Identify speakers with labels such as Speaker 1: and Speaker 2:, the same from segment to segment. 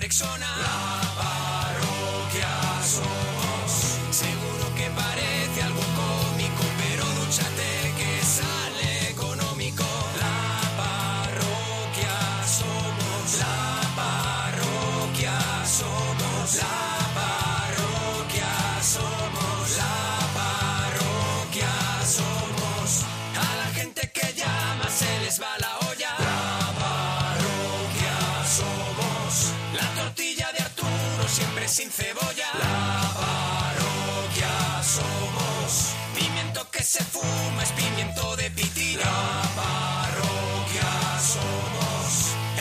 Speaker 1: persona. La parroquia somos. Seguro que parece algo cómico, pero dúchate que sale económico. La parroquia somos. La parroquia somos. La parroquia somos. La parroquia somos. A la gente que llama se les va la olla. La parroquia somos. La tortilla de Arturo siempre sin cebolla. La parroquia somos. Pimiento que se fuma es pimiento de pitilla. La parroquia somos.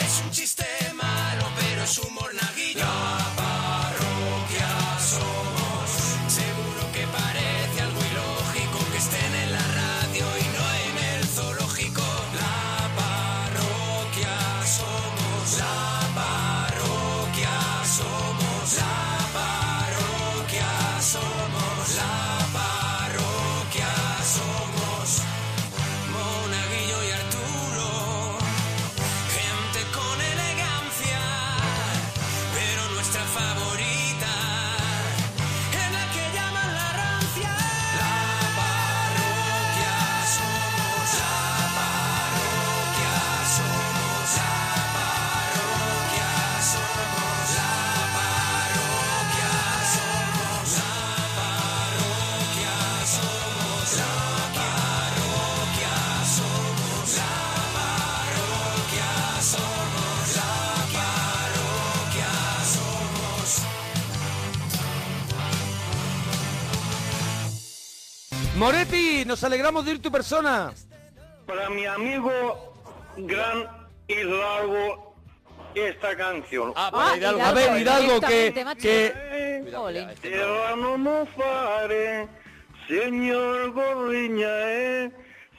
Speaker 1: Es un chiste malo, pero es un monaguillo. La parroquia somos. Seguro que parece algo ilógico que estén en la radio y no en el zoológico. La parroquia somos. La parroquia somos. La parroquia somos. La parroquia somos. Monaguillo y Arturo. Gente con elegancia, pero nuestra favorita es la que llaman la rancia. La parroquia somos, la parroquia somos, la parroquia somos, la parroquia somos, la parroquia somos, la parroquia somos, la parroquia somos, la parroquia somos.
Speaker 2: Moretti, nos alegramos de ir tu persona.
Speaker 3: Para mi amigo gran Hidalgo, esta canción.
Speaker 2: Ah, para Ah, Hidalgo. Hidalgo, A ver, Hidalgo, que-
Speaker 3: que...
Speaker 2: directamente, macho. que-
Speaker 3: no no fare, señor Gorriña, eh,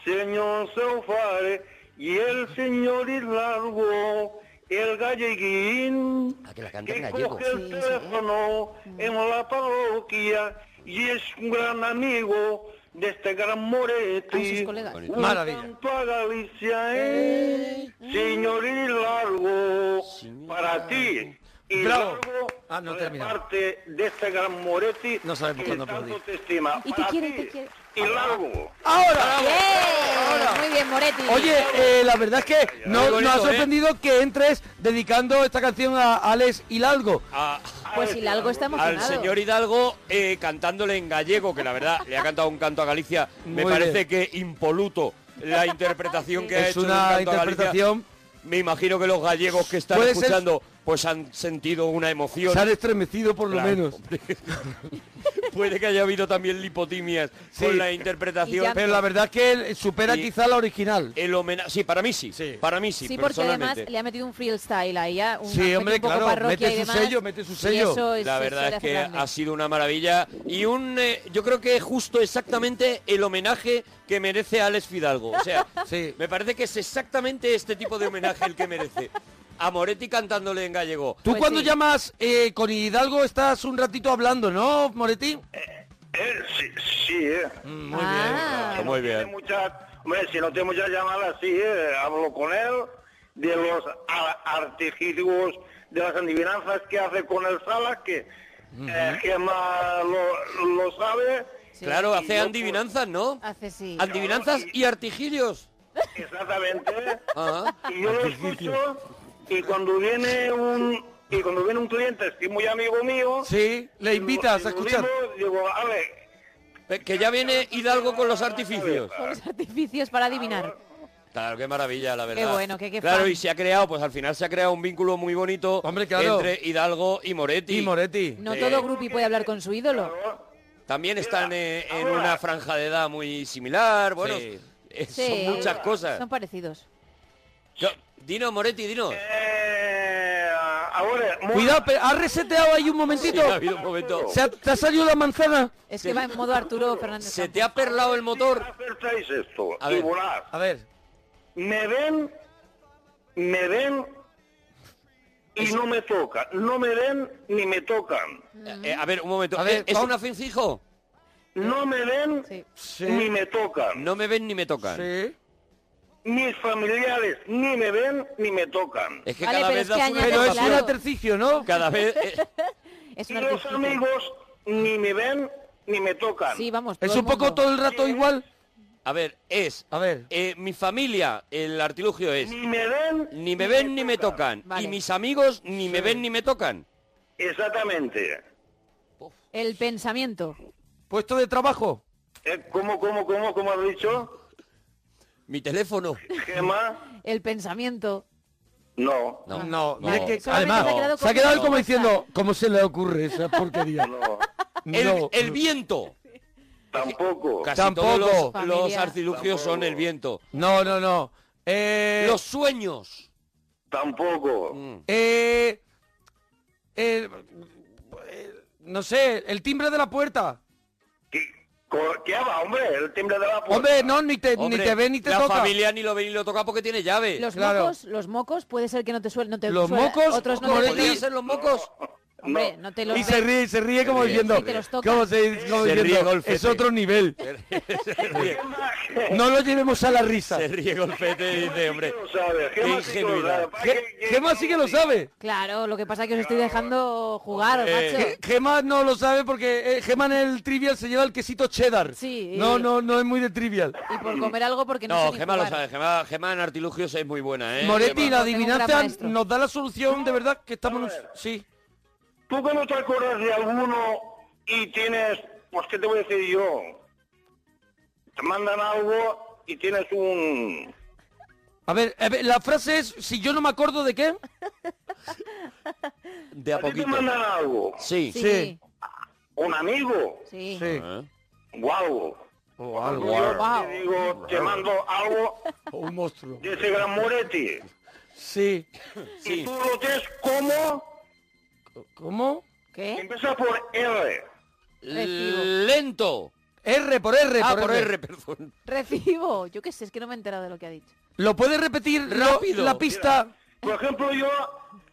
Speaker 3: señor Seufare, y el señor Hidalgo, el galleguín,
Speaker 4: que la canta en
Speaker 3: que
Speaker 4: gallego.
Speaker 3: coge el teléfono en la parroquia y es un gran amigo de este gran Moretti. Un
Speaker 2: Maravilla.
Speaker 3: canto a Galicia, eh, señor Hidalgo, para ti. Y
Speaker 2: Bravo.
Speaker 3: luego,
Speaker 2: Ah, no,
Speaker 3: de
Speaker 2: terminado.
Speaker 3: parte de este gran Moretti
Speaker 2: No sabemos
Speaker 3: que
Speaker 2: cuándo
Speaker 3: tanto
Speaker 2: aplaudir.
Speaker 3: te estima.
Speaker 5: Y te
Speaker 3: Para
Speaker 5: quiere,
Speaker 3: ti,
Speaker 5: te quiere.
Speaker 3: Hidalgo.
Speaker 2: Ahora.
Speaker 5: ¡Bien! Muy bien, Moretti.
Speaker 2: Oye, eh, la verdad es que no-
Speaker 6: Qué
Speaker 2: nos,
Speaker 6: bonito,
Speaker 2: ha
Speaker 6: ¿eh?
Speaker 2: sorprendido que entres dedicando esta canción a Alex Hidalgo.
Speaker 6: A-
Speaker 5: Pues Hidalgo está
Speaker 6: Ah, al
Speaker 5: emocionado.
Speaker 6: señor Hidalgo eh, cantándole en gallego, que la verdad le ha cantado un canto a Galicia, me
Speaker 2: Muy
Speaker 6: parece que impoluto la interpretación que ha
Speaker 2: Es
Speaker 6: hecho de un
Speaker 2: una
Speaker 6: canto a Galicia.
Speaker 2: interpretación.
Speaker 6: Me imagino que los gallegos que están
Speaker 2: Puede ser- este-
Speaker 6: escuchando pues han sentido una emoción.
Speaker 2: Se han estremecido por lo
Speaker 6: Claro.
Speaker 2: menos.
Speaker 6: Puede que haya habido también lipotimias
Speaker 2: Sí.
Speaker 6: con la
Speaker 5: Y
Speaker 6: interpretación.
Speaker 5: ya-
Speaker 2: Pero la verdad es que él supera
Speaker 6: Y-
Speaker 2: quizá la original.
Speaker 6: El homenaje, sí, para mí sí, para mí sí,
Speaker 5: Sí, porque además
Speaker 6: personalmente.
Speaker 5: le ha metido un freestyle ahí, ya, un
Speaker 2: Sí,
Speaker 5: aspecto
Speaker 2: hombre,
Speaker 5: un poco
Speaker 2: claro,
Speaker 5: parroquia
Speaker 2: mete
Speaker 5: y
Speaker 2: su
Speaker 5: demás,
Speaker 2: sello, mete su
Speaker 5: y
Speaker 2: sello.
Speaker 5: eso es-
Speaker 6: La
Speaker 5: eso
Speaker 6: verdad
Speaker 5: le
Speaker 6: es
Speaker 5: hace
Speaker 6: que
Speaker 5: grande.
Speaker 6: ha sido una maravilla y un eh, yo creo que es justo exactamente el homenaje que merece Alex Fidalgo. O sea,
Speaker 2: Sí.
Speaker 6: me parece que es exactamente este tipo de homenaje el que merece. A Moretti cantándole en gallego.
Speaker 2: Tú
Speaker 5: Pues
Speaker 2: cuando
Speaker 5: sí.
Speaker 2: llamas eh, con Hidalgo estás un ratito hablando, ¿no, Moretti?
Speaker 3: Eh, sí, sí, eh.
Speaker 2: Mm, Muy
Speaker 5: Ah.
Speaker 3: Si no
Speaker 6: Muy
Speaker 3: tiene
Speaker 6: bien.
Speaker 3: muchas- hombre, si no tengo muchas llamadas, sí, eh, hablo con él de los a- artificios, de las adivinanzas que hace con el Sala, que eh, Gemma lo, lo sabe.
Speaker 5: Sí. pues,
Speaker 6: Claro, hace
Speaker 3: yo,
Speaker 6: andivinanzas, ¿no?
Speaker 5: Hace sí.
Speaker 6: Andivinanzas
Speaker 3: Claro,
Speaker 6: y Ah, artigilios.
Speaker 3: Exactamente.
Speaker 6: Ajá.
Speaker 3: y yo lo escucho y cuando viene un y cuando viene un cliente que es muy amigo mío
Speaker 2: Sí, le
Speaker 3: digo-
Speaker 2: invitas a
Speaker 3: digo,
Speaker 2: escuchar.
Speaker 3: digo a ver
Speaker 6: Pe- Que ya viene Hidalgo con los artificios.
Speaker 5: Con los artificios para adivinar.
Speaker 6: Claro, qué maravilla, la verdad.
Speaker 5: bueno, qué- qué
Speaker 6: Claro,
Speaker 5: fan.
Speaker 6: y se ha creado, pues al final se ha creado un vínculo muy bonito
Speaker 2: Hombre, claro.
Speaker 6: entre Hidalgo y Moretti.
Speaker 2: Y Moretti.
Speaker 5: No
Speaker 6: Sí.
Speaker 5: todo grupi puede hablar con su ídolo.
Speaker 6: También están eh, en
Speaker 3: ahora.
Speaker 6: una franja de edad muy similar, bueno,
Speaker 2: Sí.
Speaker 6: eh,
Speaker 5: Sí,
Speaker 6: son muchas cosas.
Speaker 5: Son parecidos.
Speaker 6: Yo- Dino, Moretti, Dino.
Speaker 3: eh, ahora mo-
Speaker 2: Cuidado, pero has reseteado ahí un momentito.
Speaker 6: Sí, ha habido un momento.
Speaker 2: ¿Se ha- ¿Te ha salido la manzana?
Speaker 5: Es que va en modo Arturo Fernández.
Speaker 6: Se
Speaker 5: Campos.
Speaker 6: te ha perlado el motor.
Speaker 3: acertáis esto
Speaker 6: A
Speaker 3: y
Speaker 6: ver.
Speaker 3: volad.
Speaker 2: A ver.
Speaker 3: me ven me ven y no me tocan no me ven ni me tocan
Speaker 6: Eh, a ver, un momento.
Speaker 2: A ver,
Speaker 6: ¿Es
Speaker 2: vamos.
Speaker 6: un afincijo?
Speaker 3: no me ven
Speaker 5: Sí.
Speaker 3: ni me tocan
Speaker 6: No me ven ni me tocan.
Speaker 2: Sí.
Speaker 3: mis familiares ni me ven ni me tocan.
Speaker 6: Es que
Speaker 5: Vale,
Speaker 6: cada
Speaker 5: pero
Speaker 6: vez
Speaker 5: es
Speaker 6: das
Speaker 5: que
Speaker 6: una
Speaker 5: añade,
Speaker 2: Pero es un
Speaker 5: claro.
Speaker 2: atercicio, ¿no?
Speaker 6: Cada vez... eh,
Speaker 5: Es
Speaker 3: Y
Speaker 5: un
Speaker 3: los
Speaker 5: artífice.
Speaker 3: amigos ni me ven ni me tocan.
Speaker 5: Sí, vamos.
Speaker 2: Es
Speaker 5: todo el
Speaker 2: un poco
Speaker 5: mundo.
Speaker 2: todo el rato igual.
Speaker 6: a ver, es...
Speaker 2: A ver.
Speaker 6: eh, mi familia, el artilugio es...
Speaker 3: Ni me ven
Speaker 6: Ni me ven ni me tocan.
Speaker 5: Vale.
Speaker 6: Y mis amigos ni me ven ni me tocan.
Speaker 3: Exactamente.
Speaker 5: El pensamiento.
Speaker 2: Puesto de trabajo.
Speaker 3: Eh, ¿Cómo, cómo, cómo, cómo has dicho,
Speaker 6: Mi teléfono.
Speaker 3: Gemma?
Speaker 5: El pensamiento.
Speaker 3: No,
Speaker 6: No.
Speaker 2: No,
Speaker 6: no.
Speaker 2: mira que
Speaker 5: Solamente
Speaker 2: además
Speaker 5: se ha quedado
Speaker 2: se ha quedado él
Speaker 5: como
Speaker 2: como
Speaker 5: está.
Speaker 2: diciendo, ¿cómo se le ocurre esa porquería?
Speaker 3: no,
Speaker 6: El,
Speaker 2: No.
Speaker 6: el viento.
Speaker 3: tampoco.
Speaker 6: Casi
Speaker 2: Tampoco.
Speaker 6: todos los- los,
Speaker 5: Familia.
Speaker 6: artilugios son el viento.
Speaker 2: No, no, no. Eh,
Speaker 6: Los sueños.
Speaker 3: Tampoco.
Speaker 2: eh, el- eh, no sé, el timbre de la puerta.
Speaker 3: ¿Qué, co- qué va, hombre? El timbre de la puerta.
Speaker 2: Hombre, no, ni te,
Speaker 6: Hombre,
Speaker 2: ni te ve ni te
Speaker 6: la
Speaker 2: toca.
Speaker 6: familia ni lo ve ni lo toca porque tiene llave.
Speaker 5: Los
Speaker 2: Claro.
Speaker 5: mocos, los mocos, puede ser que no te suelen. No te
Speaker 2: Los
Speaker 5: suela-
Speaker 2: mocos,
Speaker 5: otros no
Speaker 2: por
Speaker 5: te
Speaker 2: el-
Speaker 6: ¿Podrían
Speaker 5: suelen-
Speaker 6: ser los mocos?
Speaker 5: Hombre, no te los
Speaker 2: Y
Speaker 5: ven.
Speaker 2: se ríe, y se ríe como
Speaker 6: Sí,
Speaker 2: diciendo,
Speaker 5: sí, te los toca.
Speaker 2: ¿cómo se, como
Speaker 6: Se ríe
Speaker 2: diciendo,
Speaker 6: Golfete.
Speaker 2: es otro nivel. No lo llevemos a la risa.
Speaker 6: Se ríe Golfete y dice, hombre,
Speaker 3: Lo sabe,
Speaker 6: qué
Speaker 3: Gemma sí que lo sabe.
Speaker 6: ingenuidad.
Speaker 3: ¿Para
Speaker 2: Ge-
Speaker 3: qué-
Speaker 2: Gemma sí que lo sabe.
Speaker 5: Claro, lo que pasa es que os estoy dejando jugar,
Speaker 6: Eh,
Speaker 5: macho.
Speaker 2: Ge- Gemma no lo sabe porque eh, Gemma en el trivial se lleva el quesito cheddar.
Speaker 5: Sí,
Speaker 2: No,
Speaker 5: y-
Speaker 2: no, no es muy de trivial.
Speaker 5: Y por comer algo porque no,
Speaker 6: No,
Speaker 5: sé ni
Speaker 6: Gemma lo
Speaker 5: jugar.
Speaker 6: sabe. Gemma, Gemma en artilugios es muy buena, ¿eh?
Speaker 2: Moretti,
Speaker 6: Gemma.
Speaker 2: la
Speaker 5: Yo tengo un gran
Speaker 2: adivinanza
Speaker 5: maestro.
Speaker 2: nos da la solución de verdad que estamos... Sí.
Speaker 3: ¿Tú que no te acuerdas de alguno y tienes, pues qué te voy a decir yo? Te mandan algo y tienes un...
Speaker 2: A ver, a ver, la frase es, si yo no me acuerdo de qué...
Speaker 6: De a
Speaker 3: ¿A ti te
Speaker 6: poquito.
Speaker 3: mandan algo?
Speaker 6: Sí.
Speaker 5: Sí,
Speaker 3: ¿Un amigo?
Speaker 5: sí.
Speaker 2: Sí.
Speaker 6: ¿Eh?
Speaker 3: ¿O algo?
Speaker 2: O algo.
Speaker 6: Guau.
Speaker 5: Guau.
Speaker 3: Te digo, te mando algo
Speaker 2: O un monstruo.
Speaker 3: de ese gran Moretti.
Speaker 2: Sí.
Speaker 6: Sí.
Speaker 3: Y tú lo tienes como...
Speaker 2: ¿Cómo?
Speaker 5: ¿Qué?
Speaker 3: Empieza por R.
Speaker 5: Recibo.
Speaker 6: Lento.
Speaker 2: R por R,
Speaker 6: Ah,
Speaker 2: por, R.
Speaker 6: perdón.
Speaker 5: Recibo. Yo qué sé, es que no me he enterado de lo que ha dicho.
Speaker 2: ¿Lo puedes repetir lo-
Speaker 6: Rápido.
Speaker 2: la pista?
Speaker 3: Por ejemplo, yo...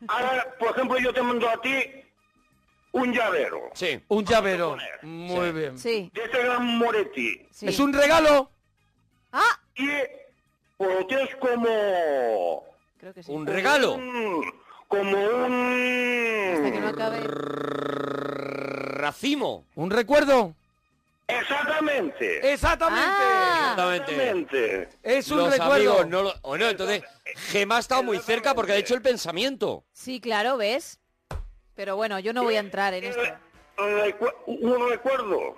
Speaker 3: Ahora, por ejemplo, yo te mando a ti un llavero.
Speaker 6: Sí.
Speaker 2: Un llavero.
Speaker 3: poner.
Speaker 2: Muy bien.
Speaker 5: Sí,
Speaker 3: De ese gran Moretti.
Speaker 5: sí.
Speaker 2: Es un regalo.
Speaker 5: ¡Ah!
Speaker 3: Y pues, lo tienes como...
Speaker 5: Creo que sí.
Speaker 6: Un regalo.
Speaker 3: un- como
Speaker 5: Hasta que no
Speaker 3: un...
Speaker 5: acabe.
Speaker 6: Racimo.
Speaker 2: Un recuerdo.
Speaker 3: Exactamente.
Speaker 2: Exactamente.
Speaker 5: Ah.
Speaker 6: Exactamente.
Speaker 3: Exactamente.
Speaker 2: Es un
Speaker 6: Los
Speaker 2: recuerdo.
Speaker 6: amigos no lo... O no, entonces, Gemma ha estado muy cerca porque ha hecho el pensamiento.
Speaker 5: Sí, claro, ¿ves? Pero bueno, yo no voy a entrar en esto.
Speaker 3: Recu- un recuerdo.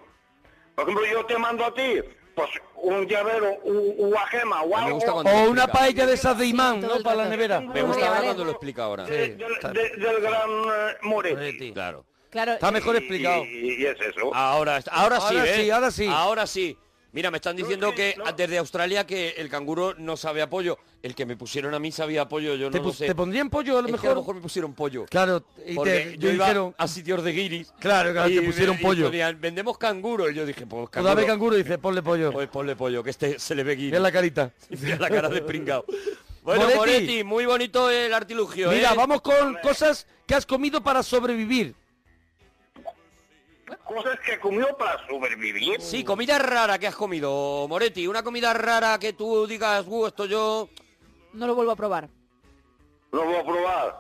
Speaker 3: Por ejemplo, yo te mando a ti, pues, un llavero, un, una gema o
Speaker 6: A mí me
Speaker 3: algo.
Speaker 6: gusta cuando-
Speaker 2: O una paella de esas de imán,
Speaker 5: Sí, todo
Speaker 2: ¿no?
Speaker 5: el
Speaker 2: Para la
Speaker 5: rato.
Speaker 2: nevera.
Speaker 6: Me gusta
Speaker 5: Vale,
Speaker 6: ahora
Speaker 5: vale.
Speaker 6: cuando lo explica ahora.
Speaker 3: de- del, de- del gran eh, Moretti.
Speaker 6: Claro.
Speaker 5: Claro,
Speaker 2: Está mejor explicado.
Speaker 3: Y, y es eso.
Speaker 6: Ahora, ahora,
Speaker 2: Ahora
Speaker 6: sí, ¿eh?
Speaker 2: sí, ahora sí.
Speaker 6: Ahora sí. Mira, me están diciendo
Speaker 3: sí,
Speaker 6: que
Speaker 3: no.
Speaker 6: desde Australia que el canguro no sabe a pollo. El que me pusieron a mí sabía a pollo, yo
Speaker 2: ¿Te,
Speaker 6: no lo
Speaker 2: pus-
Speaker 6: sé.
Speaker 2: te pondrían pollo a lo
Speaker 6: Es que
Speaker 2: mejor?
Speaker 6: a lo mejor me pusieron pollo.
Speaker 2: Claro, y
Speaker 6: Porque
Speaker 2: te,
Speaker 6: yo
Speaker 2: te
Speaker 6: iba
Speaker 2: dijeron...
Speaker 6: a sitios de guiris.
Speaker 2: Claro, claro,
Speaker 6: y
Speaker 2: te
Speaker 6: me-
Speaker 2: pusieron
Speaker 6: y
Speaker 2: pollo.
Speaker 6: ponían, vendemos canguro. Y yo dije, pues
Speaker 2: Cuando abre
Speaker 6: canguro.
Speaker 2: canguro dice, ponle pollo.
Speaker 6: Pues ponle pollo, que este se le ve guiri.
Speaker 2: Mira la carita.
Speaker 6: Y mira la cara de pringao. Bueno,
Speaker 2: Moretti.
Speaker 6: Moretti, muy bonito el artilugio,
Speaker 2: Mira,
Speaker 6: ¿eh?
Speaker 2: vamos con cosas que has comido para sobrevivir.
Speaker 3: Cosas que comió para sobrevivir.
Speaker 6: Sí, comida rara que has comido, Moretti. Una comida rara que tú digas, uh, esto yo...
Speaker 5: no lo vuelvo a probar.
Speaker 3: Lo voy a probar.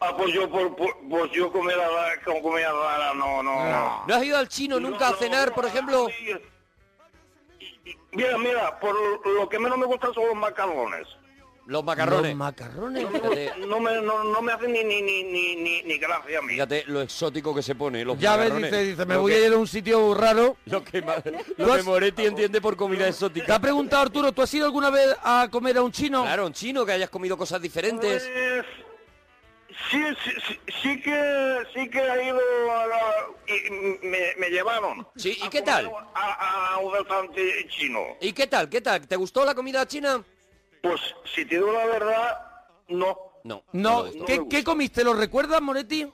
Speaker 3: Ah, pues yo, por, por- pues yo comer a- con comida rara, no, no. no.
Speaker 6: ¿No has ido al chino nunca a cenar, por ejemplo?
Speaker 3: Mira, mira, por lo que menos me gustan son los macarrones.
Speaker 6: Los macarrones.
Speaker 2: Los macarrones.
Speaker 6: Fíjate,
Speaker 3: No me, no, no me hacen ni, ni, ni, ni, ni, ni gracia a mí.
Speaker 6: fíjate lo exótico que se pone, los
Speaker 2: Ya ves,
Speaker 6: macarrones.
Speaker 2: dice, dice, me
Speaker 6: Lo
Speaker 2: voy
Speaker 6: que-
Speaker 2: a ir a un sitio raro.
Speaker 6: Lo que, ma-
Speaker 2: ¿Lo
Speaker 6: lo que
Speaker 2: has-
Speaker 6: Moretti entiende por comida
Speaker 2: Te ha
Speaker 6: exótica.
Speaker 2: preguntado Arturo, ¿tú has ido alguna vez a comer a un chino?
Speaker 6: Claro, un chino que hayas comido cosas diferentes.
Speaker 3: Pues, sí, sí, sí, sí que, sí que ha ido a la- y me, me llevaron.
Speaker 6: Sí, ¿y
Speaker 3: a
Speaker 6: qué
Speaker 3: comer
Speaker 6: tal?
Speaker 3: A, a un restaurante chino.
Speaker 6: ¿Y qué tal? ¿Qué tal? ¿Te gustó la comida china?
Speaker 3: Pues, si te digo la verdad, no.
Speaker 6: No.
Speaker 2: No,
Speaker 6: me gustó.
Speaker 2: ¿qué,
Speaker 3: No me
Speaker 2: qué comiste? ¿Lo recuerdas, Moretti?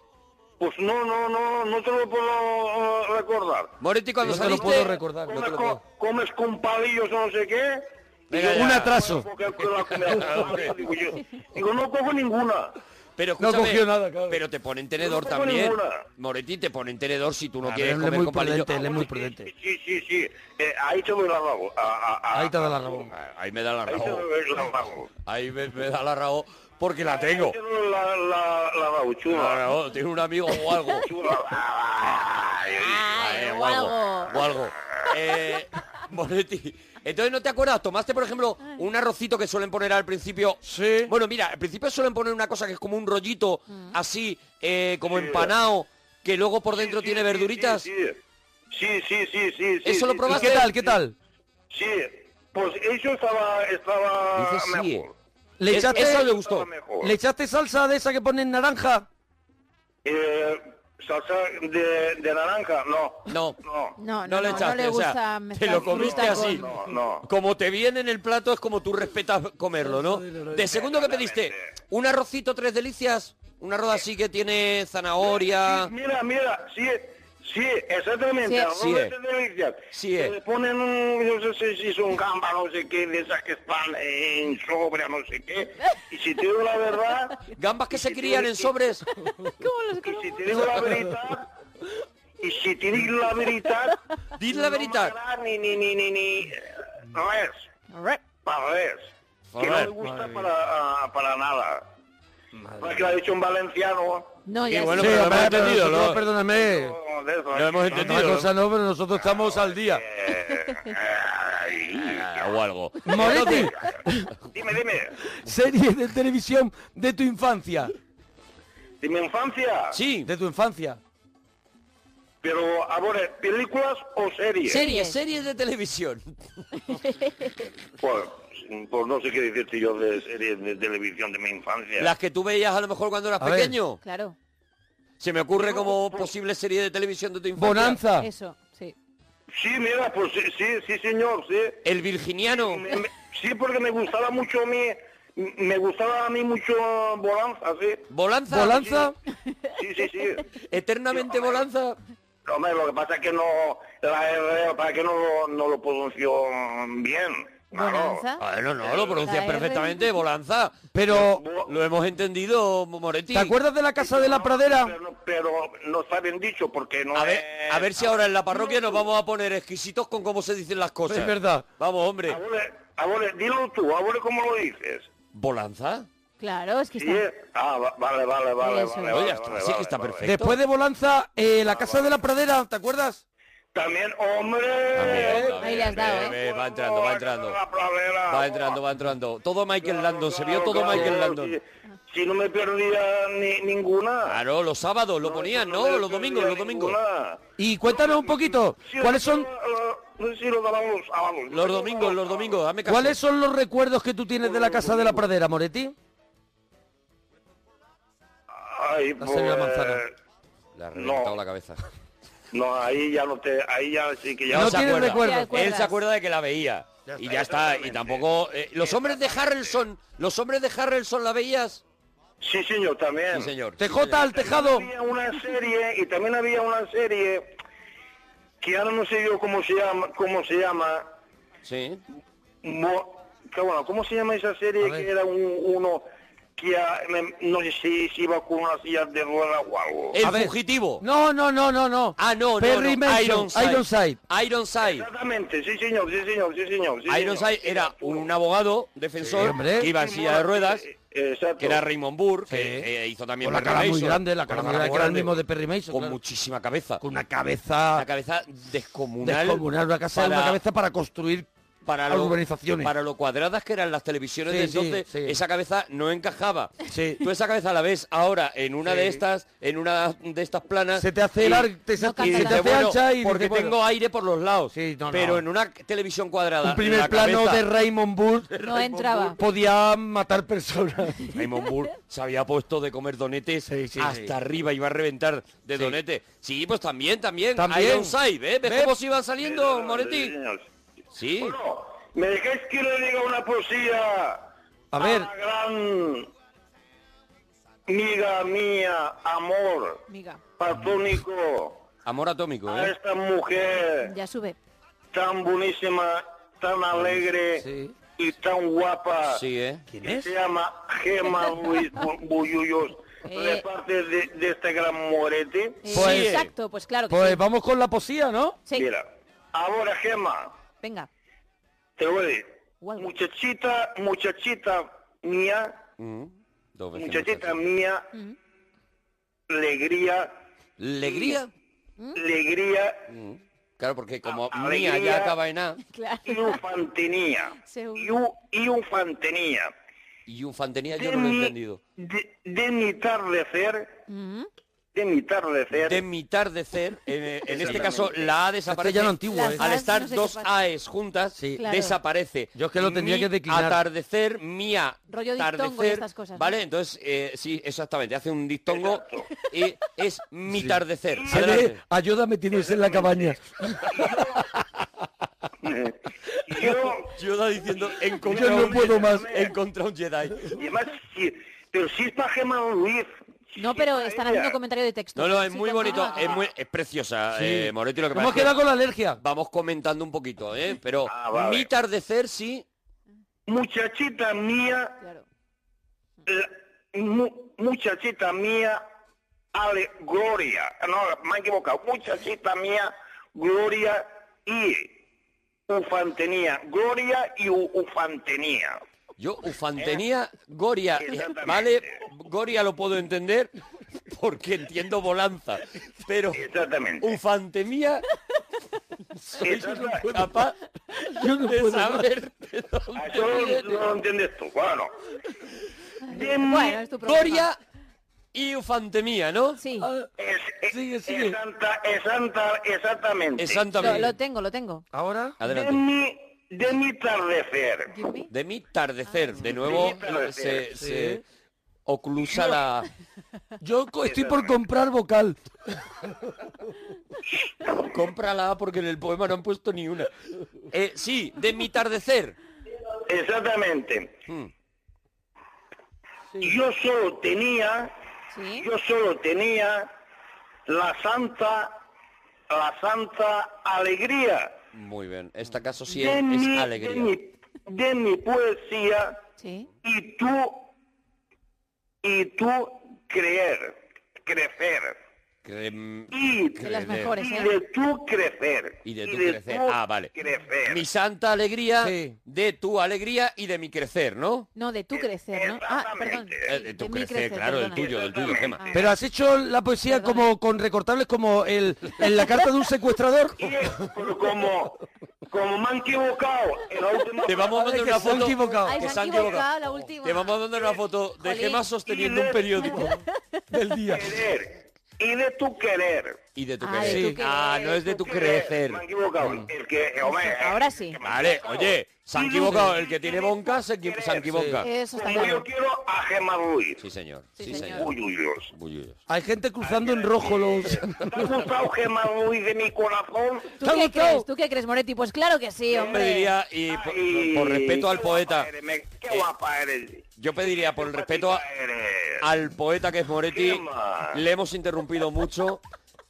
Speaker 3: Pues no, no, no, no te lo puedo eh, recordar.
Speaker 6: Moretti
Speaker 2: No
Speaker 6: cuando
Speaker 2: te lo
Speaker 6: saliste...
Speaker 2: puedo recordar,
Speaker 6: no
Speaker 3: Comes,
Speaker 6: te lo
Speaker 3: con-
Speaker 6: puedo.
Speaker 3: comes con palillos o no sé qué.
Speaker 6: Venga,
Speaker 2: un
Speaker 6: ya.
Speaker 2: atraso.
Speaker 3: Porque la comida- digo, yo, digo, no cojo ninguna.
Speaker 6: Pero
Speaker 2: No
Speaker 6: escúchame,
Speaker 2: cogió nada,
Speaker 6: pero te ponen tenedor
Speaker 3: No cogió
Speaker 6: también.
Speaker 3: ninguna.
Speaker 6: Moretti te ponen tenedor si tú no
Speaker 2: A ver,
Speaker 6: quieres
Speaker 2: él es
Speaker 6: comer
Speaker 2: muy
Speaker 6: con palillo.
Speaker 2: prudente, él es muy prudente.
Speaker 3: Sí, sí, sí. Eh, ahí te doy la rabo. A- a- a-
Speaker 2: Ahí te da la rabón.
Speaker 6: Ah, Ahí me da la
Speaker 3: Ahí te
Speaker 6: rabo.
Speaker 3: doy la rabo.
Speaker 6: Ahí me, me da la rabo porque la tengo.
Speaker 3: Ahí te doy la, la, la rabo,
Speaker 6: La
Speaker 3: chula.
Speaker 6: rabo, tiene un amigo o algo.
Speaker 3: Chula.
Speaker 5: Ay,
Speaker 6: Eh,
Speaker 5: o algo.
Speaker 6: O algo. Eh, Moretti. Entonces, ¿no te acuerdas? Tomaste, por ejemplo, un arrocito que suelen poner al principio.
Speaker 2: Sí.
Speaker 6: Bueno, mira, al principio suelen poner una cosa que es como un rollito
Speaker 5: Mm.
Speaker 6: así, eh, como empanado, que luego por dentro
Speaker 3: Sí,
Speaker 6: tiene
Speaker 3: sí,
Speaker 6: verduritas.
Speaker 3: Sí, sí, sí, sí, sí. sí,
Speaker 6: ¿Eso lo
Speaker 3: sí,
Speaker 2: ¿Y
Speaker 6: probaste?
Speaker 2: qué tal? ¿Qué tal?
Speaker 3: Sí. Pues eso estaba, estaba
Speaker 6: Dice sí,
Speaker 3: mejor.
Speaker 2: ¿Le
Speaker 6: Es-
Speaker 2: echaste,
Speaker 6: eso le
Speaker 3: gustó.
Speaker 2: Estaba mejor. ¿Le echaste salsa de esa que ponen naranja?
Speaker 3: Eh, salsa de, de naranja, no.
Speaker 6: No.
Speaker 3: No.
Speaker 5: No, no,
Speaker 6: No le
Speaker 5: no, no
Speaker 6: echaste,
Speaker 5: le
Speaker 6: o sea,
Speaker 5: gusta
Speaker 6: te
Speaker 5: mezclar
Speaker 6: lo comiste
Speaker 5: fruta
Speaker 6: así.
Speaker 5: con-
Speaker 3: No, no.
Speaker 6: Como te viene en el plato es como tú respetas comerlo, ¿no? De segundo que pediste, un arrocito tres delicias, un arroz así que tiene zanahoria.
Speaker 3: Sí, mira, mira, sí, sí, exactamente.
Speaker 5: Sí.
Speaker 3: arroz
Speaker 6: Sí,
Speaker 3: de
Speaker 6: eh.
Speaker 3: delicias.
Speaker 6: Sí,
Speaker 3: Que
Speaker 6: eh.
Speaker 3: Le ponen un, no sé si es un gamba, no sé qué, de esas que están en sobre, no sé qué. Y si te digo la verdad,
Speaker 6: Gambas que se
Speaker 3: Sí, sí,
Speaker 6: crían
Speaker 3: sí.
Speaker 6: en sobres.
Speaker 5: ¿Cómo los
Speaker 3: y si
Speaker 5: colomo?
Speaker 3: te digo la verdad, y si te digo la verdad,
Speaker 6: Did la
Speaker 3: no
Speaker 6: verdad.
Speaker 3: m'agrada ni, ni, ni, ni, ni, res,
Speaker 5: Alright.
Speaker 3: para res. Que no
Speaker 6: Joder,
Speaker 3: me gusta para, ah, para nada. Para que lo ha dicho un valenciano.
Speaker 5: No, ya
Speaker 6: Y bueno,
Speaker 5: sé.
Speaker 6: pero lo hemos
Speaker 2: hombre, pero
Speaker 6: entendido,
Speaker 2: nosotros,
Speaker 6: ¿no?
Speaker 2: Perdóname.
Speaker 3: o de eso,
Speaker 6: Lo hemos
Speaker 3: ¿no?
Speaker 6: entendido. Ah,
Speaker 2: Otra cosa no, pero nosotros estamos al día.
Speaker 3: Eh, ay,
Speaker 6: Ah, o algo. Eh,
Speaker 2: Moretti,
Speaker 3: eh, dime, dime.
Speaker 2: serie de televisión de tu infancia.
Speaker 3: De mi infancia.
Speaker 6: Sí.
Speaker 2: De tu infancia.
Speaker 3: Pero, ahora, ¿películas o series?
Speaker 6: Series, series de televisión.
Speaker 3: Pues, pues no sé qué decirte yo de series de televisión de mi infancia.
Speaker 6: Las que tú veías a lo mejor cuando eras
Speaker 2: A ver.
Speaker 6: pequeño.
Speaker 5: Claro,
Speaker 6: Se me ocurre como posible serie de televisión de tu infancia.
Speaker 2: Bonanza.
Speaker 5: eso, sí.
Speaker 3: Sí, mira, pues sí, sí, sí, señor, sí.
Speaker 6: El virginiano.
Speaker 3: Me- me- sí, porque me gustaba mucho a mí, me gustaba a mí mucho Bonanza, sí.
Speaker 6: Bolanza.
Speaker 2: Bolanza.
Speaker 3: Sí, sí, sí.
Speaker 6: Eternamente Bolanza.
Speaker 3: Hombre, lo que pasa es que no, la R, para que no, lo- no lo pronunció bien. claro.
Speaker 5: Bonanza.
Speaker 6: Bueno, no, lo pronuncias
Speaker 5: La
Speaker 2: eh.
Speaker 5: R.
Speaker 6: perfectamente, Bolanza.
Speaker 2: Pero,
Speaker 3: Bo-
Speaker 6: Lo hemos entendido, Moretti.
Speaker 2: ¿te acuerdas de la casa de la pradera?
Speaker 3: Pero, pero no está bien dicho porque no
Speaker 6: A ver,
Speaker 3: es-
Speaker 6: a ver si ahora en la parroquia nos vamos a poner exquisitos con cómo se dicen las cosas.
Speaker 2: Es verdad.
Speaker 6: Vamos, hombre.
Speaker 3: Ahora, ahora, dilo tú, ahora cómo lo dices.
Speaker 6: ¿Bolanza?
Speaker 5: Claro, es que
Speaker 3: Sí,
Speaker 5: está...
Speaker 3: ah, va- vale, vale, vale,
Speaker 5: Eso.
Speaker 3: vale,
Speaker 6: Oye,
Speaker 3: vale,
Speaker 6: hasta
Speaker 3: vale,
Speaker 6: así
Speaker 3: vale,
Speaker 6: que está
Speaker 3: vale.
Speaker 6: perfecto.
Speaker 2: Después de Bolanza, eh, la casa de la pradera, ¿te acuerdas?
Speaker 3: También, hombre.
Speaker 5: Ahí le has dado, ¿eh?
Speaker 6: va entrando, va entrando. Va entrando, va entrando. Todo Michael Landon, se vio todo Michael Landon.
Speaker 3: Si, si no me perdía ni, ninguna.
Speaker 6: Claro, los sábados lo ponían,
Speaker 3: me
Speaker 6: ¿no? Los domingos,
Speaker 3: perdía
Speaker 6: los domingos.
Speaker 3: ninguna.
Speaker 2: Y cuéntanos un poquito,
Speaker 3: Sí,
Speaker 2: ¿cuáles son,
Speaker 3: lo- lo- sí, lo daban los sábados.
Speaker 6: Los domingos, los domingos, dame caso.
Speaker 2: cuáles son los recuerdos que tú tienes de la casa de la pradera, Moretti?
Speaker 3: Ay,
Speaker 2: La señora
Speaker 3: pues,
Speaker 2: Manzana.
Speaker 6: Le ha reventado
Speaker 3: No.
Speaker 6: la cabeza.
Speaker 3: No, ahí ya no te, ahí ya sí que ya
Speaker 2: No
Speaker 6: se
Speaker 2: tienes
Speaker 6: acuerda.
Speaker 2: recuerdos.
Speaker 5: ¿Te acuerdas?
Speaker 6: Él se acuerda de que la veía. y ya está, y tampoco... eh, los hombres de Harrelson, los hombres de Harrelson la veías.
Speaker 3: Sí, señor, también.
Speaker 6: Sí, señor. Sí,
Speaker 2: TJ al tejado.
Speaker 3: Había una serie y también había una serie que ahora no sé yo cómo se llama, cómo se llama.
Speaker 6: Sí.
Speaker 3: mo- que bueno, ¿cómo se llama esa serie
Speaker 2: A ver.
Speaker 3: que era un- uno que ah, me- no sé si, si iba con una silla de ruedas o algo?
Speaker 6: El
Speaker 2: A ver.
Speaker 6: fugitivo.
Speaker 2: No, no, no, no, no.
Speaker 6: Ah, no, no,
Speaker 2: Perry
Speaker 6: no.
Speaker 2: Mason, Ironside.
Speaker 6: Ironside.
Speaker 3: Exactamente, sí señor, sí señor, sí señor. sí,
Speaker 6: Ironside
Speaker 3: señor.
Speaker 6: era un abogado defensor
Speaker 2: Sí, hombre.
Speaker 6: que iba en silla de ruedas,
Speaker 3: Eh, eh, Exacto.
Speaker 6: que era Raymond Burr, que
Speaker 2: Sí.
Speaker 6: eh, hizo también
Speaker 2: Con la
Speaker 6: Perry
Speaker 2: cara muy
Speaker 6: Mason,
Speaker 2: grande, la
Speaker 6: con
Speaker 2: cara muy grande, que era el mismo de Perry Mason.
Speaker 6: con
Speaker 2: claro.
Speaker 6: muchísima cabeza,
Speaker 2: Con una cabeza
Speaker 6: una cabeza descomunal,
Speaker 2: descomunal, una casa una cabeza para construir
Speaker 6: para lo,
Speaker 2: urbanizaciones.
Speaker 6: para lo cuadradas que eran las televisiones
Speaker 2: Sí,
Speaker 6: de
Speaker 2: sí,
Speaker 6: entonces,
Speaker 2: sí.
Speaker 6: esa cabeza no encajaba.
Speaker 2: Sí.
Speaker 6: Tú esa cabeza la ves ahora en una
Speaker 2: Sí.
Speaker 6: de estas, en una de estas planas,
Speaker 2: Se te hace
Speaker 6: y-
Speaker 2: larga, te,
Speaker 5: No
Speaker 2: se
Speaker 5: canta
Speaker 2: te
Speaker 5: tanto.
Speaker 2: hace
Speaker 6: bueno,
Speaker 2: ancha y
Speaker 6: porque
Speaker 2: dices, bueno,
Speaker 6: tengo aire por los lados.
Speaker 2: Sí, no, no.
Speaker 6: pero en una televisión cuadrada,
Speaker 2: un primer
Speaker 6: la
Speaker 2: plano
Speaker 6: cabeza-
Speaker 2: de Raymond Burr
Speaker 5: No entraba.
Speaker 2: podía matar personas.
Speaker 6: Raymond Burr se había puesto de comer donetes
Speaker 2: Sí, sí,
Speaker 6: hasta
Speaker 2: sí.
Speaker 6: arriba, iba a reventar de
Speaker 2: Sí.
Speaker 6: donete. Sí, pues también, también.
Speaker 2: También.
Speaker 6: Ironside, ¿eh? ¿Ves
Speaker 2: ¿Ves?
Speaker 6: cómo se iban
Speaker 3: Sí,
Speaker 6: saliendo,
Speaker 3: señor, sí,
Speaker 6: Moretti?
Speaker 3: señor.
Speaker 6: Sí.
Speaker 3: Bueno, ¿me dejáis que le diga una poesía?
Speaker 2: A ver,
Speaker 3: la gran miga mía, amor
Speaker 5: Miga,
Speaker 3: platónico
Speaker 6: Amor atómico,
Speaker 3: a
Speaker 6: ¿eh?
Speaker 3: esta mujer
Speaker 5: ya sube.
Speaker 3: tan buenísima, tan alegre
Speaker 2: Sí.
Speaker 3: y tan guapa.
Speaker 6: Sí, ¿eh?
Speaker 2: ¿quién
Speaker 3: que
Speaker 2: es?
Speaker 3: Se llama Gema Luis Bu- Bullullos de parte de, de este gran morete.
Speaker 5: Eh, Exacto, pues claro que
Speaker 2: Pues
Speaker 5: sí.
Speaker 2: vamos con la poesía, ¿no?
Speaker 5: Sí.
Speaker 3: Mira, ahora Gema,
Speaker 5: Venga.
Speaker 3: te voy a decir, muchachita, muchachita mía,
Speaker 6: Mm, Dos veces
Speaker 3: muchachita mía, alegría.
Speaker 6: ¿Alegría?
Speaker 3: Alegría.
Speaker 6: Mm. Claro, porque como
Speaker 3: alegría.
Speaker 6: mía ya acaba en A.
Speaker 3: Infantenía. Iu- Infantenía.
Speaker 6: Y un fantenía yo no lo he
Speaker 3: De mi-
Speaker 6: entendido.
Speaker 3: De, de mi tardecer, de mi tardecer,
Speaker 6: De mi tardecer, en, en este
Speaker 3: Exactamente.
Speaker 6: caso la A desaparece.
Speaker 2: Castellano antiguo, Las ¿eh?
Speaker 6: Al
Speaker 2: As
Speaker 6: estar
Speaker 2: no sé qué
Speaker 6: dos
Speaker 2: pasa.
Speaker 6: A's juntas,
Speaker 2: Claro.
Speaker 6: desaparece. Yo
Speaker 2: es que lo tendría que declinar.
Speaker 6: Atardecer, mía,
Speaker 5: Rollo diptongo y
Speaker 6: tardecer,
Speaker 5: estas cosas, ¿no?
Speaker 6: ¿Vale? Entonces, eh, sí, exactamente, hace un diptongo y es mi tardecer.
Speaker 2: Sele,
Speaker 6: Adelante.
Speaker 2: ayúdame, tienes en la cabaña.
Speaker 3: Yo,
Speaker 6: yo da diciendo, encontré
Speaker 2: Yo no
Speaker 6: un
Speaker 2: puedo
Speaker 6: Jedi,
Speaker 2: más.
Speaker 6: encontré un Jedi.
Speaker 3: y además, sí, pero si está Gemma Ruiz,
Speaker 5: No, pero están haciendo
Speaker 3: ella.
Speaker 5: comentario de texto.
Speaker 6: No, no, es
Speaker 5: Sí,
Speaker 6: muy
Speaker 5: continúa,
Speaker 6: bonito,
Speaker 5: continúa.
Speaker 6: es, muy, es preciosa,
Speaker 2: Sí.
Speaker 6: eh, Moretti, lo que
Speaker 2: Hemos
Speaker 6: pasa es que
Speaker 2: quedado con la alergia.
Speaker 6: vamos comentando un poquito, ¿eh? Pero
Speaker 3: Ah, vale.
Speaker 6: mi tardecer sí,
Speaker 3: muchachita mía,
Speaker 5: Claro.
Speaker 3: la- mu- muchachita mía, Ale, Gloria, no, me he equivocado, muchachita mía, Gloria y Ufantenía, Gloria y U- Ufantenía.
Speaker 6: Yo, ufantenía, Goria,
Speaker 3: Exactamente.
Speaker 6: ¿vale? Goria lo puedo entender porque entiendo volanza, pero
Speaker 3: Exactamente.
Speaker 6: ufantemía soy
Speaker 3: Exactamente.
Speaker 6: capaz de saber de
Speaker 3: Ah, Eso
Speaker 6: dónde
Speaker 3: no-
Speaker 6: viene.
Speaker 3: no lo entiendes tú. Bueno. De mi-
Speaker 5: Bueno, es tu problema.
Speaker 6: Goria y ufantemía, ¿no? Ah,
Speaker 5: Sí,
Speaker 3: es, es-
Speaker 2: Sigue, sigue.
Speaker 3: es santa, es santa, exactamente.
Speaker 5: lo,
Speaker 6: Exactamente.
Speaker 5: lo tengo, lo tengo.
Speaker 2: Ahora,
Speaker 3: de
Speaker 6: Adelante.
Speaker 3: mi, de mi tardecer.
Speaker 5: Give me.
Speaker 6: De mi tardecer,
Speaker 5: Ah,
Speaker 6: de nuevo
Speaker 3: Sí, tardecer,
Speaker 6: se, se oclusa la...
Speaker 2: yo co- estoy por comprar vocal.
Speaker 6: Cómprala porque en el poema no han puesto ni una. Eh, sí, de mi tardecer.
Speaker 3: Exactamente.
Speaker 6: Mm.
Speaker 3: Yo solo tenía,
Speaker 5: Sí.
Speaker 3: yo solo tenía la santa, la santa alegría.
Speaker 6: Muy bien, esta caso sí
Speaker 3: de,
Speaker 6: es, es
Speaker 3: mi, de,
Speaker 6: alegría.
Speaker 3: mi, de mi poesía
Speaker 5: Sí.
Speaker 3: y tú, y tú creer, crecer.
Speaker 6: Crem-
Speaker 3: y,
Speaker 5: De las
Speaker 6: Creer.
Speaker 5: mejores,
Speaker 3: y
Speaker 5: ¿eh?
Speaker 3: de tu crecer.
Speaker 6: Y de tu crecer. Ah, vale.
Speaker 3: crecer.
Speaker 6: Mi santa alegría,
Speaker 2: Sí.
Speaker 6: de tu alegría y de mi crecer, ¿no?
Speaker 5: No, de tu crecer, ¿no? Ah, perdón.
Speaker 3: Exactamente.
Speaker 6: Eh, de tu crecer, claro, del
Speaker 5: perdona.
Speaker 6: tuyo, del tuyo, Gema.
Speaker 5: Ah.
Speaker 2: Pero has hecho la poesía
Speaker 5: Perdón.
Speaker 2: como con recortables como el, en la carta de un secuestrador.
Speaker 3: Y es- pero como, como me han equivocado en la última
Speaker 6: Te vamos a
Speaker 2: Vale,
Speaker 6: mandar
Speaker 2: que
Speaker 6: una
Speaker 2: se han
Speaker 6: foto.
Speaker 2: equivocado.
Speaker 5: Ay,
Speaker 6: que
Speaker 5: se han equivocado la última.
Speaker 6: Te vamos a mandar una foto de
Speaker 5: Jolín.
Speaker 6: Gema sosteniendo un periódico del día.
Speaker 3: querer y de tu querer.
Speaker 6: Y de tu
Speaker 5: Ah,
Speaker 6: crecer.
Speaker 5: de tu Sí. querer.
Speaker 6: Ah, no es de tu crecer.
Speaker 3: Me han equivocado. El que, hombre,
Speaker 5: Ahora
Speaker 3: eh,
Speaker 5: sí.
Speaker 3: que me han
Speaker 6: Vale,
Speaker 3: equivocado.
Speaker 6: oye, se han
Speaker 3: Y de
Speaker 6: equivocado.
Speaker 3: tu
Speaker 6: El que tiene
Speaker 3: querer,
Speaker 6: bonca se, equi- se equivoca.
Speaker 5: Eso está
Speaker 3: Como yo
Speaker 5: claro.
Speaker 3: quiero a Gemma Ruiz.
Speaker 6: Sí, señor.
Speaker 5: Sí,
Speaker 6: Sí,
Speaker 5: señor.
Speaker 6: señor.
Speaker 3: Uy, uy, Dios.
Speaker 6: Bullullos.
Speaker 2: Hay gente cruzando en rojo los...
Speaker 3: ¿Te ha gustado Gemma Ruiz de mi corazón?
Speaker 5: ¿Tú
Speaker 2: ¿Te ha
Speaker 5: qué
Speaker 2: gustado?
Speaker 5: crees? ¿Tú qué crees, Moretti? Pues claro que sí,
Speaker 6: Yo
Speaker 5: hombre.
Speaker 6: pediría, y por,
Speaker 3: Ay,
Speaker 6: por respeto al
Speaker 3: qué guapa
Speaker 6: poeta, eh,
Speaker 3: eres, me- qué guapa eres.
Speaker 6: yo pediría por el respeto a,
Speaker 3: Eres.
Speaker 6: al poeta que es Moretti,
Speaker 3: Gema.
Speaker 6: le hemos interrumpido mucho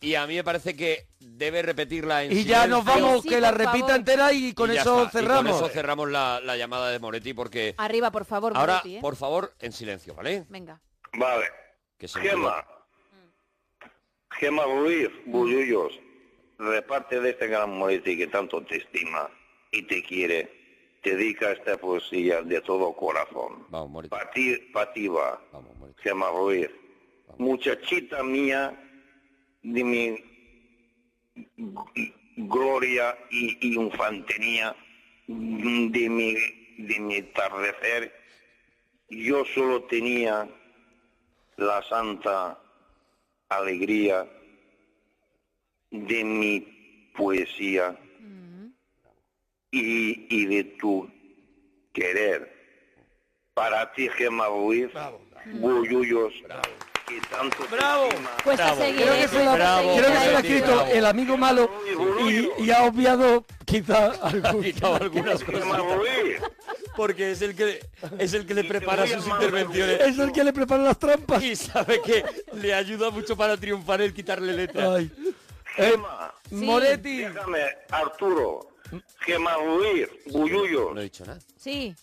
Speaker 6: y a mí me parece que debe repetirla en
Speaker 2: Y ya
Speaker 6: silencio.
Speaker 2: nos vamos,
Speaker 5: Ay, sí,
Speaker 2: que la
Speaker 5: por favor.
Speaker 2: repita entera y con
Speaker 6: Y ya
Speaker 2: eso
Speaker 6: está. Y
Speaker 2: cerramos.
Speaker 6: con eso cerramos la, la llamada de Moretti porque
Speaker 5: Arriba, por favor,
Speaker 6: ahora,
Speaker 5: Moretti, ¿eh?
Speaker 6: por favor, en silencio, ¿vale?
Speaker 5: Venga.
Speaker 3: Vale.
Speaker 6: Que se
Speaker 3: Gema. Gema Ruiz, Bullullos. Reparte de este gran Moretti que tanto te estima y te quiere. Te dedica esta poesía de todo corazón.
Speaker 6: Vamos, Moretti.
Speaker 3: Pa' ti, pa' ti va.
Speaker 6: Vamos, Moretti.
Speaker 3: Gema Ruiz. Muchachita mía de mi g- gloria y, y infantería, de mi, de mi atardecer, yo solo tenía la santa alegría de mi poesía y, y de tu querer. Para ti, Gemma Ruiz, Bullullos, que tanto te
Speaker 6: Bravo.
Speaker 3: estima.
Speaker 5: Cuesta
Speaker 6: Bravo.
Speaker 5: seguir,
Speaker 2: Creo
Speaker 5: ¿eh?
Speaker 2: que se lo,
Speaker 5: Cuesta
Speaker 6: Bravo,
Speaker 5: seguir,
Speaker 2: creo que
Speaker 5: ¿eh?
Speaker 2: se lo ha
Speaker 6: Moretti,
Speaker 2: escrito
Speaker 6: bravo.
Speaker 2: el amigo malo y, y ha obviado quizá
Speaker 6: Ha
Speaker 2: algún...
Speaker 6: quitado algunas
Speaker 3: Gemma
Speaker 6: cosas
Speaker 3: Ruiz.
Speaker 6: porque es el que es el que le
Speaker 3: te
Speaker 6: prepara
Speaker 3: voy a
Speaker 6: sus
Speaker 3: mandar-
Speaker 6: intervenciones
Speaker 2: Es el que le prepara las trampas.
Speaker 6: y sabe que le ayuda mucho para triunfar el quitarle letras.
Speaker 2: Ay. Eh,
Speaker 3: Gema,
Speaker 2: Moretti,
Speaker 3: déjame, Arturo, Gema Ruiz, Bullullo,
Speaker 6: No he dicho nada.
Speaker 5: Sí.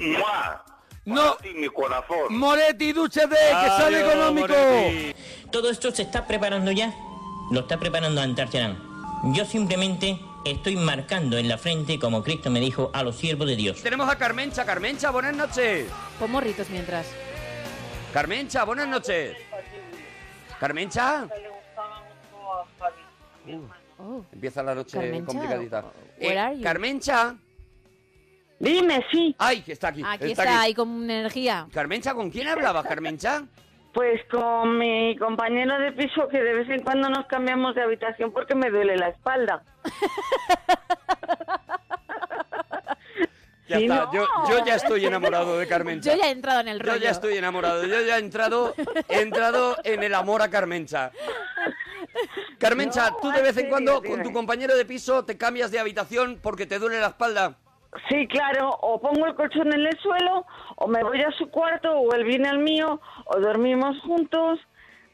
Speaker 3: Mua,
Speaker 2: No.
Speaker 3: mi corazón.
Speaker 2: Moretti, dúchate, que sale
Speaker 3: Adiós,
Speaker 2: económico.
Speaker 3: Moretti.
Speaker 4: Todo esto se está preparando ya. Lo está preparando Antarcharán. Yo simplemente estoy marcando en la frente como Cristo me dijo a los siervos de Dios.
Speaker 6: Tenemos a Carmencha. Carmencha, buenas noches.
Speaker 5: Pon morritos mientras.
Speaker 6: Carmencha, buenas noches. Carmencha.
Speaker 5: Oh.
Speaker 6: Empieza la noche
Speaker 5: Carmencha,
Speaker 6: complicadita. Eh,
Speaker 5: where are you?
Speaker 6: Carmencha.
Speaker 7: Dime, sí.
Speaker 6: Ay, que está aquí.
Speaker 5: Aquí está,
Speaker 6: aquí.
Speaker 5: ahí con energía.
Speaker 6: Carmencha, ¿con quién hablabas, Carmencha?
Speaker 7: Pues con mi compañero de piso que de vez en cuando nos cambiamos de habitación porque me duele la espalda.
Speaker 6: Ya
Speaker 7: Sí,
Speaker 6: está.
Speaker 7: no.
Speaker 6: Yo, yo ya estoy enamorado de Carmencha.
Speaker 5: Yo ya he entrado en el
Speaker 6: Yo
Speaker 5: rollo.
Speaker 6: ya estoy enamorado, yo ya he entrado, he entrado en el amor a Carmencha. Carmencha,
Speaker 7: No,
Speaker 6: tú de vez en
Speaker 7: Arsenio,
Speaker 6: cuando
Speaker 7: dime.
Speaker 6: con tu compañero de piso te cambias de habitación porque te duele la espalda.
Speaker 7: Sí, claro, o pongo el colchón en el suelo, o me voy a su cuarto, o él viene al mío, o dormimos juntos.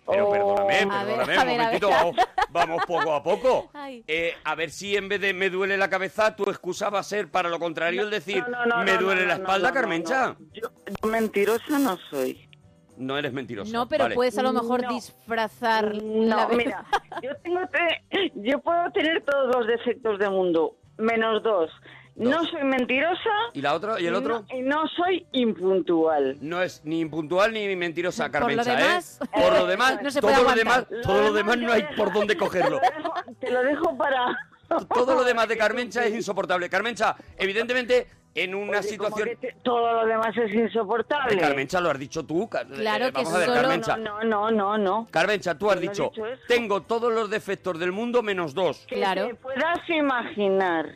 Speaker 6: Pero
Speaker 7: o-
Speaker 6: perdóname,
Speaker 5: Oh. A ver,
Speaker 6: perdóname,
Speaker 5: a
Speaker 6: un
Speaker 5: ver, a ver.
Speaker 6: momentito, vamos, vamos poco a poco.
Speaker 5: Ay.
Speaker 6: Eh, a ver si en vez de me duele la cabeza, tu excusa va a ser para lo contrario el decir
Speaker 7: No, no, no,
Speaker 6: me
Speaker 7: no,
Speaker 6: duele
Speaker 7: no,
Speaker 6: la
Speaker 7: no,
Speaker 6: espalda,
Speaker 7: no, no,
Speaker 6: Carmencha. No,
Speaker 7: no. Yo, yo mentirosa no soy.
Speaker 6: eres mentiroso.
Speaker 5: No, pero
Speaker 6: vale.
Speaker 5: puedes a lo mejor
Speaker 7: No.
Speaker 5: disfrazar la
Speaker 7: No,
Speaker 5: verdad.
Speaker 7: mira, yo tengo te- yo puedo tener todos los defectos del mundo, menos dos. No
Speaker 6: Dos.
Speaker 7: soy mentirosa.
Speaker 6: ¿Y la otra? ¿Y el otro?
Speaker 7: No- y no soy impuntual.
Speaker 6: No es ni impuntual ni mentirosa,
Speaker 5: Por lo
Speaker 6: Carmencha,
Speaker 5: demás,
Speaker 6: ¿eh? Por lo demás,
Speaker 5: no se
Speaker 6: todo
Speaker 5: puede
Speaker 6: lo demás,
Speaker 5: aguantar.
Speaker 6: todo lo demás no hay por dónde cogerlo.
Speaker 7: Te lo dejo- Te lo dejo para.
Speaker 6: Todo lo demás de Carmencha es insoportable. Carmencha, evidentemente, en una
Speaker 7: Oye, como
Speaker 6: situación...
Speaker 7: que te- todo lo demás es
Speaker 6: Eh,
Speaker 7: insoportable.
Speaker 6: Carmencha, lo has dicho tú. Car-
Speaker 5: Claro
Speaker 6: eh,
Speaker 5: que
Speaker 6: Vamos a ver,
Speaker 5: solo-
Speaker 6: Carmencha.
Speaker 7: No, no, no, no.
Speaker 6: Carmencha, tú has
Speaker 7: no he
Speaker 6: dicho,
Speaker 7: dicho eso.
Speaker 6: tengo todos los defectos del mundo menos dos.
Speaker 7: Que
Speaker 5: Claro.
Speaker 7: te puedas imaginar.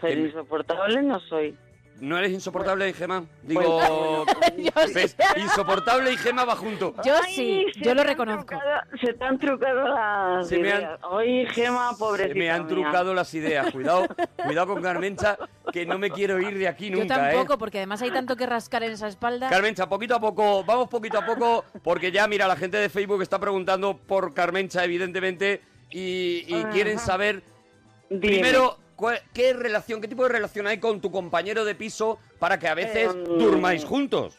Speaker 7: Pero
Speaker 6: Que-
Speaker 7: insoportable no soy.
Speaker 6: ¿No eres insoportable, Gemma? Digo,
Speaker 5: Yo sí.
Speaker 6: ¿ves? Insoportable y Gema va junto.
Speaker 5: Yo
Speaker 7: Ay,
Speaker 5: sí,
Speaker 7: se
Speaker 5: yo lo
Speaker 7: te han
Speaker 5: reconozco.
Speaker 7: trucado- se te han trucado las
Speaker 6: Se me han-
Speaker 7: ideas. Oye, Gema, pobrecita
Speaker 6: Se me han
Speaker 7: mía.
Speaker 6: trucado las ideas. Cuidado, cuidado con Carmencha, que no me quiero ir de aquí
Speaker 5: Yo
Speaker 6: nunca, ¿eh?
Speaker 5: tampoco, porque además hay tanto que rascar en esa espalda.
Speaker 6: Carmencha, poquito a poco, vamos poquito a poco, porque ya, mira, la gente de Facebook está preguntando por Carmencha, evidentemente, y, y quieren saber,
Speaker 7: Dime.
Speaker 6: primero, cuál- qué relación, qué tipo de relación hay con tu compañero de piso para que a veces
Speaker 7: Eh,
Speaker 6: durmáis juntos.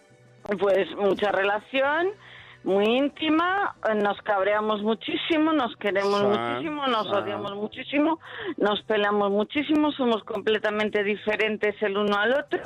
Speaker 7: Pues mucha relación, muy íntima, eh, nos cabreamos muchísimo, nos queremos
Speaker 6: Sí,
Speaker 7: muchísimo, nos
Speaker 6: sí.
Speaker 7: odiamos muchísimo, nos pelamos muchísimo, somos completamente diferentes el uno al otro.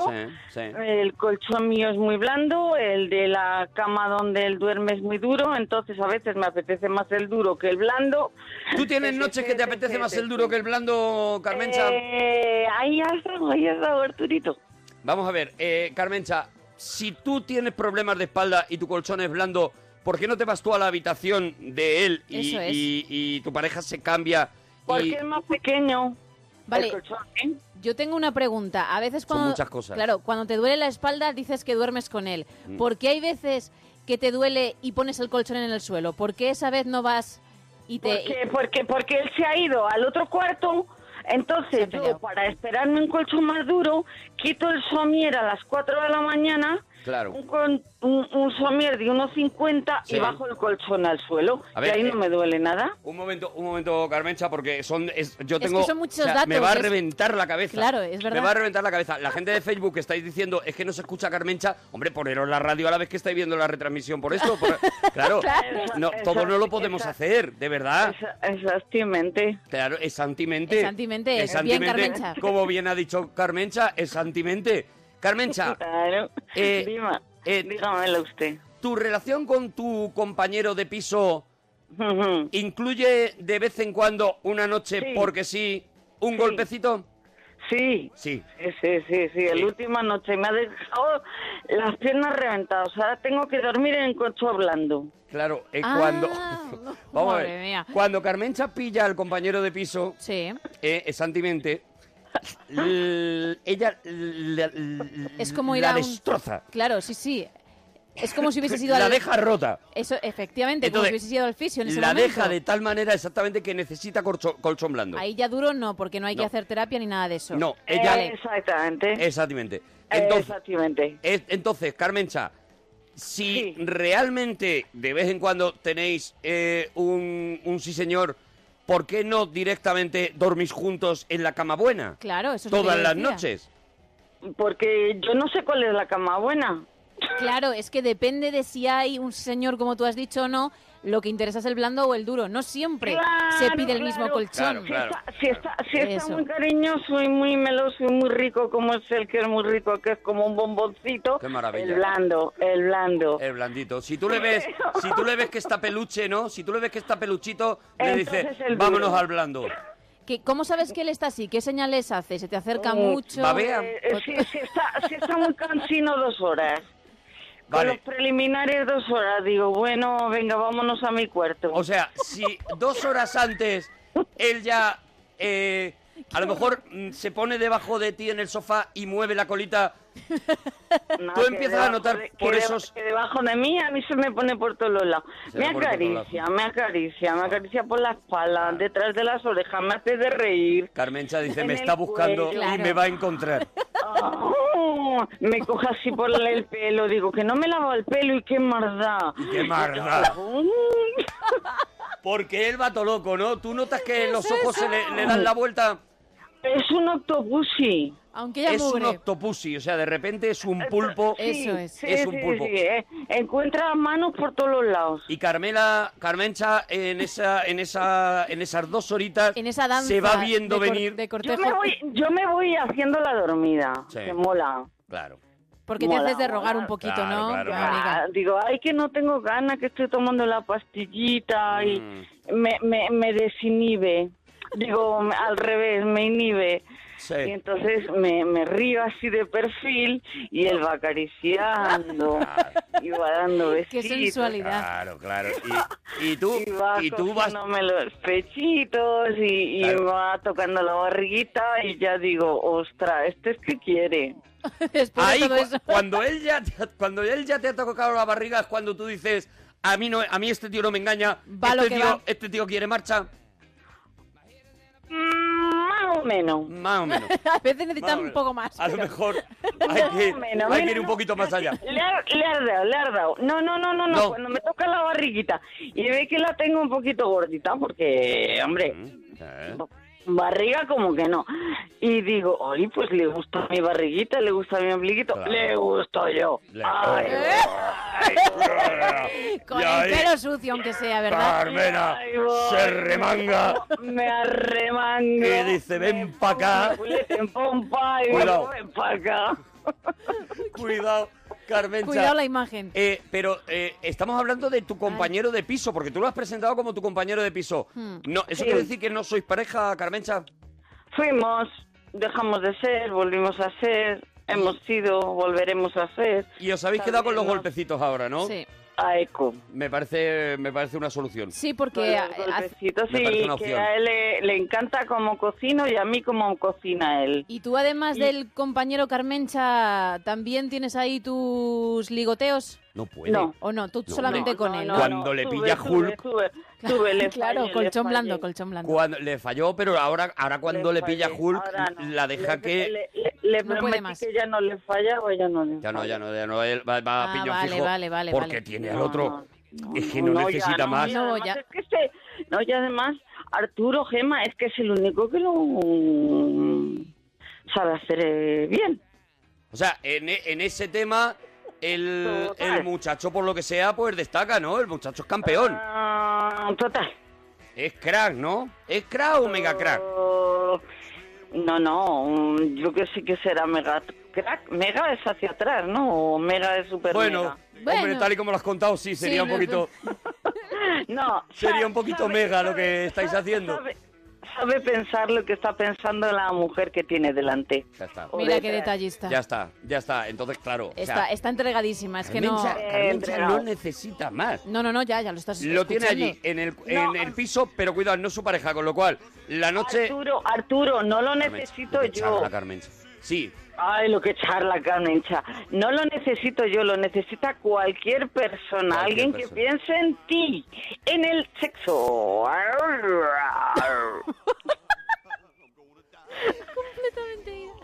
Speaker 7: El colchón mío es muy blando, el de la cama donde él duerme es muy duro, entonces a veces me apetece más el duro que el blando.
Speaker 6: ¿Tú tienes noches que te apetece más el duro que el blando, Carmencha?
Speaker 7: Eh, ahí has dado, ahí has dado, Arturito.
Speaker 6: Vamos a ver, eh, Carmencha, si tú tienes problemas de espalda y tu colchón es blando, ¿por qué no te vas tú a la habitación de él y,
Speaker 5: Eso es.
Speaker 6: y- y tu pareja se cambia?
Speaker 7: Porque
Speaker 6: y-
Speaker 7: es más pequeño
Speaker 5: Vale.
Speaker 7: el colchón, ¿eh?
Speaker 5: Yo tengo una pregunta. A veces
Speaker 6: Son
Speaker 5: cuando.
Speaker 6: muchas cosas. Mm.
Speaker 5: Claro, cuando te duele la espalda dices que duermes con él. ¿Por qué hay veces que te duele y pones el colchón en el suelo? ¿Por qué esa vez no vas y te.
Speaker 7: Porque, porque, porque él se ha ido al otro cuarto.
Speaker 5: Se
Speaker 7: Entonces,
Speaker 5: han
Speaker 7: yo,
Speaker 5: peleado.
Speaker 7: para esperarme un colchón más duro, quito el somier a las 4 de la mañana,
Speaker 6: Claro.
Speaker 7: un, con- un, un somier de 1,50
Speaker 6: Sí.
Speaker 7: y bajo el colchón al suelo.
Speaker 6: A ver,
Speaker 7: y ahí
Speaker 6: eh,
Speaker 7: no me duele nada.
Speaker 6: Un momento, un momento, Carmencha, porque son es- yo
Speaker 5: que
Speaker 6: tengo
Speaker 5: son muchos
Speaker 6: me
Speaker 5: datos,
Speaker 6: va a
Speaker 5: es-
Speaker 6: reventar la cabeza.
Speaker 5: Claro, es verdad.
Speaker 6: Me va a reventar la cabeza. La gente de Facebook que estáis diciendo es que no se escucha Carmencha, hombre, poneros la radio a la vez que estáis viendo la retransmisión por esto. por- claro, no,
Speaker 7: Esa-
Speaker 6: todo no lo podemos
Speaker 7: esa-
Speaker 6: hacer, de verdad.
Speaker 7: Esa- Exactamente.
Speaker 6: Claro, es antimente.
Speaker 5: Es antimente,
Speaker 6: Es
Speaker 5: bien,
Speaker 6: antimente,
Speaker 5: Carmencha.
Speaker 6: Como bien ha dicho Carmencha, es antimente. Carmencha,
Speaker 7: Claro.
Speaker 6: eh,
Speaker 7: Dima-
Speaker 6: eh,
Speaker 7: dígamelo usted.
Speaker 6: ¿tu relación con tu compañero de piso
Speaker 7: Ujú.
Speaker 6: incluye de vez en cuando una noche,
Speaker 7: Sí.
Speaker 6: porque sí, un
Speaker 7: Sí.
Speaker 6: golpecito?
Speaker 7: Sí.
Speaker 6: Sí.
Speaker 7: Sí, sí, sí, sí.
Speaker 6: Sí.
Speaker 7: La última noche me ha dejado las piernas reventadas. Ahora tengo que dormir en el colchón blando.
Speaker 6: Claro, eh,
Speaker 5: Ah,
Speaker 6: cuando.
Speaker 5: no,
Speaker 6: Vamos a
Speaker 5: madre
Speaker 6: ver,
Speaker 5: mía.
Speaker 6: Cuando Carmencha pilla al compañero de piso,
Speaker 5: Sí.
Speaker 6: eh, es antimente. l- Ella la- la-
Speaker 5: Es como ir
Speaker 6: la
Speaker 5: a un-
Speaker 6: destroza,
Speaker 5: Claro, sí, sí. Es como si hubieses ido
Speaker 6: la
Speaker 5: al.
Speaker 6: deja rota.
Speaker 5: Eso, efectivamente, como
Speaker 6: Entonces,
Speaker 5: si hubieses ido al fisio en ese
Speaker 6: la
Speaker 5: momento.
Speaker 6: deja de tal manera exactamente que necesita corcho- colchón blando.
Speaker 5: Ahí ya duro no, porque no hay
Speaker 6: No.
Speaker 5: que hacer terapia ni nada de eso.
Speaker 6: No, ella-
Speaker 5: Vale.
Speaker 7: Eh, Exactamente.
Speaker 6: Exactamente. Entonces,
Speaker 7: Exactamente.
Speaker 6: es- entonces, Carmencha, si
Speaker 7: Sí.
Speaker 6: realmente de vez en cuando tenéis eh, un, un sí señor, ¿por qué no directamente dormís juntos en la cama buena?
Speaker 5: Claro, eso es lo que
Speaker 6: Todas
Speaker 5: yo
Speaker 6: las
Speaker 5: decía.
Speaker 6: noches.
Speaker 7: porque yo no sé cuál es la cama buena.
Speaker 5: Claro, es que depende de si hay un señor, como tú has dicho o no, lo que interesa es el blando o el duro. No siempre se
Speaker 7: Claro,
Speaker 5: pide el mismo
Speaker 7: claro.
Speaker 5: colchón.
Speaker 7: Si está, si está
Speaker 5: Eso.
Speaker 7: muy cariñoso y muy meloso y muy rico, como es el que es muy rico, que es como un bomboncito,
Speaker 6: Qué maravilla.
Speaker 7: el blando, el blando.
Speaker 6: El blandito. Si tú le ves, si tú le ves que está peluche, ¿no? Si tú le ves que está peluchito, le
Speaker 5: Entonces
Speaker 6: dices,
Speaker 5: el duro.
Speaker 6: vámonos al blando.
Speaker 5: ¿Qué- ¿Cómo sabes que él está así? ¿Qué señales hace? ¿Se te acerca mucho?
Speaker 6: babea.
Speaker 7: Eh, eh, si, si está, si está muy cansino, dos horas. Con
Speaker 6: Vale.
Speaker 7: los preliminares, dos horas. Digo, bueno, venga, vámonos a mi cuarto.
Speaker 6: O sea, si dos horas antes él ya eh, a lo mejor mm, se pone debajo de ti en el sofá y mueve la colita, tú empiezas a notar por esos-
Speaker 7: Que debajo de mí, a mí se me pone por todos los lados.
Speaker 6: Se
Speaker 7: Me
Speaker 6: le pone por todos Ah.
Speaker 7: acaricia, me acaricia, me acaricia por la espalda, detrás de las orejas, me hace de reír.
Speaker 6: Carmencha dice,
Speaker 7: En
Speaker 6: me
Speaker 7: el
Speaker 6: está buscando
Speaker 7: cuello.
Speaker 6: y me va a encontrar.
Speaker 7: Oh, me coge así por el pelo, digo que no me lavo el pelo y qué marda.
Speaker 6: ¡Qué marda! Porque él va todo loco, ¿no? Tú notas que los ojos se le, le dan la vuelta.
Speaker 7: Es un octopussy.
Speaker 5: Aunque
Speaker 6: Es un octopussy, o sea, de repente es un pulpo. Es un pulpo.
Speaker 7: eh. Encuentra manos por todos los lados.
Speaker 6: Y Carmela, Carmencha, en esa, en esa, en esas dos horitas
Speaker 5: En esa danza
Speaker 6: se va viendo
Speaker 5: de cor-
Speaker 6: venir.
Speaker 5: de
Speaker 7: Yo
Speaker 5: cortejo.
Speaker 7: me, voy, yo me voy haciendo la dormida.
Speaker 6: Sí.
Speaker 7: Que mola.
Speaker 6: Claro.
Speaker 5: Porque
Speaker 7: Mola,
Speaker 5: te haces de rogar
Speaker 7: mola.
Speaker 5: un poquito,
Speaker 6: Claro,
Speaker 5: ¿no?
Speaker 6: claro,
Speaker 5: Amiga.
Speaker 7: Ah, digo, ay, que no tengo ganas, que estoy tomando la pastillita y
Speaker 6: Mm.
Speaker 7: me, me, me desinhibe. Digo, me- al revés, me inhibe.
Speaker 6: Sí.
Speaker 7: Y entonces me, me río así de perfil y él va acariciando y va dando
Speaker 5: Qué
Speaker 7: besitos.
Speaker 5: sensualidad.
Speaker 6: Claro, claro. Y, y tú,
Speaker 7: Y va
Speaker 6: y tú vas.
Speaker 7: cogiéndome los pechitos y, y
Speaker 6: Claro.
Speaker 7: va tocando la barriguita y ya digo, ostra, este es que quiere.
Speaker 5: Después
Speaker 6: Ahí,
Speaker 5: de todo
Speaker 6: cu-
Speaker 5: eso.
Speaker 6: cuando él ya, te- cuando él ya te ha tocado la barriga es cuando tú dices, a mí no, a mí este tío no me engaña.
Speaker 5: Va lo
Speaker 6: este
Speaker 5: que
Speaker 6: tío,
Speaker 5: va".
Speaker 6: este tío quiere marcha.
Speaker 7: Mm, Más o menos.
Speaker 6: Más o menos.
Speaker 5: A veces necesitas
Speaker 6: Más o
Speaker 5: un poco más.
Speaker 6: A lo
Speaker 5: pero-
Speaker 6: mejor hay que,
Speaker 7: menos,
Speaker 6: hay que
Speaker 7: menos,
Speaker 6: ir un
Speaker 7: no.
Speaker 6: poquito más allá.
Speaker 7: Le ha, le has dado, le has dado. No, no, no, no, no,
Speaker 6: No.
Speaker 7: Cuando me toca la barriguita y ve que la tengo un poquito gordita, porque, hombre,
Speaker 6: Eh,
Speaker 7: barriga como que no. Y digo, oye, pues le gusta mi barriguita, le gusta mi ombliguito,
Speaker 6: Claro.
Speaker 7: le gusto yo.
Speaker 6: Le-
Speaker 7: Ay,
Speaker 5: Con
Speaker 6: Ya
Speaker 5: el
Speaker 6: ahí.
Speaker 5: pelo sucio, aunque sea, ¿verdad?
Speaker 6: Carmena
Speaker 7: Ahí voy.
Speaker 6: se remanga
Speaker 7: Me arremango.
Speaker 6: y dice, ven pa' acá.
Speaker 7: Culete en pompa y
Speaker 6: Cuidado.
Speaker 7: ven pa' acá.
Speaker 6: Cuidado, Carmencha.
Speaker 5: Cuidado la imagen.
Speaker 6: Eh, pero eh, estamos hablando de tu compañero de piso, porque tú lo has presentado como tu compañero de piso.
Speaker 5: Hmm.
Speaker 6: No, ¿Eso
Speaker 7: Sí.
Speaker 6: quiere decir que no sois pareja, Carmencha?
Speaker 7: Fuimos, dejamos de ser, volvimos a ser, hemos sido, volveremos a ser.
Speaker 6: Y os habéis quedado con los
Speaker 7: Sabemos.
Speaker 6: golpecitos ahora, ¿no?
Speaker 5: Sí.
Speaker 7: A eco.
Speaker 6: Me parece, me parece una solución.
Speaker 5: Sí,
Speaker 7: Con
Speaker 5: porque
Speaker 7: los
Speaker 5: a- a-
Speaker 7: golpecitos,
Speaker 6: Me parece
Speaker 7: sí,
Speaker 6: una
Speaker 7: que
Speaker 6: opción.
Speaker 7: a él le, le encanta como cocino y a mí como cocina él.
Speaker 5: y tú además
Speaker 7: Y-
Speaker 5: del compañero Carmencha también tienes ahí tus ligoteos
Speaker 6: No puede.
Speaker 7: No.
Speaker 5: o no, tú
Speaker 6: Pues No,
Speaker 5: solamente con él.
Speaker 6: no, Cuando le pilla
Speaker 7: sube,
Speaker 6: Hulk.
Speaker 7: Sube, sube, sube, le
Speaker 5: claro,
Speaker 7: fallé, le
Speaker 5: colchón
Speaker 7: fallé.
Speaker 5: blando, colchón blando.
Speaker 6: Cuando, le falló, pero ahora, ahora cuando le, pilla
Speaker 7: fallé, ahora
Speaker 6: Hulk,
Speaker 7: no.
Speaker 6: la deja
Speaker 7: Le-
Speaker 6: que...
Speaker 7: Le, le- le
Speaker 5: No puede
Speaker 7: prometí
Speaker 5: más.
Speaker 7: que ya no le fallaba, ya no le
Speaker 6: Ya no,
Speaker 7: fallaba.
Speaker 6: ya no, ya no, él va, va a
Speaker 5: Ah,
Speaker 6: piñón
Speaker 5: vale,
Speaker 6: fijo,
Speaker 5: vale, vale,
Speaker 6: Porque
Speaker 5: vale.
Speaker 6: tiene al
Speaker 7: No,
Speaker 6: otro.
Speaker 7: no,
Speaker 6: es que no,
Speaker 7: no, ya
Speaker 6: necesita
Speaker 7: no,
Speaker 6: más.
Speaker 7: ya
Speaker 5: No,
Speaker 7: además
Speaker 5: ya.
Speaker 7: Es que este, no, y además, Arturo Gema es que es el único que lo sabe hacer eh, bien.
Speaker 6: O sea, en, e- en ese tema, el,
Speaker 7: Total.
Speaker 6: el muchacho, por lo que sea, pues destaca, ¿no? El muchacho es campeón.
Speaker 7: Ah, total.
Speaker 6: Es crack, ¿no? ¿Es crack o mega crack?
Speaker 7: Oh, No, no, un- yo que sí que será mega crack. Mega es hacia atrás, ¿no? O mega es super
Speaker 6: Bueno,
Speaker 7: mega.
Speaker 6: hombre,
Speaker 5: Bueno.
Speaker 6: tal y como lo has contado, sí, sería un
Speaker 5: no,
Speaker 6: poquito...
Speaker 7: No.
Speaker 6: Sería
Speaker 7: sabe-
Speaker 6: un poquito
Speaker 7: sabe-
Speaker 6: mega lo
Speaker 7: sabe-
Speaker 6: que estáis
Speaker 7: sabe-
Speaker 6: haciendo.
Speaker 7: Sabe, sabe pensar lo que está pensando la mujer que tiene delante.
Speaker 6: Ya está,
Speaker 7: O
Speaker 5: Mira qué
Speaker 7: detrás.
Speaker 5: detallista.
Speaker 6: ya está, ya está. Entonces, claro, o sea,
Speaker 5: Está, está entregadísima, es que no.
Speaker 6: Carmencha- Carmencha no
Speaker 7: Entregado.
Speaker 6: necesita más.
Speaker 5: No, no, no, ya, ya lo estás
Speaker 6: Lo tiene
Speaker 5: escuchando.
Speaker 6: allí, en el, en el piso, pero cuidado, no su pareja, con lo cual, la noche...
Speaker 7: Arturo, Arturo, no lo
Speaker 6: Carmencha,
Speaker 7: necesito
Speaker 6: lo que
Speaker 7: yo.
Speaker 6: charla Carmencha. Sí,
Speaker 7: Ay, lo que charla Carmencha. No lo necesito yo, lo necesita cualquier persona,
Speaker 6: Cualquier
Speaker 7: alguien que
Speaker 6: persona.
Speaker 7: piense en ti, en el sexo.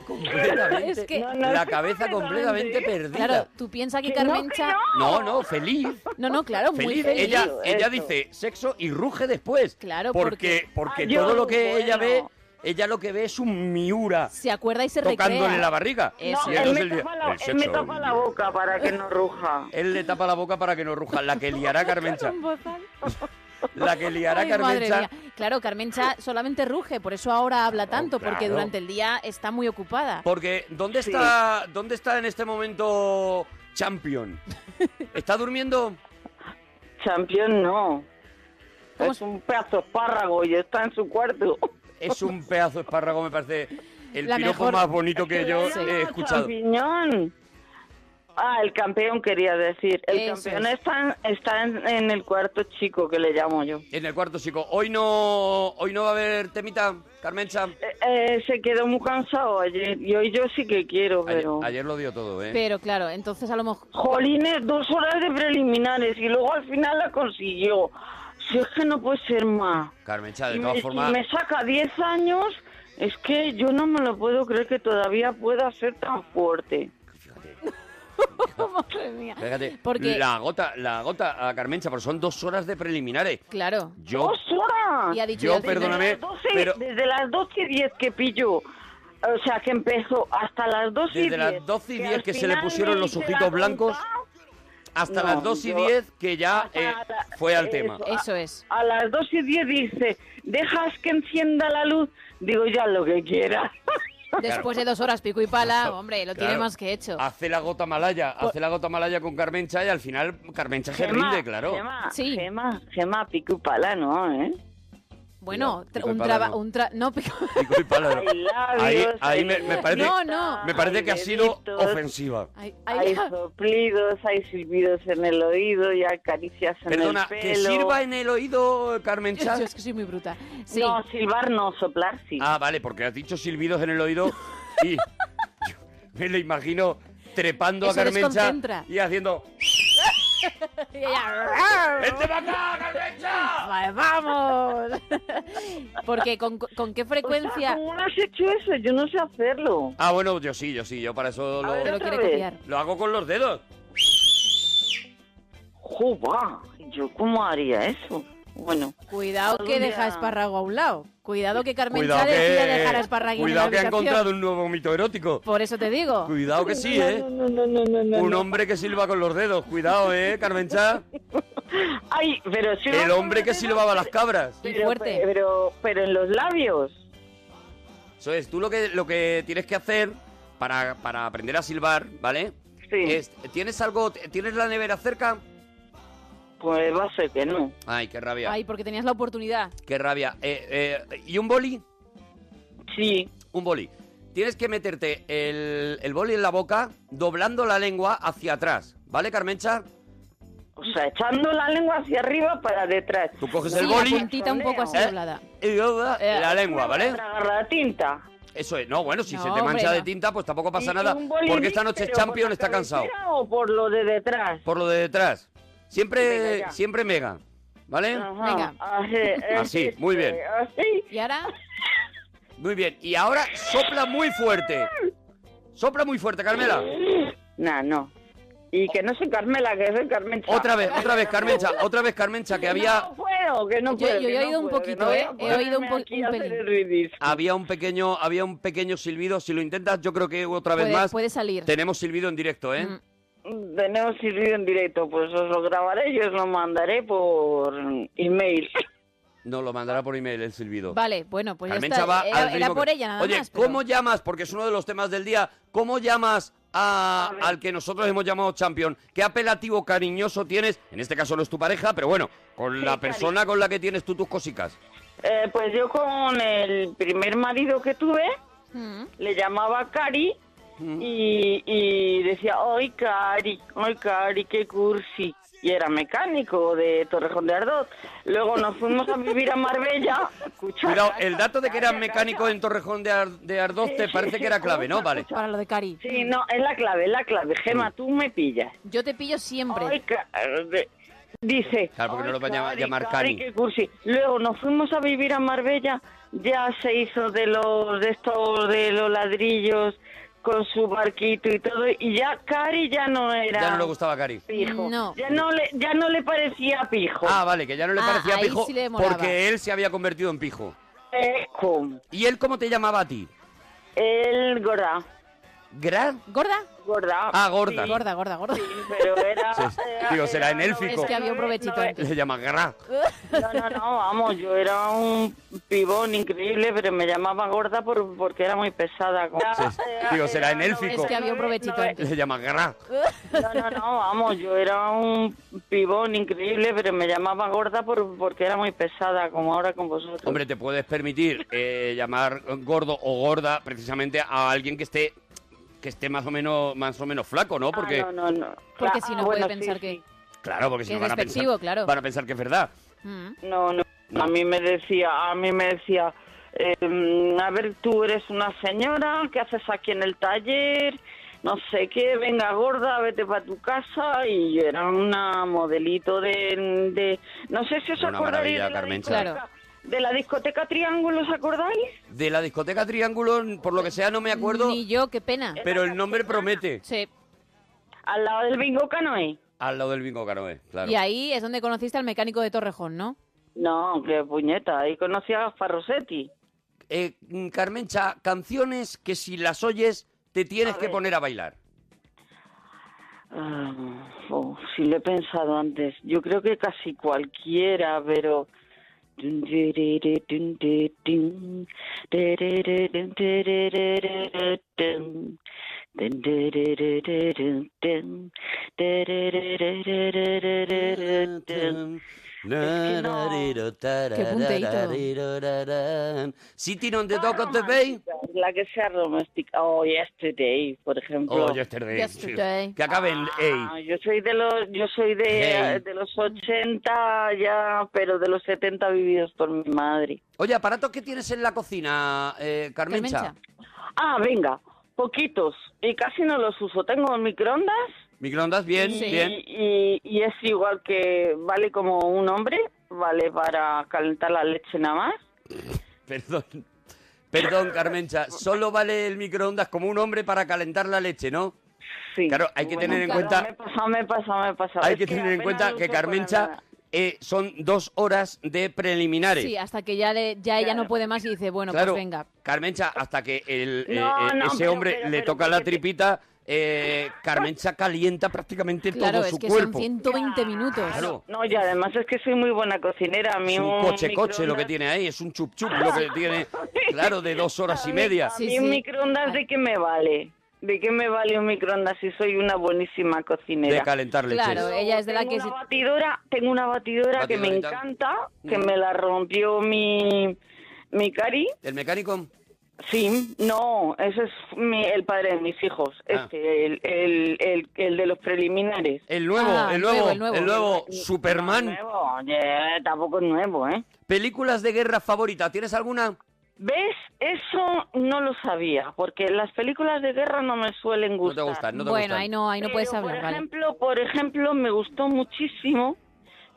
Speaker 6: completamente.
Speaker 5: Es que-
Speaker 7: No, no,
Speaker 6: la
Speaker 7: es
Speaker 6: cabeza completamente perdida.
Speaker 5: Claro, tú piensas que
Speaker 7: Que no, que
Speaker 5: Carmencha.
Speaker 6: No, no, feliz.
Speaker 5: No, no, claro, muy
Speaker 6: Feliz.
Speaker 5: feliz.
Speaker 6: Ella, ella
Speaker 7: Eso.
Speaker 6: dice sexo y ruge después.
Speaker 5: Claro,
Speaker 6: porque
Speaker 5: porque-
Speaker 6: porque
Speaker 7: Ah,
Speaker 6: todo
Speaker 7: yo,
Speaker 6: lo que ella ve
Speaker 7: bueno.
Speaker 6: ella lo que ve es un Miura
Speaker 5: Se acuerda y se
Speaker 6: tocándole
Speaker 5: recrea.
Speaker 6: la barriga.
Speaker 5: Eso
Speaker 6: Y
Speaker 5: es.
Speaker 7: él me
Speaker 6: entonces el-
Speaker 7: tapa la-
Speaker 6: el
Speaker 7: él me
Speaker 6: sexo.
Speaker 7: tapa la boca para que no ruja.
Speaker 6: Él le tapa la boca para que no ruja. La que liará Carmencha. La que liará
Speaker 5: Ay, madre
Speaker 6: Carmencha.
Speaker 5: mía. Claro, Carmencha solamente ruge, por eso ahora habla tanto, porque
Speaker 6: Oh, claro.
Speaker 5: durante el día está muy ocupada.
Speaker 6: Porque ¿dónde
Speaker 5: Sí.
Speaker 6: está dónde está en este momento Champion? ¿Está durmiendo?
Speaker 7: Champion no. Es un pedazo de espárrago y está en su cuarto.
Speaker 6: Es un pedazo de espárrago, me parece el
Speaker 7: La
Speaker 6: piropo
Speaker 7: mejor.
Speaker 6: más bonito que yo he escuchado.
Speaker 7: Champiñón. Ah, el campeón quería decir. El
Speaker 6: Eso
Speaker 7: campeón
Speaker 6: es.
Speaker 7: está, está en, en el cuarto chico que le llamo yo.
Speaker 6: En el cuarto, chico. Hoy no hoy no va a haber temita, Carmencha.
Speaker 7: Eh, se quedó muy cansado ayer y hoy yo sí que quiero,
Speaker 6: Ayer,
Speaker 7: pero...
Speaker 6: ayer lo dio todo, ¿eh?
Speaker 5: Pero claro, entonces a lo mejor...
Speaker 7: Jolines, dos horas de preliminares y luego al final la consiguió. Si es que no puede ser más.
Speaker 6: Carmencha, de
Speaker 7: Y
Speaker 6: todas
Speaker 7: me-
Speaker 6: formas,
Speaker 7: y me saca 10 años, es que yo no me lo puedo creer que todavía pueda ser tan fuerte.
Speaker 5: Madre mía.
Speaker 6: fíjate,
Speaker 5: Porque-
Speaker 6: la gota, la gota a Carmencha, porque son dos horas de preliminares.
Speaker 5: Claro.
Speaker 6: Yo,
Speaker 7: horas!
Speaker 5: Y ha dicho,
Speaker 6: yo,
Speaker 5: ya te-
Speaker 6: perdóname,
Speaker 7: Desde las 12,
Speaker 6: pero
Speaker 7: Desde las 12 y 10 que pillo, o sea, que empezó hasta las 12 y
Speaker 6: desde
Speaker 7: 10.
Speaker 6: las 12 y 10
Speaker 7: al
Speaker 6: que se le
Speaker 7: final
Speaker 6: pusieron
Speaker 7: me
Speaker 6: los
Speaker 7: hice la
Speaker 6: ojitos blancos, hasta
Speaker 7: No,
Speaker 6: las 2 y
Speaker 7: yo-
Speaker 6: 10 que ya eh, fue al
Speaker 7: Eso,
Speaker 6: tema.
Speaker 7: a-
Speaker 5: es.
Speaker 7: A las 2 y 10 dice, dejas que encienda la luz, digo ya lo que quieras.
Speaker 5: Después de dos horas pico y pala, hombre, lo tiene
Speaker 6: Claro. Ah.
Speaker 5: más que hecho.
Speaker 6: Hace la gota malaya,
Speaker 5: Pues
Speaker 6: hace la gota malaya con Carmencha y al final Carmencha se
Speaker 7: Gemma,
Speaker 6: rinde, claro.
Speaker 7: Gemma, Gemma, Gemma, pico y pala, ¿no? ¿eh?
Speaker 5: Bueno, tra-
Speaker 6: pico y
Speaker 5: un
Speaker 6: pala
Speaker 5: trabajo...
Speaker 6: no.
Speaker 5: Un tra- no, pico-
Speaker 6: Pico y pala, ¿no? Ahí, ahí me, me parece,
Speaker 5: No, no.
Speaker 6: me parece que ha sido
Speaker 7: deditos.
Speaker 6: ofensiva.
Speaker 5: Hay,
Speaker 7: hay soplidos, hay silbidos en el oído y hay caricias en
Speaker 6: Perdona,
Speaker 7: el pelo.
Speaker 6: que sirva en el oído, Carmencha.
Speaker 5: Yo es que soy muy bruta. Sí.
Speaker 7: No, silbar no, soplar sí.
Speaker 6: Ah, vale, porque has dicho silbidos en el oído y yo me lo imagino trepando
Speaker 5: Eso
Speaker 6: a Carmencha
Speaker 5: desconcentra.
Speaker 6: y haciendo...
Speaker 5: ¡Vente
Speaker 6: para acá, Carmencha!
Speaker 5: ¡Vamos! Porque con, con qué frecuencia...
Speaker 7: ¿Cómo has hecho eso? Yo no sé hacerlo.
Speaker 6: Ah, bueno, yo sí, yo sí, yo para eso lo,
Speaker 7: ver, Te lo otra quiere vez. copiar.
Speaker 6: lo hago con los dedos.
Speaker 7: ¡Juba! ¿Yo cómo haría eso? Bueno.
Speaker 5: Cuidado que
Speaker 7: Algún
Speaker 5: deja
Speaker 7: día-
Speaker 5: espárrago a un lado. Cuidado que Carmencha
Speaker 6: Cuidado
Speaker 5: decía
Speaker 6: que,
Speaker 5: dejar a espárrago en la
Speaker 6: Eh, cuidado que ha
Speaker 5: habitación.
Speaker 6: encontrado un nuevo mito erótico.
Speaker 5: Por eso te digo.
Speaker 6: Cuidado que sí, ¿eh?
Speaker 7: No, no, no, no, no.
Speaker 6: Un
Speaker 7: no.
Speaker 6: hombre que silba con los dedos. Cuidado, ¿eh, Carmencha?
Speaker 7: Ay, pero si
Speaker 6: El hombre que silbaba a las cabras.
Speaker 7: pero, Pero, pero en los labios.
Speaker 6: Eso es, tú lo que, lo que tienes que hacer para, para aprender a silbar, ¿vale? Es, ¿Tienes algo, tienes la nevera cerca?
Speaker 7: Pues va a ser que no.
Speaker 6: Ay, qué rabia.
Speaker 5: Ay, porque tenías la oportunidad.
Speaker 6: Qué rabia. Eh, eh, ¿Y un boli?
Speaker 7: Sí.
Speaker 6: Un boli. Tienes que meterte el, el boli en la boca doblando la lengua hacia atrás. ¿Vale, Carmencha?
Speaker 7: O sea, echando la lengua hacia arriba para detrás.
Speaker 6: Tú coges
Speaker 5: Sí,
Speaker 6: el
Speaker 5: la
Speaker 6: boli...
Speaker 5: puntita un poco así
Speaker 6: ¿Eh?
Speaker 5: doblada.
Speaker 6: y dobla
Speaker 7: Eh,
Speaker 6: la lengua, ¿vale?
Speaker 7: Tragar la tinta.
Speaker 6: Eso es. No, bueno, si
Speaker 5: No,
Speaker 6: se te mancha
Speaker 5: hombre,
Speaker 6: de
Speaker 5: no.
Speaker 6: tinta, pues tampoco
Speaker 7: Y-
Speaker 6: pasa
Speaker 7: y
Speaker 6: nada.
Speaker 7: un boli
Speaker 6: Porque esta
Speaker 7: mix,
Speaker 6: noche
Speaker 7: pero
Speaker 6: Champion
Speaker 7: por la
Speaker 6: está cansado.
Speaker 7: cabecera ¿O por lo de detrás?
Speaker 6: Por lo de detrás.
Speaker 7: Venga,
Speaker 6: Siempre,
Speaker 7: ya.
Speaker 6: siempre mega. ¿Vale?
Speaker 7: Ajá. Así, eh,
Speaker 6: Así, muy bien.
Speaker 7: eh, Así.
Speaker 5: ¿Y ahora?
Speaker 6: Muy bien. Y ahora sopla muy fuerte. Sopla muy fuerte, Carmela.
Speaker 7: Nah, no. Y que no soy Carmela, que soy Carmencha.
Speaker 6: Otra vez, otra vez, Carmencha. Otra vez, Carmencha, que había,
Speaker 7: No puedo, que no
Speaker 5: Yo-
Speaker 7: puedo.
Speaker 5: yo he
Speaker 7: que no
Speaker 5: oído un
Speaker 7: puedo,
Speaker 5: poquito,
Speaker 7: que
Speaker 5: ¿eh?
Speaker 7: no voy a
Speaker 5: He oído un
Speaker 7: ponerme
Speaker 5: po-
Speaker 7: aquí
Speaker 5: un
Speaker 7: a hacer
Speaker 5: pelín.
Speaker 7: el ridículo.
Speaker 6: había un pequeño, había un pequeño silbido. Si lo intentas, yo creo que otra vez
Speaker 5: Puede,
Speaker 6: más
Speaker 5: puede Mm. salir.
Speaker 6: tenemos silbido en directo, ¿eh?
Speaker 7: Tenemos silbido en directo, pues os lo grabaré y os lo mandaré por email.
Speaker 6: No, lo mandará por email el silbido.
Speaker 5: Vale, bueno, pues
Speaker 6: Carmencha
Speaker 5: ya
Speaker 6: va
Speaker 5: está. Era,
Speaker 6: al
Speaker 5: era
Speaker 6: ritmo
Speaker 5: por
Speaker 6: que-
Speaker 5: ella nada
Speaker 6: Oye,
Speaker 5: más. pero-
Speaker 6: ¿cómo llamas? Porque es uno de los temas del día. ¿Cómo llamas a- al que nosotros hemos llamado champion? ¿Qué apelativo cariñoso tienes? En este caso no es tu pareja, pero bueno, con la persona con la que tienes tú tus cosicas.
Speaker 7: Eh, pues yo con el primer marido que tuve, le llamaba Cari y, y decía, ¡ay, Cari! ¡ay, Cari, qué cursi! Y era mecánico de Torrejón de Ardoz. Luego nos fuimos a vivir a Marbella. Escucha,
Speaker 6: Cuidado, el dato de que eras mecánico en Torrejón de, Ar- de Ardoz te parece que era clave, ¿no? Vale.
Speaker 5: Para lo de Cari.
Speaker 7: Sí, no, es la clave, es la clave. Gema, tú me pillas.
Speaker 5: Yo te pillo siempre.
Speaker 7: Ay, Cari. Dice,
Speaker 6: Claro, porque no lo va a llamar,
Speaker 7: Cari,
Speaker 6: llamar
Speaker 7: Cari,
Speaker 6: Cari.
Speaker 7: qué cursi. Luego nos fuimos a vivir a Marbella, ya se hizo de los de estos de los ladrillos con su barquito y todo y ya Cari ya no era
Speaker 6: Ya no le gustaba Cari.
Speaker 7: pijo.
Speaker 5: No.
Speaker 7: Ya no le ya no le parecía pijo.
Speaker 6: Ah, vale, que ya no le
Speaker 5: Ah,
Speaker 6: parecía
Speaker 5: ahí
Speaker 6: pijo
Speaker 5: sí le molaba.
Speaker 6: porque él se había convertido en pijo.
Speaker 7: Eco.
Speaker 6: ¿Y él cómo te llamaba a ti?
Speaker 7: El gorda.
Speaker 6: ¿Gra?
Speaker 5: ¿Gorda?
Speaker 7: Gorda.
Speaker 6: Ah, gorda.
Speaker 7: Sí,
Speaker 5: Gorda, gorda, gorda.
Speaker 7: Pero era.
Speaker 6: Sí, sí.
Speaker 7: era-
Speaker 6: Digo, será
Speaker 7: era
Speaker 6: en élfico.
Speaker 5: Es que había un provechito
Speaker 7: no,
Speaker 5: antes.
Speaker 6: Le llama Gra.
Speaker 7: No, no, no, vamos, yo era un pibón increíble, pero me llamaba gorda por, porque era muy pesada.
Speaker 6: Sí, digo, será en élfico.
Speaker 5: Es que había un provechito antes.
Speaker 6: Le llama Gra.
Speaker 7: No, no, no, vamos, yo era un pibón increíble, pero me llamaba gorda por, porque era muy pesada, como ahora con vosotros.
Speaker 6: Hombre, te puedes permitir eh, llamar gordo o gorda precisamente a alguien que esté que esté más o menos más o menos flaco, ¿no?
Speaker 7: Ah,
Speaker 6: Porque
Speaker 7: no, no, no.
Speaker 5: Porque
Speaker 7: Ah,
Speaker 5: si no
Speaker 7: bueno,
Speaker 5: puede pensar
Speaker 7: sí, sí.
Speaker 6: claro, porque si
Speaker 5: Que
Speaker 6: no
Speaker 5: es
Speaker 6: van a pensar
Speaker 5: despectivo, claro.
Speaker 6: van a pensar que es verdad.
Speaker 5: Mm.
Speaker 7: No, no, a mí me decía, a mí me decía, eh, a ver, tú eres una señora, ¿qué haces aquí en el taller? No sé qué, venga gorda, vete para tu casa. Y yo era una modelito de... de- no sé si os
Speaker 6: Era una
Speaker 7: acordáis
Speaker 6: maravilla,
Speaker 7: de la,
Speaker 6: Carmencha.
Speaker 7: discoteca,
Speaker 5: Claro.
Speaker 7: de la discoteca Triángulo, ¿os acordáis?
Speaker 6: De la discoteca Triángulo, por lo que sea, no me acuerdo,
Speaker 5: Ni yo, qué pena.
Speaker 6: pero el nombre promete.
Speaker 5: Sí.
Speaker 7: Al lado del bingo canoe.
Speaker 6: Al lado del bingo canoe, claro.
Speaker 5: Y ahí es donde conociste al mecánico de Torrejón, ¿no?
Speaker 7: No, qué puñeta, ahí conocí a Gaspar Rossetti.
Speaker 6: Eh, mm, Carmencha, canciones que si las oyes te tienes
Speaker 7: A
Speaker 6: que
Speaker 7: ver.
Speaker 6: poner a bailar.
Speaker 7: Ah, oh, sí lo he pensado antes. Yo creo que casi cualquiera, pero...
Speaker 5: punteíto.
Speaker 6: City on the dock of the bay.
Speaker 7: La que sea doméstica. Oh, yesterday, por ejemplo.
Speaker 6: Oh, yesterday.
Speaker 5: Yesterday.
Speaker 6: Que acabe en
Speaker 7: Ah,
Speaker 6: A.
Speaker 7: yo soy de los yo soy de,
Speaker 6: Hey.
Speaker 7: de los 80 ya, pero de los 70 vividos por mi madre.
Speaker 6: Oye, aparatos que tienes en la cocina, eh, Carmencha.
Speaker 5: Carmencha.
Speaker 7: Ah, venga, poquitos y casi no los uso. Tengo microondas
Speaker 6: Microondas, bien,
Speaker 5: Sí.
Speaker 6: bien.
Speaker 7: y, y- y es igual que vale como un hombre, vale para calentar la leche nada más.
Speaker 6: Perdón. Perdón, Carmencha. Solo vale el microondas como un hombre para calentar la leche, ¿no?
Speaker 7: Sí.
Speaker 6: Claro, hay que tener en
Speaker 7: claro,
Speaker 6: cuenta-
Speaker 7: Me he pasado, me he pasado, me he pasado.
Speaker 6: Hay
Speaker 7: Es
Speaker 6: que tener en
Speaker 7: apenas
Speaker 6: cuenta
Speaker 7: lo
Speaker 6: que
Speaker 7: uso para
Speaker 6: Carmencha
Speaker 7: nada.
Speaker 6: eh, son dos horas de preliminares.
Speaker 5: Sí, hasta que ya, le- ya ella no
Speaker 7: Claro.
Speaker 5: puede más y dice, bueno,
Speaker 6: claro,
Speaker 5: pues venga.
Speaker 6: Carmencha, hasta que el, eh,
Speaker 7: No,
Speaker 6: eh,
Speaker 7: no,
Speaker 6: ese
Speaker 7: pero-
Speaker 6: hombre
Speaker 7: pero-
Speaker 6: le
Speaker 7: pero
Speaker 6: toca la
Speaker 7: porque te-
Speaker 6: tripita, eh, Carmencha calienta prácticamente
Speaker 5: Claro,
Speaker 6: todo
Speaker 5: es
Speaker 6: su
Speaker 5: que
Speaker 6: cuerpo.
Speaker 5: son 120 minutos.
Speaker 6: Claro.
Speaker 7: No, y además es que soy muy buena cocinera. A mí
Speaker 6: Es un
Speaker 7: un
Speaker 6: coche, coche lo que
Speaker 7: microondas-
Speaker 6: tiene ahí, es un chup chup lo que tiene, claro, de dos horas y media.
Speaker 7: A
Speaker 5: Sí,
Speaker 7: mí un microondas de qué me vale. ¿De qué me vale un microondas si soy una buenísima
Speaker 6: de
Speaker 7: cocinera?
Speaker 6: calentar leches.
Speaker 5: Claro, ella es de la
Speaker 7: tengo
Speaker 5: que...
Speaker 7: una
Speaker 5: si-
Speaker 7: batidora, tengo una batidora que me
Speaker 6: Batidorita.
Speaker 7: encanta, que
Speaker 6: Mm.
Speaker 7: me la rompió mi mi cari.
Speaker 6: ¿El mecánico?
Speaker 7: Sí, no, ese es mi- el padre de mis hijos,
Speaker 6: Ah.
Speaker 7: este, el, el, el, el de los preliminares.
Speaker 6: El nuevo,
Speaker 5: Ah,
Speaker 6: el
Speaker 5: el
Speaker 6: nuevo,
Speaker 5: nuevo,
Speaker 6: el
Speaker 5: el
Speaker 6: nuevo,
Speaker 5: nuevo.
Speaker 6: Superman.
Speaker 7: No es nuevo, eh, tampoco es nuevo, ¿eh?
Speaker 6: Películas de guerra favorita, ¿tienes alguna?
Speaker 7: ¿Ves? Eso no lo sabía, porque las películas de guerra no me suelen
Speaker 6: No te
Speaker 7: gustar.
Speaker 6: gustan, no te
Speaker 5: bueno,
Speaker 6: gustan.
Speaker 5: ahí no, ahí no
Speaker 7: Pero,
Speaker 5: puedes hablar,
Speaker 7: por
Speaker 5: vale.
Speaker 7: ejemplo, por ejemplo, me gustó muchísimo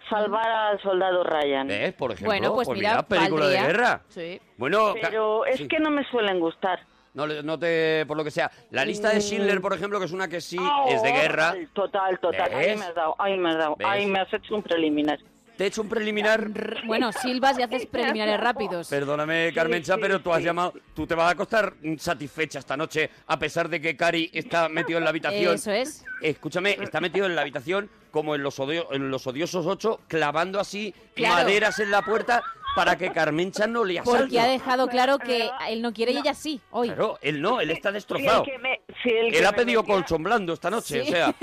Speaker 7: salvar al soldado Ryan.
Speaker 6: ¿Ves? Por ejemplo,
Speaker 5: Bueno, pues mira,
Speaker 6: película de
Speaker 5: valdría.
Speaker 6: guerra.
Speaker 5: Sí.
Speaker 6: Bueno, ca-
Speaker 7: Pero es
Speaker 6: sí.
Speaker 7: que no me suelen gustar.
Speaker 6: No, le- no te... por lo que sea. La lista de Schindler, por ejemplo, que es una que sí es de
Speaker 7: Oh,
Speaker 6: guerra.
Speaker 7: Total, total. Ahí
Speaker 6: ¿Ves?
Speaker 7: me has dado, ahí me has dado,
Speaker 6: ¿Ves?
Speaker 7: ahí me has hecho un preliminar.
Speaker 6: Te he hecho un preliminar...
Speaker 5: R- Bueno, silbas y haces preliminares rápidos.
Speaker 6: Perdóname,
Speaker 7: Sí,
Speaker 6: Carmencha,
Speaker 7: sí,
Speaker 6: pero tú has
Speaker 7: sí.
Speaker 6: llamado... Tú te vas a acostar satisfecha esta noche, a pesar de que Cari está metido en la habitación.
Speaker 5: Eso es.
Speaker 6: Escúchame, está metido en la habitación como en los, odio- en los odiosos ocho, clavando así
Speaker 5: Claro.
Speaker 6: maderas en la puerta para que Carmencha no le asalte.
Speaker 5: Porque ha dejado claro que él no quiere y ella sí, hoy.
Speaker 6: Claro, él no, él está destrozado.
Speaker 7: Si el que me- si el que
Speaker 6: Él ha
Speaker 7: me
Speaker 6: pedido
Speaker 7: metió-
Speaker 6: colchón blando esta noche,
Speaker 5: Sí.
Speaker 6: o sea...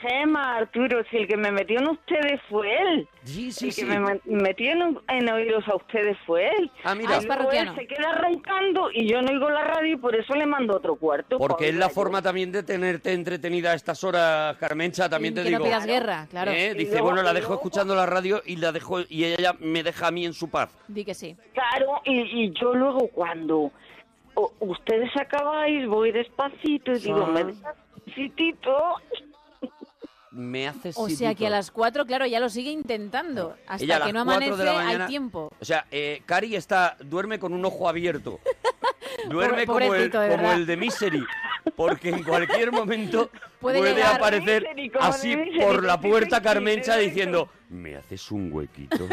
Speaker 7: Gema, Arturo, si el que me metió en ustedes fue él.
Speaker 6: Sí, sí,
Speaker 7: el
Speaker 6: sí.
Speaker 7: que me me- metió en, en oídos a ustedes fue él.
Speaker 6: Ah,
Speaker 5: Ah,
Speaker 6: mira,
Speaker 5: es
Speaker 7: Luego él
Speaker 5: parroquiano.
Speaker 7: se queda roncando y yo no oigo la radio y por eso le mando otro cuarto.
Speaker 6: porque es
Speaker 7: Paula,
Speaker 6: la
Speaker 7: yo-
Speaker 6: forma también de tenerte entretenida a estas horas, Carmencha,
Speaker 7: Mm,
Speaker 6: también te
Speaker 5: que
Speaker 6: digo.
Speaker 5: no pidas guerra, claro.
Speaker 6: ¿Eh?
Speaker 7: Y
Speaker 6: Dice,
Speaker 7: luego-
Speaker 6: bueno, la
Speaker 7: y
Speaker 6: dejo
Speaker 7: luego-
Speaker 6: escuchando la radio y la dejo y ella me deja a mí en su paz.
Speaker 5: Di que sí.
Speaker 7: Claro, y, y yo luego cuando o- ustedes acabáis, voy despacito y digo,
Speaker 6: Ah.
Speaker 7: me despacitito.
Speaker 6: Me haces
Speaker 5: O sea que a las 4, claro, ya lo sigue intentando. Hasta
Speaker 6: Ella a
Speaker 5: que
Speaker 6: las
Speaker 5: no
Speaker 6: 4
Speaker 5: amanece,
Speaker 6: de la mañana-
Speaker 5: hay tiempo.
Speaker 6: O sea, eh, Cari está duerme con un ojo abierto. Duerme
Speaker 5: Pobre-
Speaker 6: como, el,
Speaker 5: pobrecito, de
Speaker 6: como
Speaker 5: verdad.
Speaker 6: el de Misery, porque en cualquier momento puede,
Speaker 5: Puede llegar.
Speaker 6: aparecer
Speaker 7: Misery, como
Speaker 6: así
Speaker 7: de Misery,
Speaker 6: por la
Speaker 7: sí, sí,
Speaker 6: puerta
Speaker 7: sí,
Speaker 6: Carmencha
Speaker 7: sí, sí.
Speaker 6: diciendo, me haces un huequito.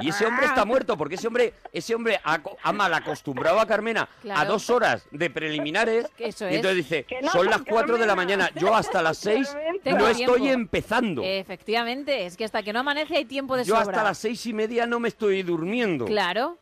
Speaker 6: Y ese hombre
Speaker 7: Ah.
Speaker 6: está muerto, porque ese hombre, ese hombre ha, ha mal acostumbrado a Carmena a
Speaker 5: Claro.
Speaker 6: dos horas de preliminares.
Speaker 5: Que eso
Speaker 6: Y entonces
Speaker 5: es.
Speaker 6: dice,
Speaker 5: Que no,
Speaker 6: son las
Speaker 5: Carmena.
Speaker 6: 4 de la mañana, yo hasta las 6
Speaker 5: Tengo
Speaker 6: no
Speaker 5: tiempo.
Speaker 6: estoy empezando.
Speaker 5: Efectivamente, es que hasta que no amanece hay tiempo de
Speaker 6: Yo
Speaker 5: sobra.
Speaker 6: hasta las seis y media no me estoy durmiendo.
Speaker 5: Claro.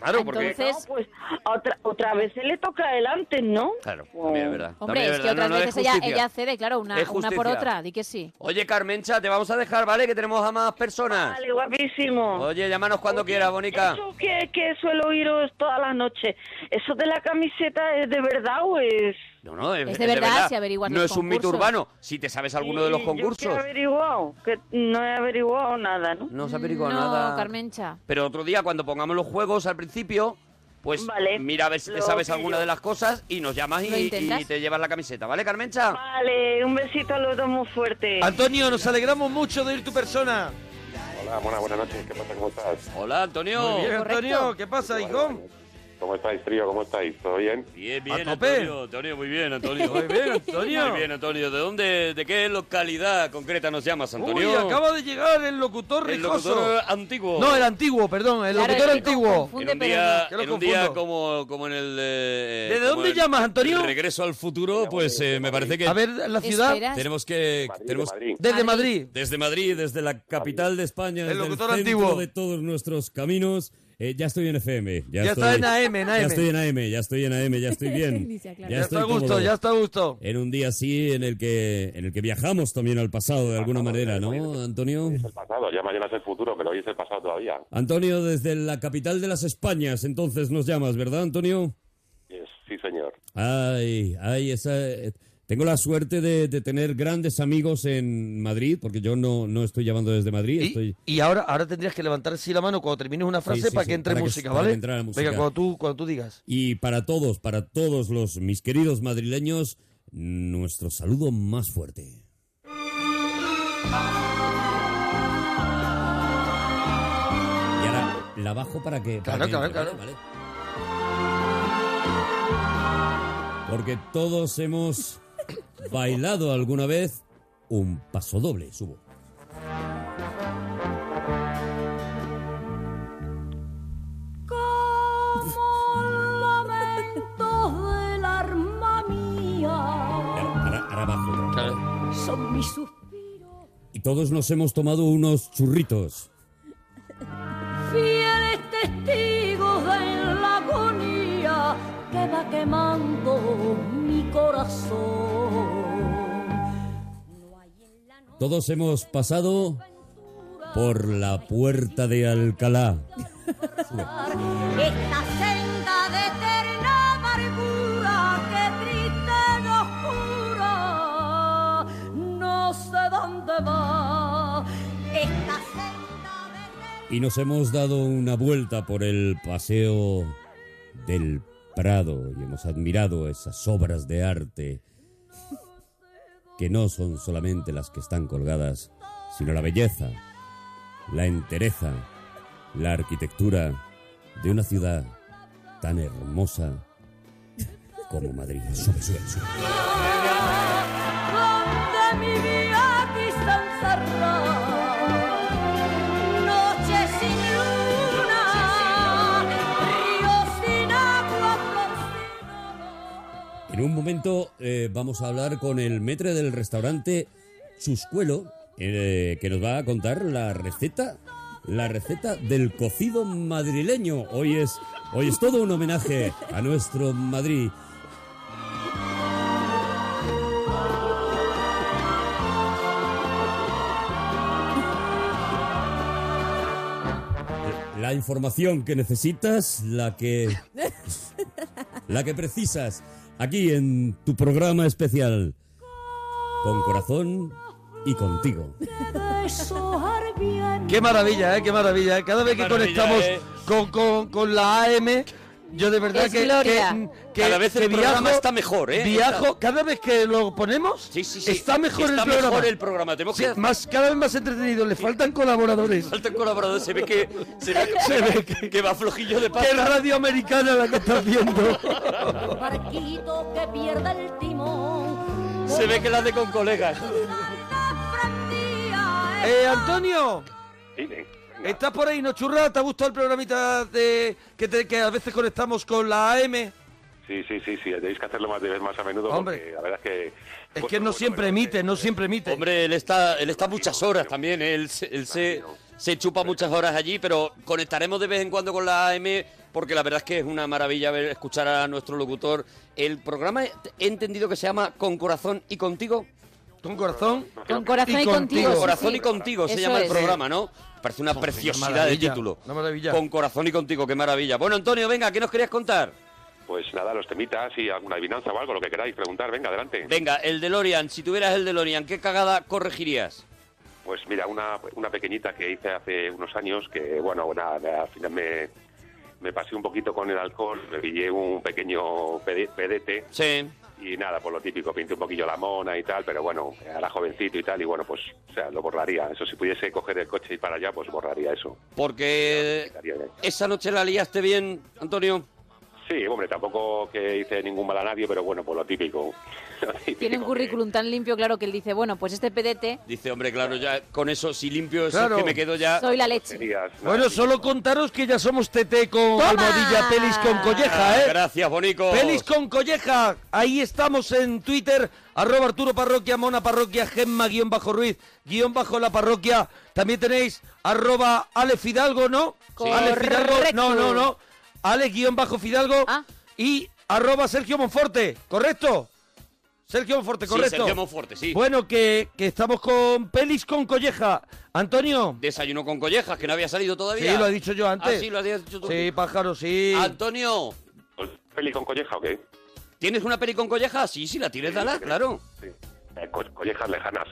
Speaker 6: Claro, porque...
Speaker 5: Entonces-
Speaker 7: No, pues otra, otra vez se le toca adelante, ¿no?
Speaker 6: Claro, también es verdad.
Speaker 5: Hombre, es,
Speaker 6: también es
Speaker 5: que
Speaker 6: verdad, no,
Speaker 5: otras
Speaker 6: no, es
Speaker 5: veces ella,
Speaker 6: justicia.
Speaker 5: ella cede, claro, una,
Speaker 6: Es
Speaker 5: una por
Speaker 6: justicia.
Speaker 5: otra, di que sí.
Speaker 6: Oye, Carmencha, te vamos a dejar, ¿vale? Que tenemos a más personas.
Speaker 7: Vale, guapísimo.
Speaker 6: Oye, llámanos cuando quieras, Bonica.
Speaker 7: Eso que, que suelo oíros toda la noche. ¿Eso de la camiseta es de verdad o es...?
Speaker 6: No, no, es,
Speaker 7: Es de
Speaker 6: es
Speaker 7: verdad, si averiguas
Speaker 6: No
Speaker 7: los
Speaker 6: es un mito
Speaker 7: concursos.
Speaker 6: urbano. Si te sabes alguno de los
Speaker 7: Y yo que he
Speaker 6: concursos.
Speaker 7: averiguado, que no he averiguado nada, ¿no?
Speaker 6: No se averigua
Speaker 5: no,
Speaker 6: nada.
Speaker 5: Carmencha.
Speaker 6: Pero otro día, cuando pongamos los juegos al principio, pues
Speaker 7: Vale,
Speaker 6: mira a ver si te
Speaker 7: lo
Speaker 6: sabes
Speaker 7: pillo.
Speaker 6: alguna de las cosas y nos llamas
Speaker 7: Lo
Speaker 6: y,
Speaker 7: intentas.
Speaker 6: y te llevas la camiseta, ¿vale, Carmencha?
Speaker 7: Vale, un besito a los dos muy fuerte.
Speaker 2: Antonio, nos alegramos mucho de oír tu persona.
Speaker 8: Hola, Mona, buenas noches. ¿Qué pasa? ¿Cómo estás?
Speaker 6: Hola, Antonio.
Speaker 2: Muy bien, Antonio, ¿qué pasa, hijo?
Speaker 8: ¿Cómo estáis, trío? ¿Cómo estáis? ¿Todo bien?
Speaker 6: Bien,
Speaker 8: bien,
Speaker 6: Antonio, Antonio, muy bien, Antonio.
Speaker 2: Muy bien, Antonio.
Speaker 6: Muy bien, Antonio. ¿De dónde, de qué localidad concreta nos llamas, Antonio?
Speaker 2: Uy, acaba de llegar el locutor
Speaker 6: El
Speaker 2: rijoso.
Speaker 6: locutor antiguo.
Speaker 2: No, el antiguo, perdón, el
Speaker 6: Claro,
Speaker 2: locutor
Speaker 6: el que
Speaker 2: antiguo.
Speaker 6: En un día,
Speaker 2: Que lo
Speaker 6: en un día
Speaker 2: confundo.
Speaker 6: como, como en el... eh,
Speaker 2: ¿Desde
Speaker 6: como
Speaker 2: dónde
Speaker 6: en
Speaker 2: llamas, Antonio?
Speaker 6: el Regreso al futuro, pues eh, me parece que...
Speaker 2: A ver, la ciudad. Esperas.
Speaker 6: Tenemos que... tenemos...
Speaker 2: Desde Madrid.
Speaker 6: Desde Madrid, desde la capital de España,
Speaker 2: El
Speaker 6: desde
Speaker 2: locutor
Speaker 6: centro
Speaker 2: antiguo.
Speaker 6: de todos nuestros caminos. Eh, ya estoy en FM. Ya,
Speaker 2: Ya
Speaker 6: estoy,
Speaker 2: está en AM, en AM.
Speaker 6: Ya estoy en AM, ya estoy en AM, ya estoy bien.
Speaker 2: Ya,
Speaker 6: Ya
Speaker 2: está
Speaker 6: estoy
Speaker 2: a gusto,
Speaker 6: cómodo.
Speaker 2: ya está a gusto.
Speaker 6: En un día así en el que en el que viajamos también al pasado de alguna manera, ¿no, Antonio?
Speaker 8: Es el pasado, ya mañana es el futuro, pero hoy es el pasado todavía.
Speaker 6: Antonio, desde la capital de las Españas, entonces nos llamas, ¿verdad, Antonio?
Speaker 8: Yes, Sí, señor.
Speaker 6: Ay, ay, esa. eh, Tengo la suerte de, de tener grandes amigos en Madrid, porque yo no, no estoy llamando desde Madrid, estoy
Speaker 2: Y ahora, ahora tendrías que levantar así la mano cuando termines una frase
Speaker 6: Sí, sí,
Speaker 2: para
Speaker 6: sí,
Speaker 2: que entre
Speaker 6: para que-
Speaker 2: música,
Speaker 6: para que
Speaker 2: ¿vale?
Speaker 6: entre la música.
Speaker 2: Venga, cuando tú, cuando tú digas.
Speaker 6: Y para todos, para todos los mis queridos madrileños, nuestro saludo más fuerte. Y ahora la bajo para que.
Speaker 2: Claro,
Speaker 6: para que
Speaker 2: claro,
Speaker 6: entre,
Speaker 2: claro.
Speaker 6: ¿vale? Vale. Porque todos hemos bailado alguna vez un paso doble, subo.
Speaker 9: Como lamentos del arma mía
Speaker 6: Ahora, ahora bajo.
Speaker 9: son mis sus
Speaker 6: Y todos nos hemos tomado unos churritos.
Speaker 9: fieles testigos de la agonía que va quemando mi corazón.
Speaker 6: Todos hemos pasado por la puerta de Alcalá.
Speaker 9: Esta senda de eterna amargura que triste nos cura, no sé dónde va. Esta senda
Speaker 6: Y nos hemos dado una vuelta por el paseo del Prado y hemos admirado esas obras de arte que no son solamente las que están colgadas, sino la belleza, la entereza, la arquitectura de una ciudad tan hermosa como Madrid. Sube, sube, sube.
Speaker 9: donde mi vida quiso encerrar. Noche sin luna, río sin agua,
Speaker 6: En un momento eh, vamos a hablar con el metre del restaurante Chuscuelo, eh, que nos va a contar la receta, la receta del cocido madrileño. Hoy es, hoy es todo un homenaje a nuestro Madrid. La información que necesitas, la que la que precisas aquí en tu programa especial. Con corazón y contigo.
Speaker 9: de sojar bien.
Speaker 2: Qué maravilla, ¿eh? Qué maravilla, ¿eh? Cada vez que
Speaker 6: maravilla,
Speaker 2: conectamos
Speaker 6: ¿eh?
Speaker 2: con, con, con la AM, yo de verdad
Speaker 6: Es
Speaker 2: que,
Speaker 6: gloria.
Speaker 2: que-
Speaker 6: Cada vez el programa está mejor, ¿eh?
Speaker 2: Viajo,
Speaker 6: Está-
Speaker 2: cada vez que lo ponemos,
Speaker 6: sí.
Speaker 2: está mejor
Speaker 6: Está
Speaker 2: el
Speaker 6: mejor
Speaker 2: programa.
Speaker 6: el programa, tenemos
Speaker 2: Sí,
Speaker 6: que-
Speaker 2: más, cada vez más entretenido, le faltan colaboradores.
Speaker 6: Faltan colaboradores, se ve que, se ve,
Speaker 2: Se ve
Speaker 6: que, va flojillo de
Speaker 2: Qué
Speaker 6: pasta.
Speaker 2: radio americana la que estás viendo.
Speaker 9: Barquito que pierde el timón.
Speaker 6: Se ve que la hace con colegas.
Speaker 2: Eh, Antonio,
Speaker 8: Dime.
Speaker 2: ¿Estás por ahí, no churra? ¿Te ha gustado el programita de, que, te- que a veces conectamos con la AM?
Speaker 8: Sí, sí, sí, sí, tenéis que hacerlo más, de vez más a menudo
Speaker 2: Hombre.
Speaker 8: porque la verdad es que...
Speaker 2: Es que no siempre emite, no siempre emite.
Speaker 6: Hombre, él está, él está muchas horas también, ¿eh? él, se- él se, se chupa muchas horas allí, pero conectaremos de vez en cuando con la AM porque la verdad es que es una maravilla ver, escuchar a nuestro locutor. El programa he he entendido que se llama Con Corazón y Contigo.
Speaker 2: ¿Con corazón?
Speaker 5: Con corazón y, contigo.
Speaker 6: Con
Speaker 5: sí,
Speaker 6: corazón
Speaker 5: sí.
Speaker 6: y contigo se
Speaker 5: Eso
Speaker 6: llama el
Speaker 5: es.
Speaker 6: programa, ¿no? Parece una preciosidad de
Speaker 2: maravilla,
Speaker 6: título.
Speaker 2: una maravilla.
Speaker 6: Con corazón y contigo, qué maravilla. Bueno, Antonio, venga, ¿qué nos querías contar?
Speaker 8: Pues nada, los temitas y alguna adivinanza o algo, lo que queráis preguntar, venga, adelante.
Speaker 6: Venga, el DeLorean, si tuvieras el DeLorean, ¿qué cagada corregirías?
Speaker 8: Pues mira, una, una pequeñita que hice hace unos años que, bueno, nada, al final me, me pasé un poquito con el alcohol, me pillé un pequeño pede- pedete
Speaker 6: Sí.
Speaker 8: y nada, por lo típico, pinté un poquillo la mona y tal, pero bueno, era jovencito y tal, y bueno, pues, o sea, lo borraría. Eso, si pudiese coger el coche y ir para allá, pues borraría eso.
Speaker 6: Porque
Speaker 8: Quitaría de ahí.
Speaker 6: esa noche la liaste bien, Antonio.
Speaker 8: Sí, hombre, tampoco que hice ningún mal a nadie, pero bueno, por lo típico. Lo típico
Speaker 5: Tiene un
Speaker 8: que-
Speaker 5: currículum tan limpio, claro, que él dice, bueno, pues este pedete,
Speaker 6: Dice, hombre, claro, ya con eso, si limpio eso
Speaker 2: Claro.
Speaker 6: es que me quedo ya...
Speaker 5: soy la leche.
Speaker 8: Serías, nada,
Speaker 2: Bueno,
Speaker 8: sí,
Speaker 2: solo contaros que ya somos TT con
Speaker 5: ¡Toma!
Speaker 2: almohadilla, pelis con
Speaker 6: Ah,
Speaker 2: colleja, ¿eh?
Speaker 6: Gracias, Bonico.
Speaker 2: Pelis con colleja, ahí estamos en Twitter, arroba Arturo Parroquia, Mona Parroquia, Gemma guión bajo Ruiz, guión bajo la parroquia. También tenéis arroba Ale Fidalgo, ¿no?
Speaker 5: Sí.
Speaker 2: Ale Fidalgo, no,
Speaker 5: Correcto.
Speaker 2: no, no. Ale guión bajo Fidalgo
Speaker 5: Ah.
Speaker 2: y arroba Sergio Monforte, ¿correcto? Sergio Monforte,
Speaker 6: Sí,
Speaker 2: correcto.
Speaker 6: Sergio Monforte, sí.
Speaker 2: Bueno, que, que estamos con Pelis con colleja. Antonio.
Speaker 6: Desayuno con collejas, que no había salido todavía.
Speaker 2: Sí, lo he dicho yo antes.
Speaker 6: Ah, sí, lo has dicho tú.
Speaker 2: Sí, pájaro, sí.
Speaker 6: Antonio,
Speaker 8: ¿Feliz con colleja o qué?
Speaker 6: ¿tienes una peli con collejas? Sí, sí, la tienes,
Speaker 8: Sí,
Speaker 6: dala,
Speaker 8: sí, sí.
Speaker 6: claro.
Speaker 8: Sí. Eh, co- collejas lejanas.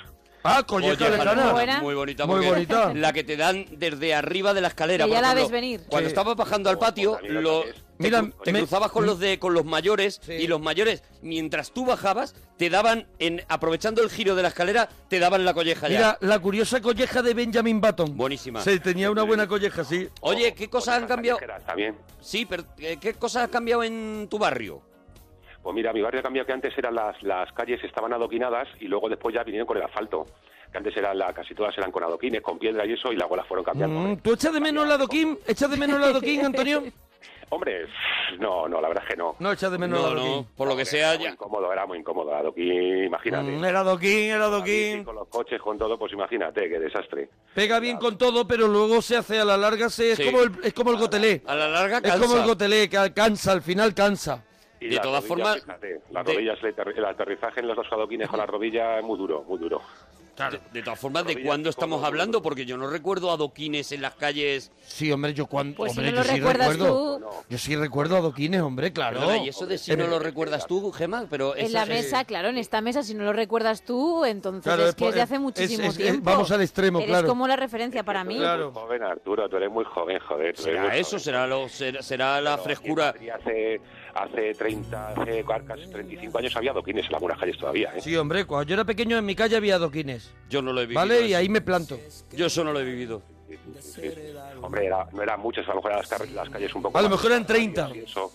Speaker 2: Ah, colleja
Speaker 6: Collejas
Speaker 2: lejana.
Speaker 6: lejanas,
Speaker 5: Buena.
Speaker 6: Muy bonita,
Speaker 2: Muy
Speaker 6: porque
Speaker 2: bonita.
Speaker 6: La que te dan desde arriba de la escalera.
Speaker 5: Que
Speaker 6: por
Speaker 5: ya la
Speaker 6: ejemplo,
Speaker 5: ves venir.
Speaker 6: Cuando
Speaker 2: Sí.
Speaker 6: estabas bajando al
Speaker 8: O-
Speaker 6: patio,
Speaker 8: o Oh, pues, también la
Speaker 6: lo,
Speaker 8: ves.
Speaker 6: te,
Speaker 2: Mira,
Speaker 6: cru- te
Speaker 2: me-
Speaker 6: cruzabas con los de con los mayores
Speaker 2: Sí.
Speaker 6: y los mayores, mientras tú bajabas, te daban, en, aprovechando el giro de la escalera, te daban la colleja ya.
Speaker 2: Mira, la curiosa colleja de Benjamin Button.
Speaker 6: Buenísima.
Speaker 2: Sí, tenía una buena colleja, sí.
Speaker 6: Oye,
Speaker 8: O-
Speaker 6: ¿qué cosas han
Speaker 8: collejas
Speaker 6: cambiado?
Speaker 8: callejeras También.
Speaker 6: Sí, pero eh, ¿qué cosas han cambiado en tu barrio?
Speaker 8: Pues mira, mi barrio ha cambiado que antes eran las, las calles estaban adoquinadas y luego después ya vinieron con el asfalto. Que antes eran la, casi todas eran con adoquines, con piedra y eso, y luego las fueron cambiando.
Speaker 2: Mm,
Speaker 8: hombre.
Speaker 2: ¿Tú echas de menos la doquín? ¿Echas de menos la doquín, Antonio?
Speaker 8: Hombre, no, no, la verdad es que no.
Speaker 2: No echas de menos
Speaker 6: no,
Speaker 2: la
Speaker 6: no,
Speaker 2: doquín.
Speaker 6: por lo que
Speaker 8: Hombre,
Speaker 6: sea,
Speaker 8: era muy
Speaker 6: ya-
Speaker 8: incómodo, era muy incómodo. Adoquín, imagínate.
Speaker 2: Mm, era doquín, era
Speaker 8: La bici
Speaker 2: doquín.
Speaker 8: Con los coches, con todo, pues imagínate, qué desastre.
Speaker 2: Pega bien con todo, pero luego se hace a la larga, se,
Speaker 6: Sí.
Speaker 2: es, como el, es como el gotelé.
Speaker 6: a la larga
Speaker 2: Es
Speaker 6: cansa.
Speaker 2: como el gotelé, que alcanza, al final cansa.
Speaker 8: Y
Speaker 6: De
Speaker 8: las
Speaker 6: todas
Speaker 8: rodillas,
Speaker 6: formas,
Speaker 8: fíjate, las
Speaker 6: de-
Speaker 8: rodillas, el aterri- el aterrizaje en los dos adoquines con las rodillas es muy duro, muy duro.
Speaker 6: De, de todas formas, ¿de
Speaker 8: Rodillas
Speaker 6: cuándo
Speaker 8: y
Speaker 6: estamos
Speaker 8: codos.
Speaker 6: hablando? Porque yo no recuerdo adoquines en las calles.
Speaker 2: Sí, hombre, yo cuando...
Speaker 5: Pues si
Speaker 2: hombre,
Speaker 5: no lo
Speaker 2: yo sí
Speaker 5: recuerdas
Speaker 2: recuerdo.
Speaker 5: tú.
Speaker 2: Yo sí recuerdo adoquines, hombre, claro.
Speaker 6: Perdona, y eso de si no
Speaker 2: En-
Speaker 6: lo recuerdas tú, Gemma, pero...
Speaker 5: En
Speaker 6: eso
Speaker 5: la
Speaker 6: es-
Speaker 5: mesa, claro, en esta mesa, si no lo recuerdas tú, entonces
Speaker 2: Claro,
Speaker 5: es
Speaker 2: es
Speaker 5: que
Speaker 2: po-
Speaker 5: es de
Speaker 2: es-
Speaker 5: hace muchísimo
Speaker 2: es- es-
Speaker 5: tiempo.
Speaker 2: vamos al extremo,
Speaker 5: Eres
Speaker 2: claro.
Speaker 5: como la referencia para mí.
Speaker 2: Claro.
Speaker 8: Tú eres muy joven, Arturo, tú eres muy joven, joder. Tú eres muy
Speaker 6: Será eso,
Speaker 8: joven.
Speaker 6: será, lo, será, será la
Speaker 8: Pero
Speaker 6: frescura.
Speaker 8: aquí en Madrid Hace, hace 30, hace casi 35 años había adoquines en algunas calles todavía, ¿eh?
Speaker 2: Sí, hombre, cuando yo era pequeño en mi calle había adoquines.
Speaker 6: Yo no lo he vivido.
Speaker 2: ¿Vale? Y
Speaker 6: eso.
Speaker 2: ahí me planto.
Speaker 6: Yo eso no lo he vivido.
Speaker 8: Sí, sí, sí, sí. Hombre, era- no eran muchas, a lo mejor eran las, car- las calles un poco...
Speaker 2: A lo
Speaker 8: más-
Speaker 2: mejor eran 30.
Speaker 8: y Eso.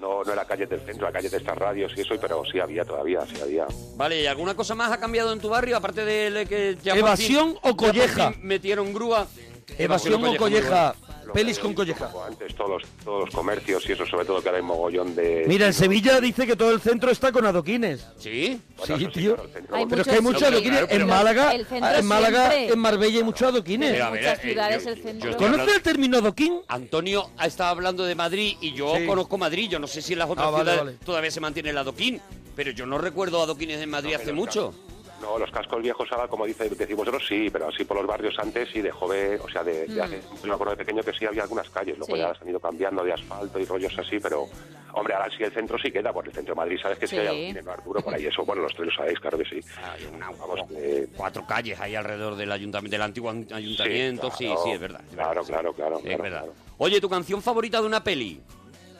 Speaker 8: No, no era calle del centro, era calle de estas radios y eso, pero sí había todavía, sí había.
Speaker 6: Vale, ¿y alguna cosa más ha cambiado en tu barrio? Aparte de le- que ya por
Speaker 2: ¿Evasión
Speaker 6: fin-
Speaker 2: o
Speaker 6: ya por
Speaker 2: colleja?
Speaker 6: fin metieron grúa.
Speaker 2: Evasión
Speaker 6: Bueno,
Speaker 2: con colleja.
Speaker 8: Lo que
Speaker 2: Pelis
Speaker 8: había
Speaker 2: con
Speaker 8: visto
Speaker 2: colleja.
Speaker 8: poco Antes todos los, todos los comercios y eso, sobre todo que era el mogollón de...
Speaker 2: Mira, en Sevilla dice que todo el centro está con adoquines.
Speaker 6: Sí.
Speaker 8: Bueno,
Speaker 2: sí,
Speaker 8: eso sí,
Speaker 2: tío.
Speaker 8: claro, el centro-
Speaker 5: Hay
Speaker 2: Pero es que hay muchos
Speaker 5: sí,
Speaker 2: adoquines.
Speaker 5: claro, pero-
Speaker 2: en Málaga,
Speaker 5: el centro
Speaker 2: en Málaga,
Speaker 5: siempre.
Speaker 2: en Marbella hay muchos adoquines.
Speaker 6: Mira,
Speaker 5: En muchas
Speaker 6: mira, eh,
Speaker 5: ciudades
Speaker 6: yo-
Speaker 5: el
Speaker 6: yo
Speaker 5: centro.
Speaker 6: estoy
Speaker 2: ¿Conoces el término adoquín?
Speaker 6: Antonio ha estado hablando de Madrid y yo
Speaker 2: Sí.
Speaker 6: conozco Madrid. Yo no sé si en las otras
Speaker 2: Ah, vale,
Speaker 6: ciudades
Speaker 2: vale.
Speaker 6: todavía se mantiene el adoquín, pero yo no recuerdo adoquines en Madrid
Speaker 8: No,
Speaker 6: hace
Speaker 8: pero
Speaker 6: mucho.
Speaker 8: claro. No, los cascos viejos ahora, como dice, decimos nosotros, sí, pero así por los barrios antes y de joven, o sea, de, de hace- yo me acuerdo de pequeño que sí había algunas calles, luego
Speaker 5: Mm. Sí.
Speaker 8: ya las han ido cambiando de asfalto y rollos así, pero, hombre, ahora sí el centro sí queda, porque el centro de Madrid sabes que sí,
Speaker 5: Sí.
Speaker 8: hay algún ¿no, Arturo? Por ahí eso, bueno, los tres lo sabéis, claro que sí.
Speaker 6: Hay una-
Speaker 8: Vamos, eh, que...
Speaker 6: cuatro calles ahí alrededor del ayuntamiento, del antiguo an- ayuntamiento. Sí,
Speaker 8: claro,
Speaker 6: sí, es verdad. es verdad,
Speaker 8: claro,
Speaker 6: sí.
Speaker 8: claro, claro,
Speaker 6: Sí, es
Speaker 8: claro,
Speaker 6: verdad.
Speaker 8: claro.
Speaker 6: Oye, tu canción favorita de una peli.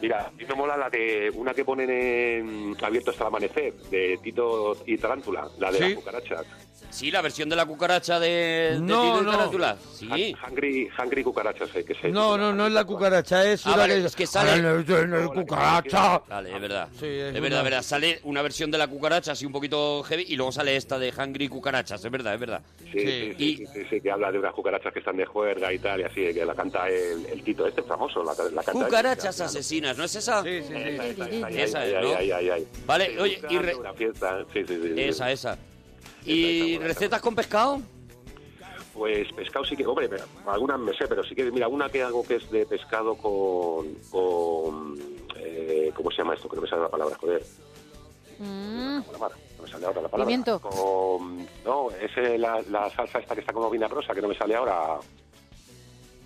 Speaker 8: Mira, a mí me mola la que, una que ponen en abierto hasta el amanecer, de Tito y Tarántula, la de
Speaker 6: Sí.
Speaker 8: las cucarachas.
Speaker 6: Sí, la versión de la cucaracha de, de
Speaker 2: No,
Speaker 6: Tito y
Speaker 2: no.
Speaker 6: Tarántula.
Speaker 8: Ah,
Speaker 6: Sí.
Speaker 8: Hungry, hungry cucarachas, eh, que se
Speaker 2: No, no, no es la cucaracha, es
Speaker 6: Ah,
Speaker 2: una
Speaker 6: vale, es que sale-
Speaker 2: Ahora no es- no es cucaracha.
Speaker 6: Vale, es verdad.
Speaker 2: Sí, es
Speaker 6: es verdad,
Speaker 2: una-
Speaker 6: es verdad. Sale una versión de la cucaracha así un poquito heavy y luego sale esta de Hungry Cucarachas, es verdad, es verdad.
Speaker 8: Sí, sí, sí, sí, sí, sí, que habla de unas cucarachas que están de juerga y tal, y así, que la canta el, el Tito, este famoso, la, la canta...
Speaker 6: Cucarachas asesinas, ¿no es esa?
Speaker 2: Sí, sí, sí.
Speaker 6: Esa es, ¿no?
Speaker 8: Ay, ay, ay.
Speaker 6: Vale,
Speaker 8: Sí,
Speaker 6: oye, y re-
Speaker 8: Una fiesta, sí, sí, sí. sí.
Speaker 6: Esa, esa.
Speaker 8: está buena,
Speaker 6: ¿Y
Speaker 8: está
Speaker 6: recetas con pescado?
Speaker 8: Pues pescado sí que, hombre, me- algunas me sé, pero sí que, mira, una que hago que es de pescado con, con eh, ¿cómo se llama esto? Que no me sale la palabra, joder.
Speaker 2: Eh,
Speaker 5: Mm,
Speaker 8: Calamar, no me sale ahora la palabra.
Speaker 5: Pimiento.
Speaker 8: Con, no, es eh, la, la salsa esta que está como vinagrosa, que no me sale ahora.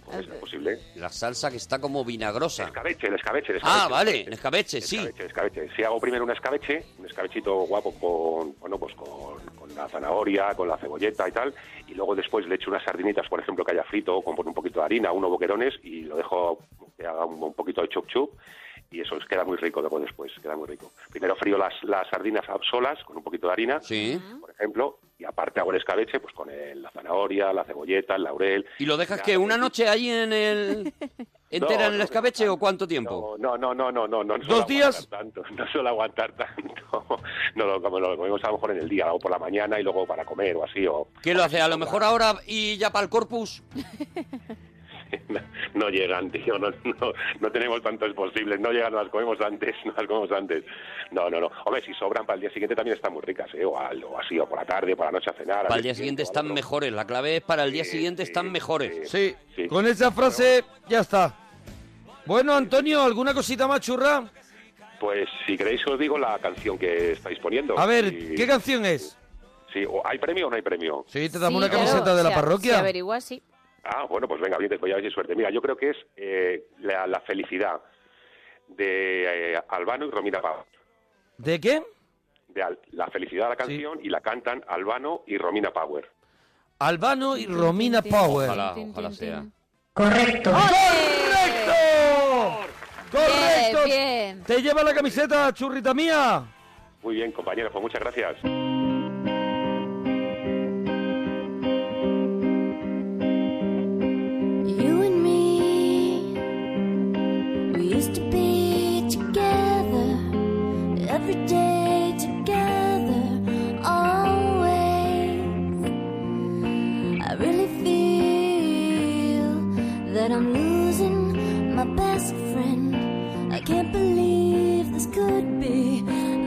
Speaker 8: ¿Cómo es posible?
Speaker 6: La salsa que está como vinagrosa.
Speaker 8: Escabeche, el escabeche, el escabeche.
Speaker 6: Ah, vale, el escabeche, sí.
Speaker 8: Escabeche, escabeche. Si hago primero un escabeche, un escabechito guapo con, bueno, pues con, con la zanahoria, con la cebolleta y tal, y luego después le echo unas sardinitas, por ejemplo, que haya frito, con con un poquito de harina, unos boquerones, y lo dejo que haga un, un poquito de chup chup, y eso os queda muy rico luego después, queda muy rico. Primero frío las, las sardinas a- solas, con un poquito de harina,
Speaker 6: Sí.
Speaker 8: por ejemplo, y aparte hago el escabeche, pues con el- la zanahoria, la cebolleta, el laurel.
Speaker 6: ¿Y lo dejas
Speaker 8: Ya,
Speaker 6: que una
Speaker 8: y-
Speaker 6: noche ahí en el... entera
Speaker 8: No,
Speaker 6: en el
Speaker 8: no,
Speaker 6: escabeche
Speaker 8: no,
Speaker 6: o cuánto tiempo?
Speaker 8: No, no, no, no, no, no. no
Speaker 2: ¿Dos
Speaker 8: suelo
Speaker 2: días?
Speaker 8: aguantar Tanto, no suelo aguantar tanto. No, lo, como lo comemos a lo mejor en el día, o por la mañana y luego para comer o así. O,
Speaker 6: ¿Qué lo hace? A lo mejor ahora y ya para el corpus.
Speaker 8: no llegan, tío, no, no, no tenemos tantos posibles, no llegan, no las comemos antes, no las comemos antes. No, no, no. Hombre, si sobran para el día siguiente también están muy ricas, ¿eh? O, al- o así, o por la tarde, o por la noche a cenar.
Speaker 6: Para el día siguiente están
Speaker 8: mejor
Speaker 6: mejores. La clave es para el día
Speaker 8: Sí,
Speaker 6: siguiente
Speaker 8: sí,
Speaker 6: están mejores.
Speaker 8: sí.
Speaker 2: Sí,
Speaker 8: Sí.
Speaker 2: con esa frase ya está. Bueno, Antonio, ¿alguna cosita más churra?
Speaker 8: Pues si queréis os digo la canción que estáis poniendo.
Speaker 2: A ver,
Speaker 8: Sí,
Speaker 2: ¿qué canción es?
Speaker 8: Sí, o- ¿hay premio o no hay premio?
Speaker 2: Sí, te damos
Speaker 5: sí,
Speaker 2: una
Speaker 5: claro,
Speaker 2: camiseta de la
Speaker 5: se a- Se
Speaker 2: parroquia.
Speaker 5: averigua, sí.
Speaker 8: Ah, bueno, pues venga, bien, te voy a ver si hay suerte. Mira, yo creo que es eh, la, la felicidad de eh, Albano y Romina Pavón.
Speaker 2: ¿De qué?
Speaker 8: De Al- la felicidad de la canción y la cantan Albano y Romina Power.
Speaker 2: Albano y Romina Power.
Speaker 6: Ojalá, ojalá sea.
Speaker 5: ¡Correcto!
Speaker 2: ¡Correcto! ¡Correcto!
Speaker 5: Bien, bien.
Speaker 2: ¿Te lleva la camiseta, churrita mía?
Speaker 8: Muy bien, compañeros, pues muchas gracias.
Speaker 9: You and me, we used to be together every day, together, always. I really feel that I'm losing my best friend. I can't believe this could be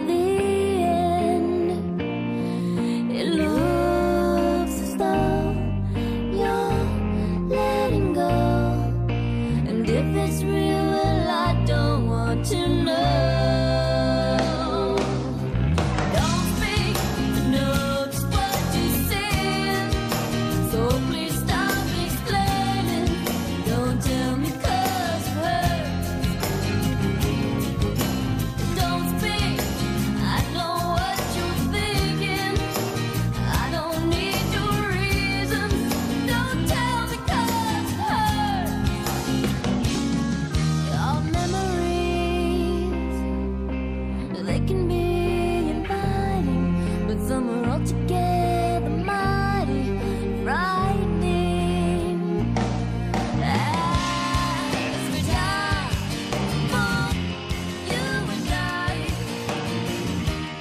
Speaker 9: the end. It looks as though you're letting go. And if it's real, well, I don't want to know. Don't speak to know just what you said. So please stop explaining. Don't tell me cause it hurts. Don't speak. I know what you're thinking. I don't need your reasons. Don't tell me 'cause it hurts. Our memories, they can be inviting, but some are altogether mighty frightening. As we die, for you and I.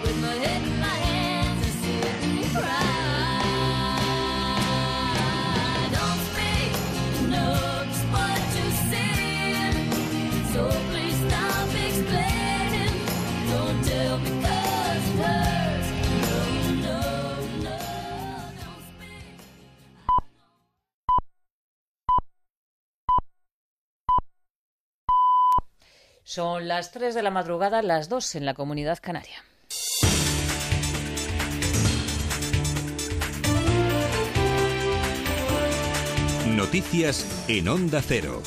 Speaker 9: With my head in my hands, I sit and cry. Don't speak, no, just what you said. So please stop explaining. Don't tell me 'cause it hurts. No, no, no, don't speak.
Speaker 10: Son las 3 de la madrugada, las 2 en la comunidad canaria.
Speaker 11: Noticias en Onda Cero.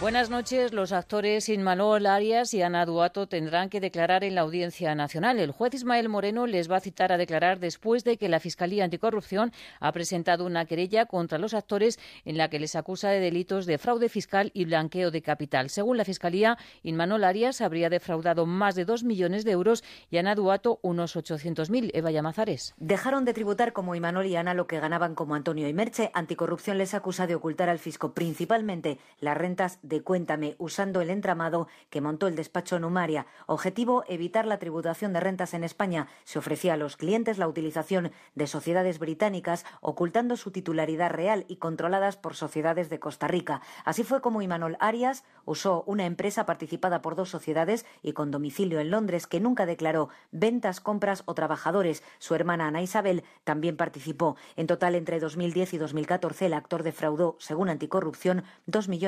Speaker 10: Buenas noches. Los actores Inmanol Arias y Ana Duato tendrán que declarar en la Audiencia Nacional. El juez Ismael Moreno les va a citar a declarar después de que la Fiscalía Anticorrupción ha presentado una querella contra los actores en la que les acusa de delitos de fraude fiscal y blanqueo de capital. Según la Fiscalía, Inmanol Arias habría defraudado más de 2 millones de euros y Ana Duato unos 800.000. Eva Llamazares.
Speaker 11: Dejaron de tributar como Imanol y Ana lo que ganaban como Antonio y Merche. Anticorrupción les acusa de ocultar al fisco principalmente las rentas de Cuéntame, usando el entramado que montó el despacho Numaria. Objetivo, evitar la tributación de rentas en España. Se ofrecía a los clientes la utilización de sociedades británicas, ocultando su titularidad real y controladas por sociedades de Costa Rica. Así fue como Imanol Arias usó una empresa participada por dos sociedades y con domicilio en Londres que nunca declaró ventas, compras o trabajadores. Su hermana Ana Isabel también participó. En total, entre 2010 y 2014, el actor defraudó, según Anticorrupción,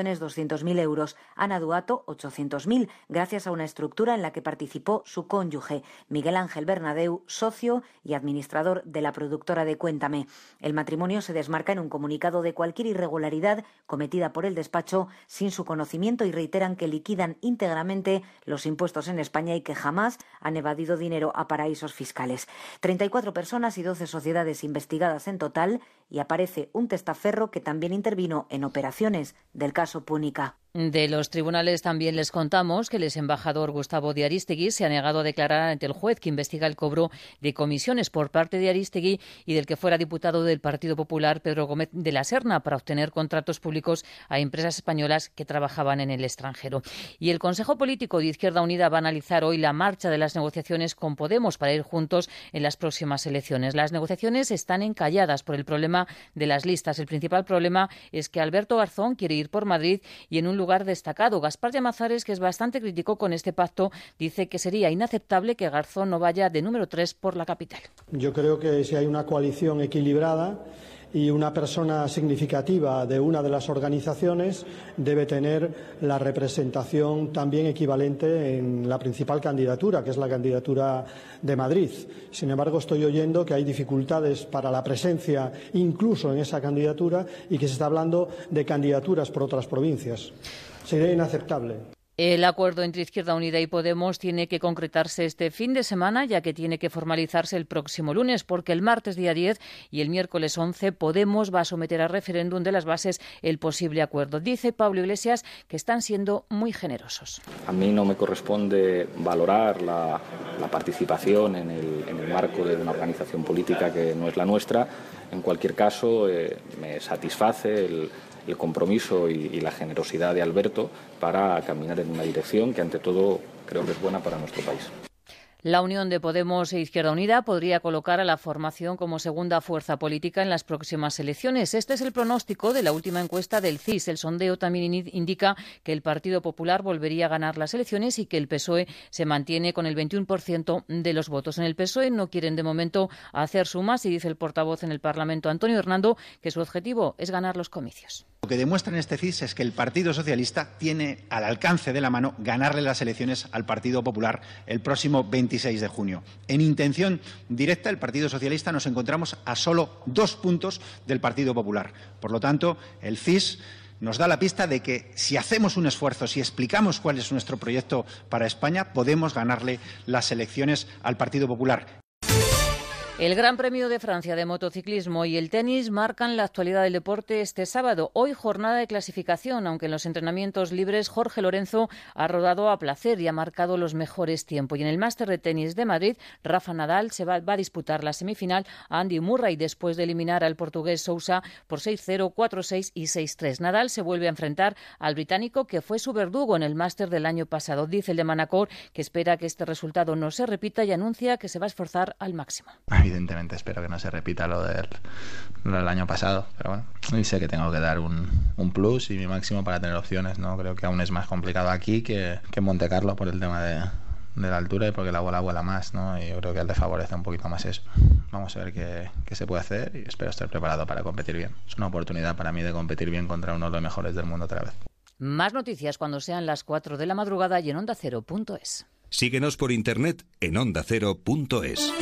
Speaker 11: 2.200.000 euros. Ana Duato, 800.000, gracias a una estructura en la que participó su cónyuge, Miguel Ángel Bernadeu, socio y administrador de la productora de Cuéntame. El matrimonio se desmarca en un comunicado de cualquier irregularidad cometida por el despacho sin su conocimiento y reiteran que liquidan íntegramente los impuestos en España y que jamás han evadido dinero a paraísos fiscales. 34 personas y 12 sociedades investigadas en total y aparece un testaferro que también intervino en operaciones del caso Púnica.
Speaker 10: De los tribunales también les contamos que el embajador Gustavo de Aristegui se ha negado a declarar ante el juez que investiga el cobro de comisiones por parte de Aristegui y del que fuera diputado del Partido Popular Pedro Gómez de la Serna para obtener contratos públicos a empresas españolas que trabajaban en el extranjero. Y el Consejo Político de Izquierda Unida va a analizar hoy la marcha de las negociaciones con Podemos para ir juntos en las próximas elecciones. Las negociaciones están encalladas por el problema de las listas. El principal problema es que Alberto Garzón quiere ir por Madrid y en un lugar destacado. Gaspar Llamazares, que es bastante crítico con este pacto, dice que sería inaceptable que Garzón no vaya de número 3 por la capital.
Speaker 12: Yo creo que si hay una coalición equilibrada y una persona significativa de una de las organizaciones debe tener la representación también equivalente en la principal candidatura, que es la candidatura de Madrid. Sin embargo, estoy oyendo que hay dificultades para la presencia incluso en esa candidatura y que se está hablando de candidaturas por otras provincias. Sería inaceptable.
Speaker 10: El acuerdo entre Izquierda Unida y Podemos tiene que concretarse este fin de semana, ya que tiene que formalizarse el próximo lunes, porque el martes día 10 y el miércoles 11 Podemos va a someter a referéndum de las bases el posible acuerdo. Dice Pablo Iglesias que están siendo muy generosos.
Speaker 13: A mí no me corresponde valorar la, la participación en el, en el, marco de una organización política que no es la nuestra. En cualquier caso, eh, me satisface el, el compromiso y, y, la generosidad de Alberto para caminar en una dirección que, ante todo, creo que es buena para nuestro país.
Speaker 10: La unión de Podemos e Izquierda Unida podría colocar a la formación como segunda fuerza política en las próximas elecciones. Este es el pronóstico de la última encuesta del CIS. El sondeo también indica que el Partido Popular volvería a ganar las elecciones y que el PSOE E se mantiene con el 21% de los votos. En el PSOE E no quieren de momento hacer sumas y dice el portavoz en el Parlamento, Antonio Hernando, que su objetivo es ganar los comicios.
Speaker 14: Lo que demuestran este CIS es que el Partido Socialista tiene al alcance de la mano ganarle las elecciones al Partido Popular el próximo 20 de junio. En intención directa, el Partido Socialista nos encontramos a solo dos puntos del Partido Popular. Por lo tanto, el CIS nos da la pista de que si hacemos un esfuerzo, si explicamos cuál es nuestro proyecto para España, podemos ganarle las elecciones al Partido Popular.
Speaker 10: El Gran Premio de Francia de motociclismo y el tenis marcan la actualidad del deporte este sábado. Hoy jornada de clasificación, aunque en los entrenamientos libres Jorge Lorenzo ha rodado a placer y ha marcado los mejores tiempos. Y en el Máster de Tenis de Madrid, Rafa Nadal se va, va a disputar la semifinal a Andy Murray después de eliminar al portugués Sousa por 6-0, 4-6 y 6-3. Nadal se vuelve a enfrentar al británico que fue su verdugo en el Máster del año pasado. Dice el de Manacor que espera que este resultado no se repita y anuncia que se va a esforzar al máximo
Speaker 15: evidentemente espero que no se repita lo del, lo del, año pasado, pero bueno, y sé que tengo que dar un, un, plus y mi máximo para tener opciones, ¿no? Creo que aún es más complicado aquí que, que en Monte Carlo por el tema de, de, la altura y porque la bola vuela más, ¿no? Y yo creo que le favorece un poquito más eso. Vamos a ver qué, qué se puede hacer y espero estar preparado para competir bien. Es una oportunidad para mí de competir bien contra uno de los mejores del mundo otra vez.
Speaker 10: Más noticias cuando sean las 4 de la madrugada y en ondacero.es.
Speaker 16: Síguenos por internet en ondacero.es.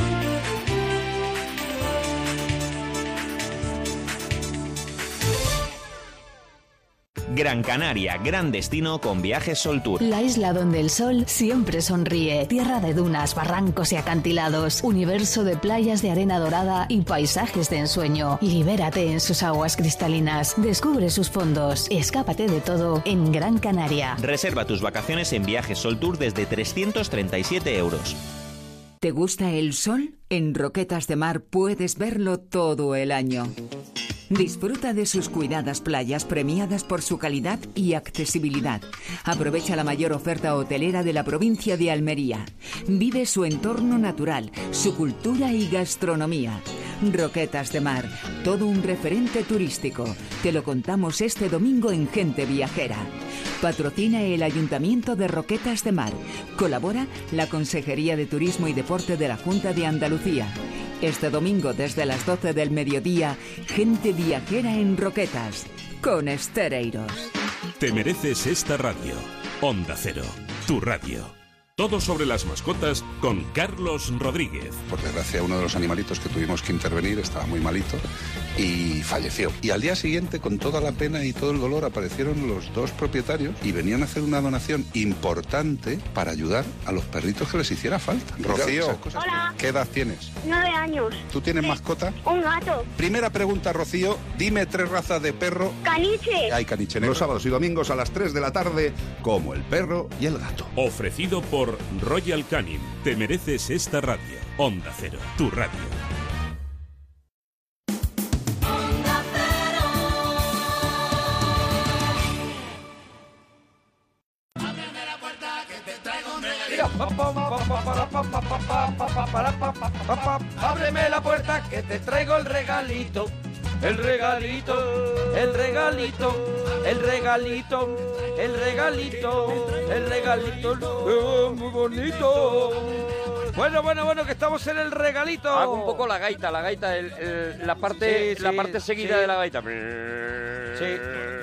Speaker 17: Gran Canaria, gran destino con viajes Sol Tour.
Speaker 18: La isla donde el sol siempre sonríe. Tierra de dunas, barrancos y acantilados. Universo de playas de arena dorada y paisajes de ensueño. Libérate en sus aguas cristalinas. Descubre sus fondos. Escápate de todo en Gran Canaria.
Speaker 17: Reserva tus vacaciones en Viajes Sol Tour desde 337 euros.
Speaker 19: ¿Te gusta el sol? En Roquetas de Mar puedes verlo todo el año. Disfruta de sus cuidadas playas premiadas por su calidad y accesibilidad. Aprovecha la mayor oferta hotelera de la provincia de Almería. Vive su entorno natural, su cultura y gastronomía. Roquetas de Mar, todo un referente turístico. Te lo contamos este domingo en Gente Viajera. Patrocina el Ayuntamiento de Roquetas de Mar. Colabora la Consejería de Turismo y Deporte de la Junta de Andalucía. Este domingo desde las 12 del mediodía, Gente Viajera en Roquetas, con Estereiros.
Speaker 16: Te mereces esta radio. Onda Cero, tu radio. Todo sobre las mascotas con Carlos Rodríguez.
Speaker 20: Por desgracia, uno de los animalitos que tuvimos que intervenir estaba muy malito y falleció. Y al día siguiente, con toda la pena y todo el dolor, aparecieron los dos propietarios y venían a hacer una donación importante para ayudar a los perritos que les hiciera falta. Rocío,
Speaker 21: Hola,
Speaker 20: ¿qué edad tienes?
Speaker 21: nueve años.
Speaker 20: ¿Tú tienes mascota?
Speaker 21: Un gato.
Speaker 20: Primera pregunta, Rocío. Dime tres razas de perro.
Speaker 21: Caniche.
Speaker 20: Hay caniche negro.
Speaker 16: Los sábados y domingos a las 3 de la tarde, como el perro y el gato. Ofrecido por Royal Canin. Te mereces esta radio. Onda Cero, tu radio.
Speaker 2: Ábreme la puerta que te traigo el regalito. El regalito, el regalito, el regalito, el regalito, el regalito, eh, muy bonito. Bueno, bueno, bueno, que estamos en el regalito.
Speaker 6: Hago un poco la gaita, la gaita, el- el- Eh, la parte,
Speaker 2: Sí,
Speaker 6: la
Speaker 2: sí,
Speaker 6: parte seguida
Speaker 2: sí.
Speaker 6: de la gaita.
Speaker 2: Sí,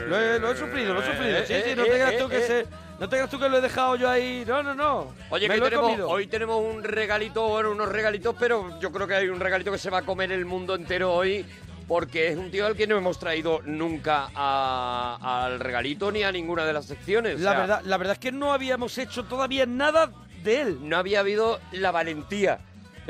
Speaker 2: lo he, lo he sufrido, lo he sufrido.
Speaker 6: Eh,
Speaker 2: Sí,
Speaker 6: eh,
Speaker 2: sí, no
Speaker 6: eh,
Speaker 2: te creas
Speaker 6: eh,
Speaker 2: tú que
Speaker 6: eh.
Speaker 2: se- no te creas tú que lo he dejado yo ahí. No, no, no.
Speaker 6: Oye,
Speaker 2: Me
Speaker 6: que
Speaker 2: lo he
Speaker 6: tenemos,
Speaker 2: comido.
Speaker 6: hoy tenemos un regalito, bueno, unos regalitos, pero yo creo que hay un regalito que se va a comer el mundo entero hoy, porque es un tío al que no hemos traído nunca a- al regalito ni a ninguna de las secciones.
Speaker 2: La verdad- la verdad es que no habíamos hecho todavía nada de él. Eh,
Speaker 6: No había habido la valentía.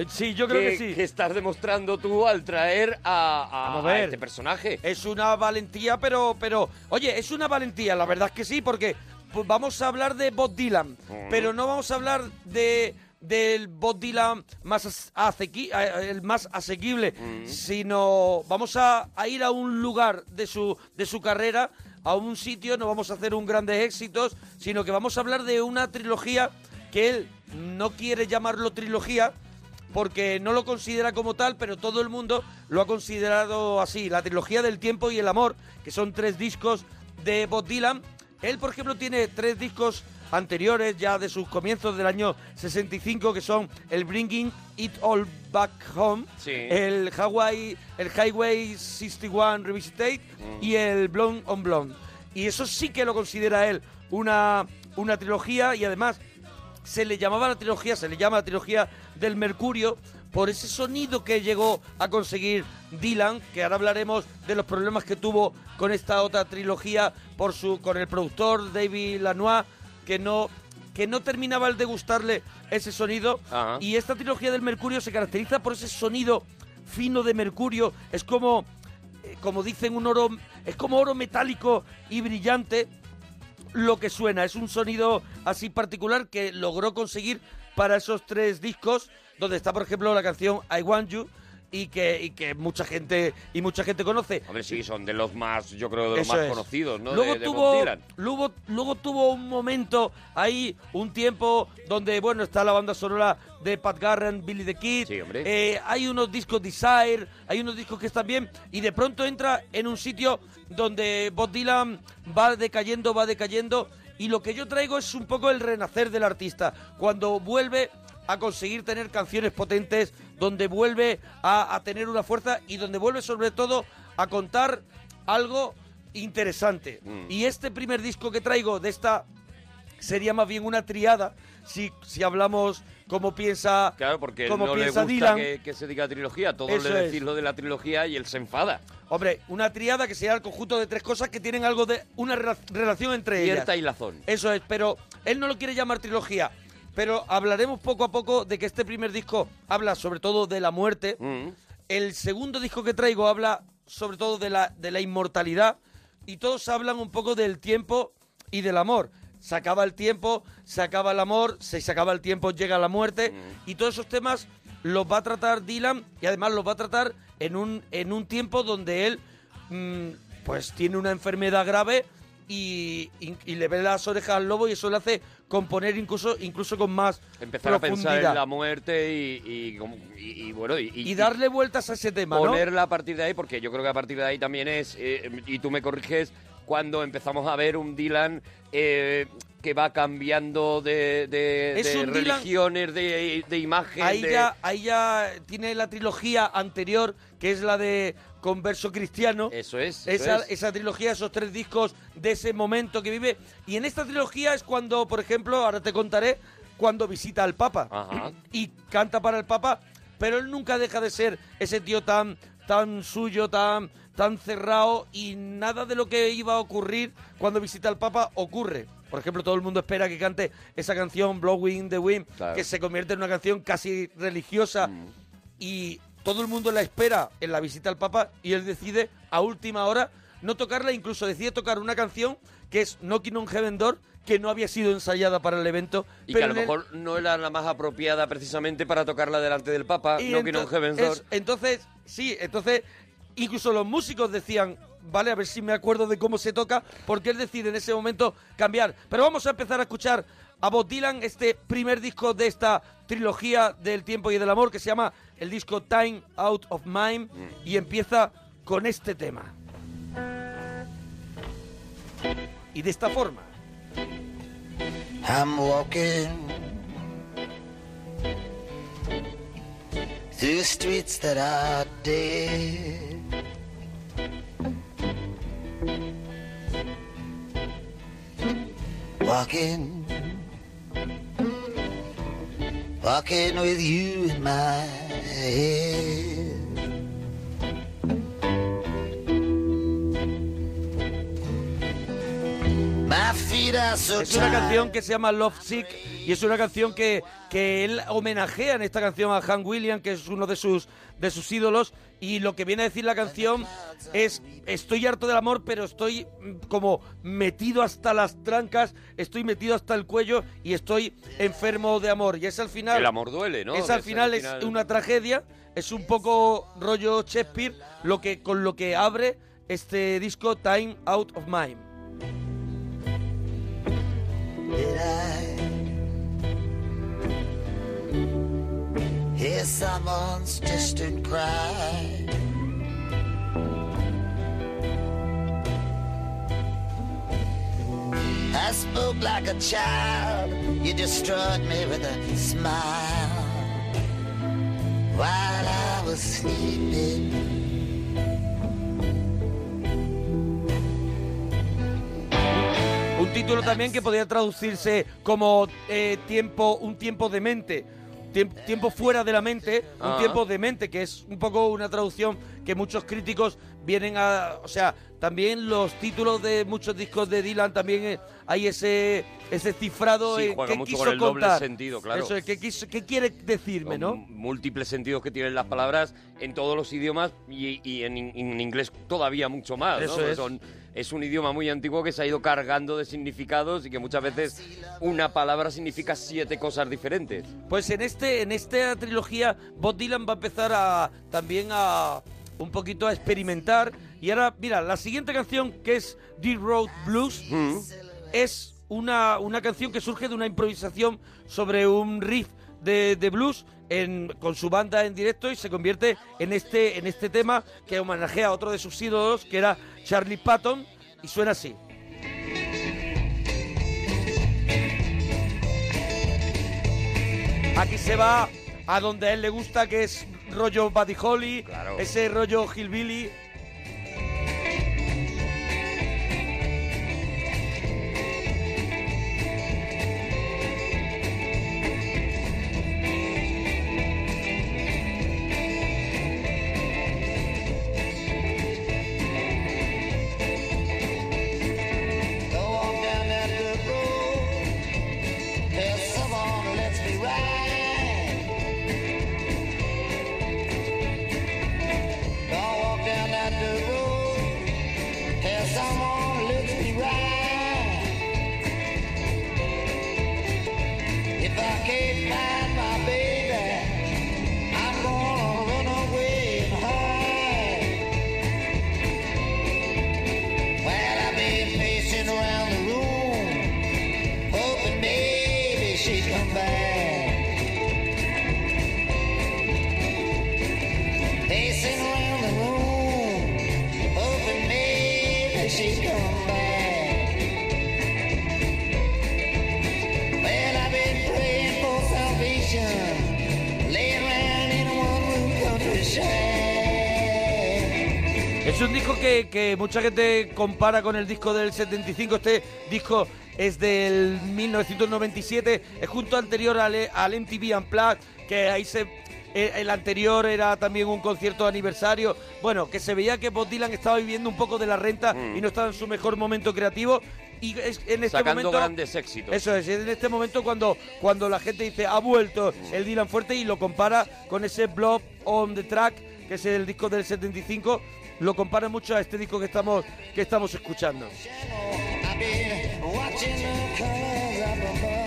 Speaker 2: Sí, yo creo que sí.
Speaker 6: Que estás demostrando tú al traer a, a-
Speaker 2: Vamos
Speaker 6: a
Speaker 2: a ver.
Speaker 6: este personaje.
Speaker 2: Es una valentía, pero, pero. Oye, es una valentía, la verdad es que sí, porque pues, vamos a hablar de Bob Dylan,
Speaker 6: Mm.
Speaker 2: pero no vamos a hablar de del Bob Dylan más as- asequi- a- el más asequible,
Speaker 6: Mm.
Speaker 2: sino vamos a, a ir a un lugar de su de su carrera, a un sitio, no vamos a hacer un grandes éxitos, sino que vamos a hablar de una trilogía que él no quiere llamarlo trilogía, porque no lo considera como tal, pero todo el mundo lo ha considerado así. La trilogía del tiempo y el amor, que son tres discos de Bob Dylan. Él, por ejemplo, tiene tres discos anteriores, ya de sus comienzos del año 65, que son el Bringing It All Back Home,
Speaker 6: Sí.
Speaker 2: el, Hawaii, el Highway 61 Revisited
Speaker 6: Mm.
Speaker 2: y el Blonde on Blonde. Y eso sí que lo considera él una, una trilogía y además se le llamaba la trilogía, se le llama la trilogía del Mercurio por ese sonido que llegó a conseguir Dylan, que ahora hablaremos de los problemas que tuvo con esta otra trilogía por su con el productor David Lanois que no que no terminaba el de gustarle ese sonido
Speaker 6: Ajá.
Speaker 2: y esta trilogía del Mercurio se caracteriza por ese sonido fino de mercurio, es como eh, como dicen un oro, es como oro metálico y brillante lo que suena. Es un sonido así particular que logró conseguir para esos tres discos, donde está, por ejemplo, la canción I Want You y que, y que mucha gente y mucha gente conoce.
Speaker 6: Hombre, sí, son de los más, yo creo, de los
Speaker 2: Eso
Speaker 6: más
Speaker 2: es.
Speaker 6: conocidos, ¿no?
Speaker 2: Luego
Speaker 6: de, de Bob
Speaker 2: tuvo,
Speaker 6: Dylan.
Speaker 2: Luego, luego tuvo un momento ahí, un tiempo donde, bueno, está la banda sonora de Pat Garren, Billy the Kid. Eh, hay unos discos Desire, hay unos discos que están bien. Y de pronto entra en un sitio donde Bob Dylan va decayendo, va decayendo. Y lo que yo traigo es un poco el renacer del artista. Cuando vuelve a conseguir tener canciones potentes, donde vuelve a- a tener una fuerza y donde vuelve sobre todo a contar algo interesante. Y este primer disco que traigo de esta sería más bien una triada, si, si hablamos como piensa,
Speaker 6: Claro, porque él
Speaker 2: como
Speaker 6: no le
Speaker 2: piensa
Speaker 6: gusta
Speaker 2: Dylan.
Speaker 6: que, que se diga trilogía. Todos
Speaker 2: Eso
Speaker 6: le decís
Speaker 2: es.
Speaker 6: lo de la trilogía y él se enfada.
Speaker 2: Hombre, una triada que sería el conjunto de tres cosas que tienen algo de una rela- relación entre
Speaker 6: Cierta
Speaker 2: ellas.
Speaker 6: hilazón.
Speaker 2: Eso es, pero él no lo quiere llamar trilogía. Pero hablaremos poco a poco de que este primer disco habla sobre todo de la muerte. El segundo disco que traigo habla sobre todo de la, de la inmortalidad. Y todos hablan un poco del tiempo y del amor. Se acaba el tiempo, se acaba el amor, se, se acaba el tiempo, llega la muerte. Y todos esos temas los va a tratar Dylan y además los va a tratar en un, en un tiempo donde él mm, pues tiene una enfermedad grave y, y- y le ve las orejas al lobo y eso le hace componer incluso, incluso con más
Speaker 6: Empezar a pensar en
Speaker 2: profundidad.
Speaker 6: la muerte y, y como- y- y bueno, y,
Speaker 2: y darle vueltas a ese tema, ¿no?
Speaker 6: ponerla a partir de ahí, porque yo creo que a partir de ahí también es, eh, y tú me corriges, cuando empezamos a ver un Dylan eh, que va cambiando de, de-
Speaker 2: Es
Speaker 6: de
Speaker 2: un Dylan-
Speaker 6: religiones, de, de imagen.
Speaker 2: Ahí
Speaker 6: de-
Speaker 2: ya, ahí ya tiene la trilogía anterior, que es la de Converso Cristiano.
Speaker 6: Eso es. eso
Speaker 2: Esa,
Speaker 6: es.
Speaker 2: esa trilogía, esos tres discos de ese momento que vive. Y en esta trilogía es cuando, por ejemplo, ahora te contaré, cuando visita al Papa. Y canta para el Papa, pero él nunca deja de ser ese tío tan, tan suyo, tan, tan cerrado y nada de lo que iba a ocurrir cuando visita al Papa ocurre. Por ejemplo, todo el mundo espera que cante esa canción Blowing in the Wind, que se convierte en una canción casi religiosa y todo el mundo la espera en la visita al Papa y él decide a última hora no tocarla, incluso decide tocar una canción que es Knocking on Heaven Door, que no había sido ensayada para el evento.
Speaker 6: Y que
Speaker 2: pero
Speaker 6: a lo
Speaker 2: en el-
Speaker 6: mejor no era la más apropiada precisamente para tocarla delante del Papa,
Speaker 2: y
Speaker 6: no que no
Speaker 2: ento- es- entonces, sí, entonces, incluso los músicos decían, vale, a ver si me acuerdo de cómo se toca, porque él decide en ese momento cambiar. Pero vamos a empezar a escuchar a Bob Dylan, este primer disco de esta trilogía del tiempo y del amor, que se llama el disco Time Out of Mind, y empieza con este tema. Y de esta forma.
Speaker 21: I'm walking through streets that are dead. Walking, walking with you in my head. My feet are so
Speaker 2: Es una
Speaker 21: tired.
Speaker 2: canción que se llama Love Sick y es una canción que, que él homenajea en esta canción a Hank Williams, que es uno de sus, de sus ídolos. Y lo que viene a decir la canción es: Estoy harto del amor, pero estoy mm, como metido hasta las trancas, estoy metido hasta el cuello y estoy enfermo de amor. Y es al final.
Speaker 6: El amor duele, ¿no?
Speaker 2: Es al
Speaker 6: Es
Speaker 2: final,
Speaker 6: al
Speaker 2: es
Speaker 6: final-
Speaker 2: una tragedia, es un poco rollo Shakespeare lo que, con lo que abre este disco Time Out of Mind.
Speaker 21: Hear someone's distant cry. I spoke like a child. You destroyed me with a smile while I was sleeping.
Speaker 2: Un título también que podría traducirse como eh, tiempo, un tiempo de mente. Tiemp- tiempo fuera de la mente, un
Speaker 6: Ah.
Speaker 2: tiempo de mente, que es un poco una traducción que muchos críticos vienen a. O sea, también los títulos de muchos discos de Dylan también eh, hay ese ese cifrado
Speaker 6: Sí,
Speaker 2: en
Speaker 6: juega
Speaker 2: qué
Speaker 6: mucho
Speaker 2: quiso
Speaker 6: con el doble
Speaker 2: contar.
Speaker 6: sentido, claro.
Speaker 2: Eso es, ¿qué, quiso- qué quiere decirme,
Speaker 6: Con
Speaker 2: no?
Speaker 6: múltiples sentidos que tienen las palabras en todos los idiomas y, y en, in- en inglés todavía mucho más. ¿no?
Speaker 2: Eso
Speaker 6: Porque
Speaker 2: es.
Speaker 6: es un idioma muy antiguo que se ha ido cargando de significados y que muchas veces una palabra significa siete cosas diferentes.
Speaker 2: Pues en este en esta trilogía Bob Dylan va a empezar a también a un poquito a experimentar y ahora mira, la siguiente canción que es The Road Blues es una, una canción que surge de una improvisación sobre un riff de, de blues en- con su banda en directo y se convierte en este en este tema que homenajea a otro de sus ídolos que era Charlie Patton y suena así. Aquí se va a donde a él le gusta, que es rollo Buddy Holly, ese rollo Hillbilly. Es un disco que, que mucha gente compara con el disco del 75. Este disco es del 1997. Es junto anterior al, al MTV Unplugged, que ahí se... eh, El anterior era también un concierto de aniversario. Bueno, que se veía que Bob Dylan estaba viviendo un poco de la renta
Speaker 6: Mm.
Speaker 2: y no estaba en su mejor momento creativo. Y es- en este
Speaker 6: Sacando
Speaker 2: momento.
Speaker 6: grandes éxitos.
Speaker 2: Eso es, en este momento cuando, cuando la gente dice ha vuelto el Dylan fuerte y lo compara con ese Blob on the Track, que es el disco del 75, lo compara mucho a este disco que estamos, que estamos escuchando.
Speaker 21: I've been watching the colors up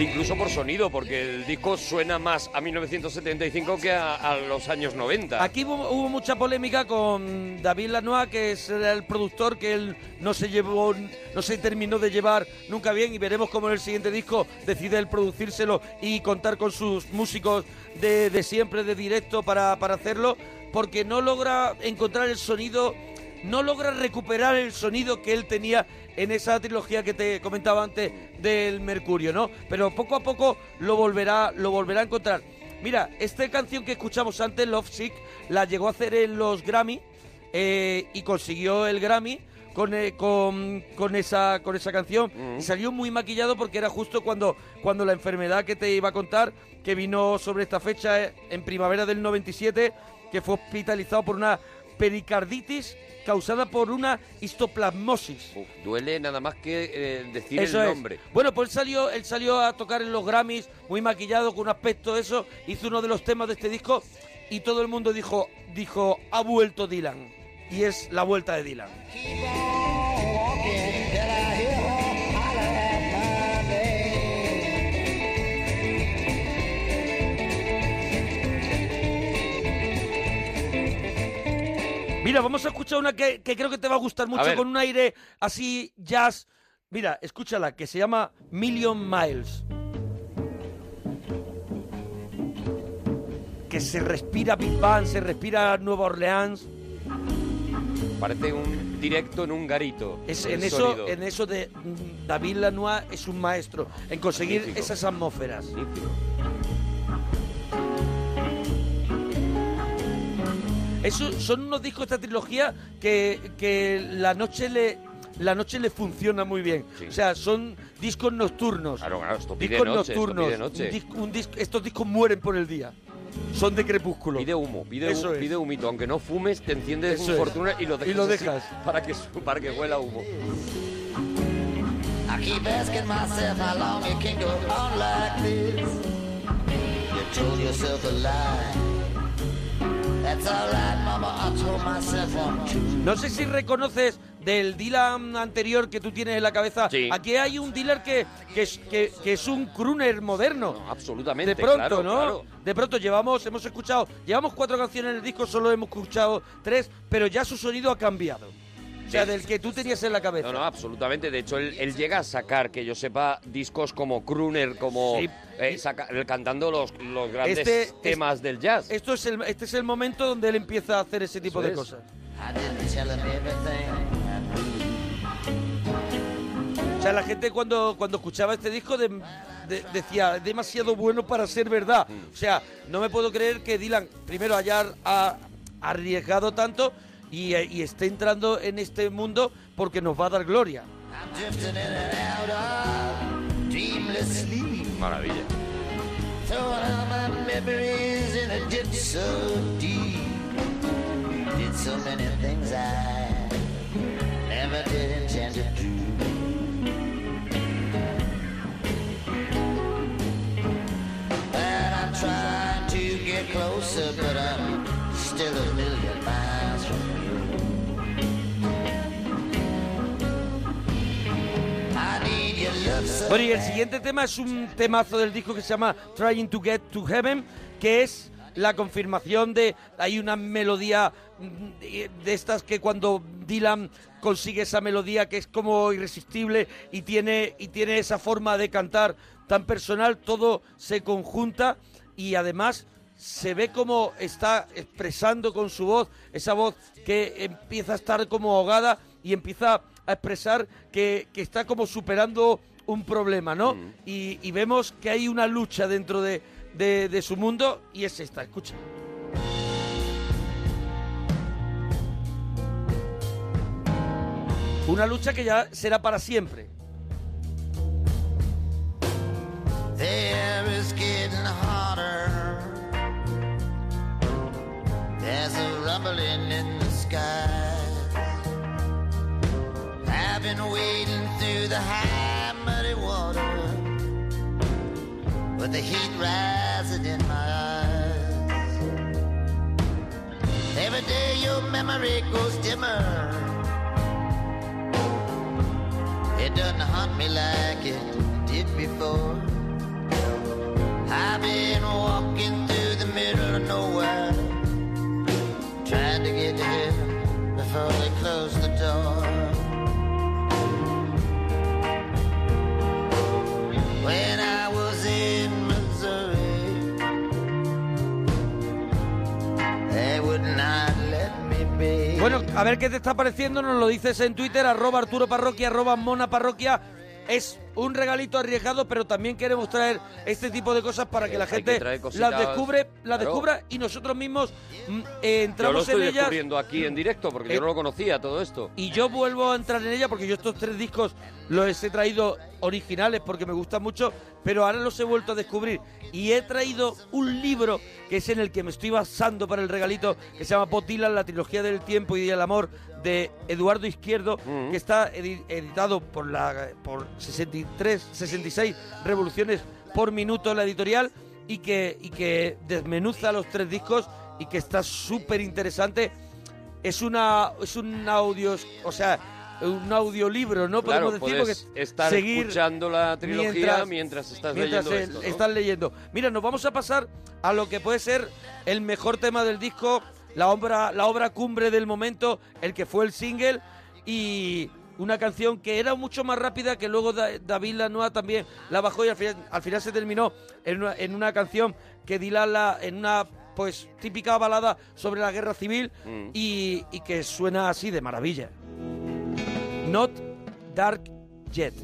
Speaker 6: Incluso por sonido, porque el disco suena más a 1975 que a, a los años 90.
Speaker 2: Aquí hubo, hubo mucha polémica con David Lanois, que es el productor que él no se llevó, no se terminó de llevar nunca bien y veremos cómo en el siguiente disco decide él producírselo y contar con sus músicos de, de siempre, de directo para, para hacerlo, porque no logra encontrar el sonido, no logra recuperar el sonido que él tenía en esa trilogía que te comentaba antes del Mercurio, ¿no? Pero poco a poco lo volverá, lo volverá a encontrar. Mira, esta canción que escuchamos antes, Love Sick, la llegó a hacer en los Grammy eh, y consiguió el Grammy con, eh, con, con esa, con esa canción. Y salió muy maquillado porque era justo cuando, cuando la enfermedad que te iba a contar, que vino sobre esta fecha eh, en primavera del 97, que fue hospitalizado por una pericarditis causada por una histoplasmosis.
Speaker 6: Duele nada más que eh, decir
Speaker 2: Eso
Speaker 6: el
Speaker 2: es.
Speaker 6: nombre.
Speaker 2: Bueno, pues él salió, él salió a tocar en los Grammys, muy maquillado, con un aspecto de eso, hizo uno de los temas de este disco y todo el mundo dijo, dijo, ha vuelto Dylan. Y es la vuelta de Dylan. Mira, vamos a escuchar una que, que creo que te va a gustar mucho,
Speaker 6: ver.
Speaker 2: con un aire así jazz. Mira, escúchala, que se llama Million Miles. Que se respira Big Bang, se respira Nueva Orleans.
Speaker 6: Parece un directo en un garito.
Speaker 2: Es-
Speaker 6: el
Speaker 2: en, eso,
Speaker 6: sonido.
Speaker 2: en eso de mm, David Lanois es un maestro, en conseguir
Speaker 6: Magnífico.
Speaker 2: esas atmósferas. Eso, son unos discos de esta trilogía que, que la noche le la noche le funciona muy bien. O sea, son discos nocturnos.
Speaker 6: Claro, claro, esto pide
Speaker 2: discos
Speaker 6: noche, esto
Speaker 2: nocturnos.
Speaker 6: pide noche.
Speaker 2: Un dis- un dis- estos discos mueren por el día. Son de crepúsculo.
Speaker 6: Pide humo, pide,
Speaker 2: Eso
Speaker 6: hu-
Speaker 2: es.
Speaker 6: pide humito. Aunque no fumes, te enciendes
Speaker 2: Eso
Speaker 6: un
Speaker 2: es.
Speaker 6: fortuna y lo
Speaker 2: Y
Speaker 6: dejas.
Speaker 2: lo
Speaker 6: así
Speaker 2: dejas.
Speaker 6: para, que, su- para que huela humo.
Speaker 21: I keep asking myself how long it can go on like this. You told yourself a lie. That's alright, mama. I told myself one too.
Speaker 2: No sé si reconoces del Dylan anterior que tú tienes en la cabeza. Aquí hay un Dylan que, que, es- que- que es un crooner moderno.
Speaker 6: absolutamente.
Speaker 2: De pronto,
Speaker 6: claro,
Speaker 2: ¿no?
Speaker 6: claro.
Speaker 2: De pronto llevamos, hemos escuchado, llevamos cuatro canciones en el disco, solo hemos escuchado tres, pero ya su sonido ha cambiado. O sea,
Speaker 6: Sí.
Speaker 2: del que tú tenías en la cabeza.
Speaker 6: No, no, absolutamente. De hecho, él, él llega a sacar, que yo sepa, discos como Crooner, como eh, saca- cantando los, los grandes
Speaker 2: Este- es-
Speaker 6: temas del jazz.
Speaker 2: Esto es el, este es el momento donde él empieza a hacer ese tipo
Speaker 6: Eso
Speaker 2: de
Speaker 6: es.
Speaker 2: cosas.
Speaker 21: I didn't tell him everything. I
Speaker 2: O sea, la gente cuando, cuando escuchaba este disco de- de- decía, es demasiado bueno para ser verdad. O sea, no me puedo creer que Dylan, primero, haya a- arriesgado tanto y, eh, y esté entrando en este mundo porque nos va a dar gloria.
Speaker 21: I'm drifting in and out of dreamless sleep.
Speaker 6: Maravilla.
Speaker 21: Throwing all my memories in a ditch so deep. Did so many things I never did intend to do. And I'm trying to get closer, but I'm still a million miles from you. I need your love so
Speaker 2: Bueno, y el
Speaker 21: bad.
Speaker 2: siguiente tema es un temazo del disco que se llama Trying to Get to Heaven, que es la confirmación de. Hay una melodía mm, de de estas que cuando Dylan consigue esa melodía que es como irresistible y tiene, y tiene esa forma de cantar tan personal, todo se conjunta y además se ve como está expresando con su voz, esa voz que empieza a estar como ahogada y empieza a expresar que, que está como superando un problema, ¿no? Y, y vemos que hay una lucha dentro de, de, de su mundo y es esta, escucha. Una lucha que ya será para siempre.
Speaker 21: The air is getting hotter. There's a rumbling in the sky. I've been wading through the high muddy water with the heat rising in my eyes. Every day your memory goes dimmer. It doesn't haunt me like it did before. I've been walking through the middle of nowhere, trying to get to heaven before they close the door. When I was in Missouri, they would not let me be.
Speaker 2: Bueno, a ver qué te está pareciendo, nos lo dices en Twitter, arroba Arturo Parroquia, arroba Mona Parroquia. Es un regalito arriesgado, pero también queremos traer este tipo de cosas para que la
Speaker 6: hay que
Speaker 2: gente
Speaker 6: traer cositas,
Speaker 2: las descubre, las
Speaker 6: claro.
Speaker 2: descubra y nosotros mismos mm, eh,
Speaker 6: Yo lo
Speaker 2: entramos
Speaker 6: estoy
Speaker 2: en ellas. Eh,
Speaker 6: descubriendo aquí en directo porque yo no lo conocía todo esto.
Speaker 2: Y yo vuelvo a entrar en ella porque yo estos tres discos los he traído originales porque me gustan mucho, pero ahora los he vuelto a descubrir. Y he traído un libro que es en el que me estoy basando para el regalito, que se llama Potila, la trilogía del tiempo y del amor de Eduardo Izquierdo, que está edi- editado por, la, por 63, 66 revoluciones por minuto la editorial y que, y que desmenuza los tres discos y que está súper interesante es una es un audio o sea un audiolibro no
Speaker 6: Claro,
Speaker 2: podemos decir
Speaker 6: puedes
Speaker 2: porque
Speaker 6: estar
Speaker 2: seguir
Speaker 6: escuchando la trilogía mientras estás leyendo
Speaker 2: el-
Speaker 6: esto, ¿no?
Speaker 2: estás leyendo mira nos vamos a pasar a lo que puede ser el mejor tema del disco la obra la obra cumbre del momento el que fue el single y una canción que era mucho más rápida que luego Da- David Lanoa también la bajó y al final, al final se terminó en una, en una canción que dilala en una pues típica balada sobre la guerra civil y, y que suena así de maravilla. Not Dark Jet.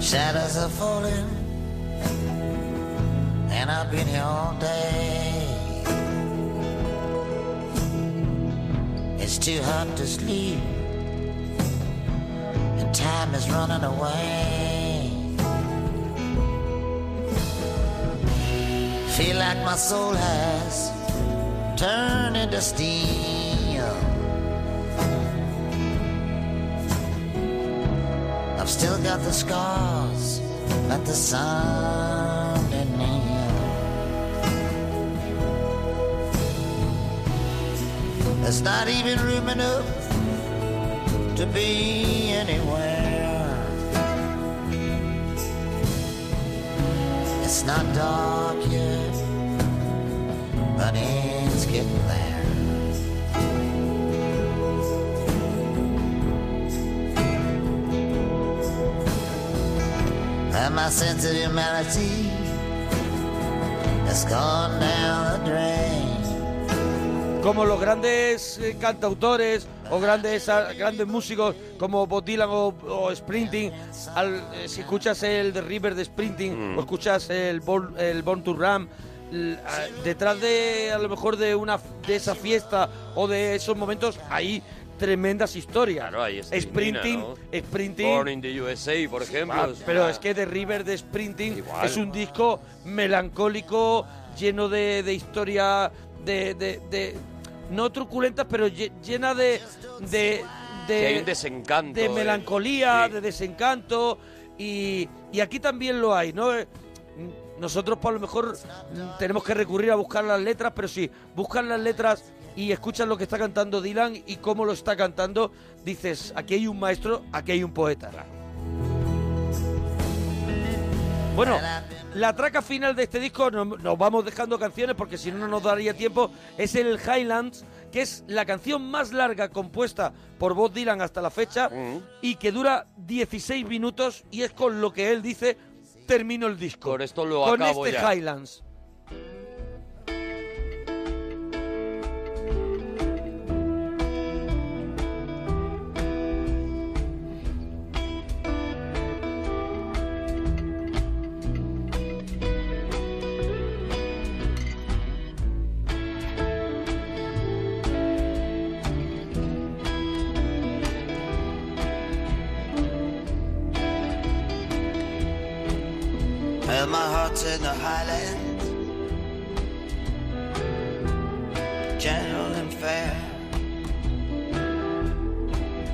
Speaker 21: Shadows are falling, and I've been here all day. It's too hot to sleep, and time is running away. Feel like my soul has turned into steel. I've still got the scars that the sun didn't heal. There's not even room enough to be anywhere. It's not dark yet, but it's getting there. And my sense of humanity has gone down the drain.
Speaker 2: Como los grandes eh, cantautores o grandes, a- grandes músicos como Bob Dylan o, o Sprinting, al- eh, si escuchas el The River de
Speaker 6: Mm.
Speaker 2: Sprinting o escuchas el Born, el Born to Ram, l- a- detrás de a lo mejor de una de esa fiesta o de esos momentos hay tremendas historias. Sprinting,
Speaker 6: Nina, ¿no?
Speaker 2: Sprinting,
Speaker 6: Born in the USA, por ejemplo.
Speaker 2: Ah,
Speaker 6: es
Speaker 2: pero
Speaker 6: una-
Speaker 2: es que The River de Sprinting
Speaker 6: Igual.
Speaker 2: es un disco melancólico, lleno de, de historia, de, de- de- no truculentas, pero lle- llena de... de, de-
Speaker 6: Que hay un desencanto,
Speaker 2: De
Speaker 6: eh.
Speaker 2: melancolía, de desencanto. Y, y aquí también lo hay, ¿no? Eh, Nosotros, por lo mejor, mm, tenemos que recurrir a buscar las letras, pero si buscan las letras y escuchas lo que está cantando Dylan y cómo lo está cantando, dices, aquí hay un maestro, aquí hay un poeta. Bueno, la traca final de este disco, no- nos vamos dejando canciones porque si no, no nos daría tiempo, es el Highlands, que es la canción más larga compuesta por Bob Dylan hasta la fecha
Speaker 6: Ah, mm.
Speaker 2: y que dura 16 minutos y es con lo que él dice, termino el disco. Con esto
Speaker 6: lo
Speaker 2: Con
Speaker 6: acabo
Speaker 2: este
Speaker 6: ya.
Speaker 2: Highlands.
Speaker 21: And my heart's in the highlands Gentle and fair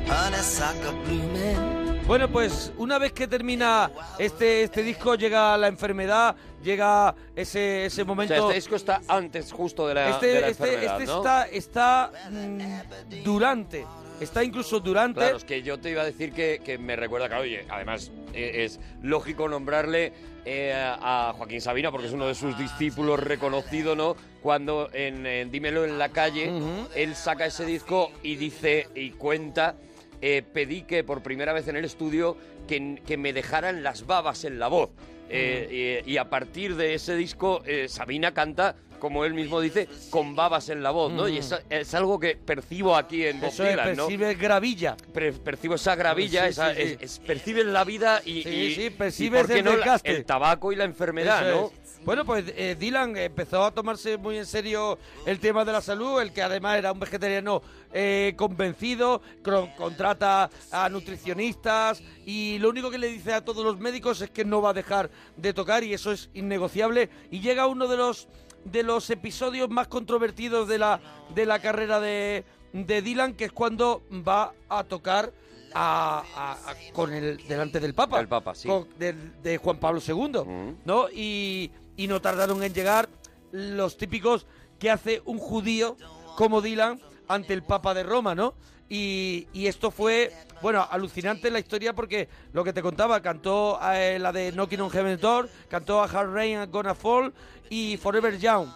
Speaker 21: Honeysuckle blooming
Speaker 2: Bueno, pues una vez que termina este, este disco, llega la enfermedad, llega ese, ese
Speaker 6: O
Speaker 2: momento...
Speaker 6: sea, este disco está antes justo de la,
Speaker 2: Este,
Speaker 6: de la
Speaker 2: este-
Speaker 6: enfermedad,
Speaker 2: este
Speaker 6: ¿no?
Speaker 2: está, está mm, durante. Está incluso durante.
Speaker 6: Claro, es que yo te iba a decir que, que me recuerda que, oye, además eh, es lógico nombrarle eh, a Joaquín Sabina porque es uno de sus discípulos reconocido, ¿no? Cuando en, en Dímelo en la calle, él saca ese disco y dice y cuenta, eh, pedí que por primera vez en el estudio que, que me dejaran las babas en la voz. Eh, y, y a partir de ese disco, eh, Sabina canta, como él mismo dice, con babas en la voz, ¿no? Y
Speaker 2: Ujú.
Speaker 6: es, es algo que percibo aquí en Bob
Speaker 2: Eso es,
Speaker 6: Dylan, ¿no?
Speaker 2: percibe gravilla.
Speaker 6: Pre- percibo esa gravilla,
Speaker 2: Sí,
Speaker 6: esa,
Speaker 2: sí, sí.
Speaker 6: es- es- percibes la vida y,
Speaker 2: Sí,
Speaker 6: y-
Speaker 2: sí,
Speaker 6: y
Speaker 2: percibes
Speaker 6: ¿por qué
Speaker 2: el
Speaker 6: no la-
Speaker 2: desgaste.
Speaker 6: el tabaco y la enfermedad,
Speaker 2: Eso
Speaker 6: ¿no?
Speaker 2: es. Bueno, pues eh, Dylan empezó a tomarse muy en serio el tema de la salud, el que además era un vegetariano eh, convencido, cro- contrata a nutricionistas y lo único que le dice a todos los médicos es que no va a dejar de tocar y eso es innegociable. Y llega uno de los de los episodios más controvertidos de la de la carrera de, de Dylan, que es cuando va a tocar a- a- a- con el delante del Papa,
Speaker 6: El Papa, sí. Mm.
Speaker 2: con- de, de Juan Pablo II, ¿no? Y, y no tardaron en llegar los típicos que hace un judío como Dylan ante el Papa de Roma, ¿no? Y, y esto fue, bueno, alucinante la historia porque lo que te contaba, cantó eh, la de Knocking on Heaven's Door, cantó a Hard Rain and Gonna Fall y Forever Young.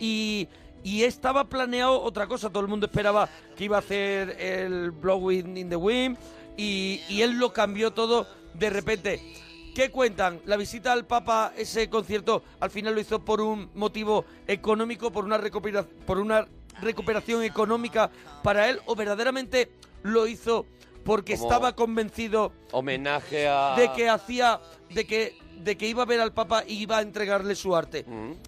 Speaker 2: Y, y estaba planeado otra cosa. Todo el mundo esperaba que iba a hacer el Blowing in the Wind. Y, y él lo cambió todo de repente. ¿Qué cuentan? La visita al Papa, ese concierto, al final lo hizo por un motivo económico, por una, recupera- por una recuperación económica para él, o verdaderamente lo hizo porque
Speaker 6: Como-
Speaker 2: estaba convencido
Speaker 6: Homenaje a...
Speaker 2: de que hacía de que de que iba a ver al Papa y iba a entregarle su arte.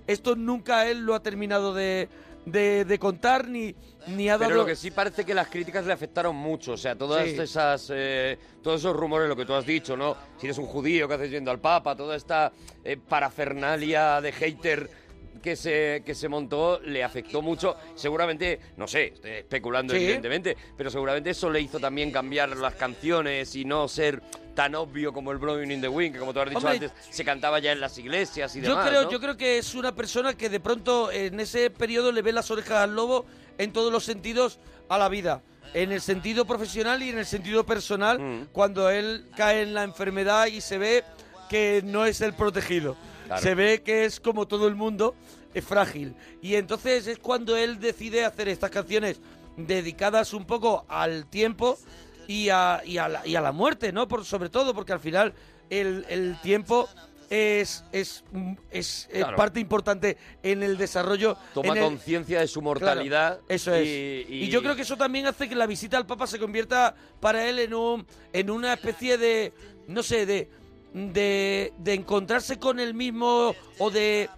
Speaker 2: Esto nunca él lo ha terminado de, de- de contar ni, ni ha dado.
Speaker 6: Pero lo que sí parece que las críticas le afectaron mucho, o sea, todas
Speaker 2: Sí.
Speaker 6: esas, eh, todos esos rumores, lo que tú has dicho, ¿no? Si eres un judío, que haces yendo al Papa? Toda esta eh, parafernalia de hater que se, que se montó le afectó mucho. Seguramente, no sé, estoy especulando
Speaker 2: Sí.
Speaker 6: evidentemente, pero seguramente eso le hizo también cambiar las canciones y no ser tan obvio como el Blowing in the Wind, que como tú has dicho
Speaker 2: Hombre,
Speaker 6: antes, se cantaba ya en las iglesias y
Speaker 2: yo
Speaker 6: demás,
Speaker 2: creo,
Speaker 6: ¿no?
Speaker 2: yo creo que es una persona que de pronto en ese periodo le ve las orejas al lobo en todos los sentidos a la vida. En el sentido profesional y en el sentido personal, cuando él cae en la enfermedad y se ve que no es el protegido.
Speaker 6: Claro.
Speaker 2: Se ve que es como todo el mundo, es frágil. Y entonces es cuando él decide hacer estas canciones dedicadas un poco al tiempo y a, y a la, y a la muerte, ¿no? Por, sobre todo, porque al final el, el tiempo es, es, es, es
Speaker 6: Claro.
Speaker 2: eh, parte importante en el desarrollo.
Speaker 6: Toma
Speaker 2: en el-
Speaker 6: conciencia de su mortalidad.
Speaker 2: Claro, eso es.
Speaker 6: y-
Speaker 2: Y, yo creo que eso también hace que la visita al Papa se convierta para él en un en una especie de no sé de de, de encontrarse con él mismo o de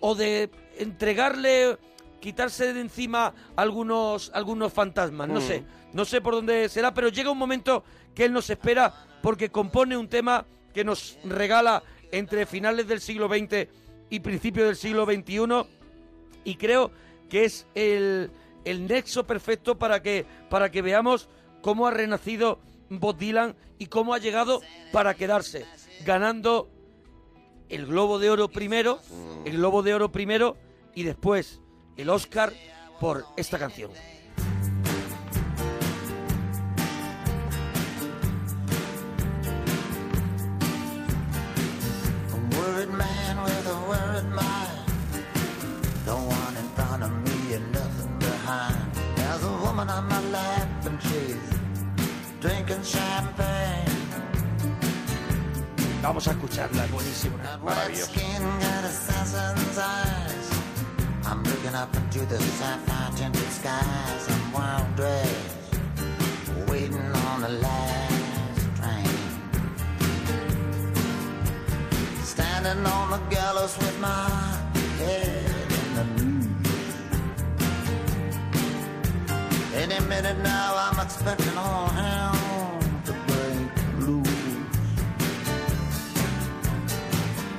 Speaker 2: o de entregarle quitarse de encima algunos algunos fantasmas no
Speaker 6: Mm.
Speaker 2: sé no sé por dónde será pero llega un momento que él nos espera porque compone un tema que nos regala entre finales del siglo XX y principios del siglo XXI y creo que es el, el nexo perfecto para que, para que veamos cómo ha renacido Bob Dylan y cómo ha llegado para quedarse, ganando el Globo de Oro primero, el Globo de Oro primero y después el Oscar por esta canción.
Speaker 21: behind. There's a woman on my lap and she's drinking champagne.
Speaker 6: Vamos a escucharla, es buenísima.
Speaker 21: White
Speaker 6: Maravilloso.
Speaker 21: skin got assassin's eyes. I'm looking up into the sapphire tinted skies. I'm wild dressed, waiting on the last train. Standing on the gallows with my head in the news. Any minute now, I'm expecting all hell to break loose.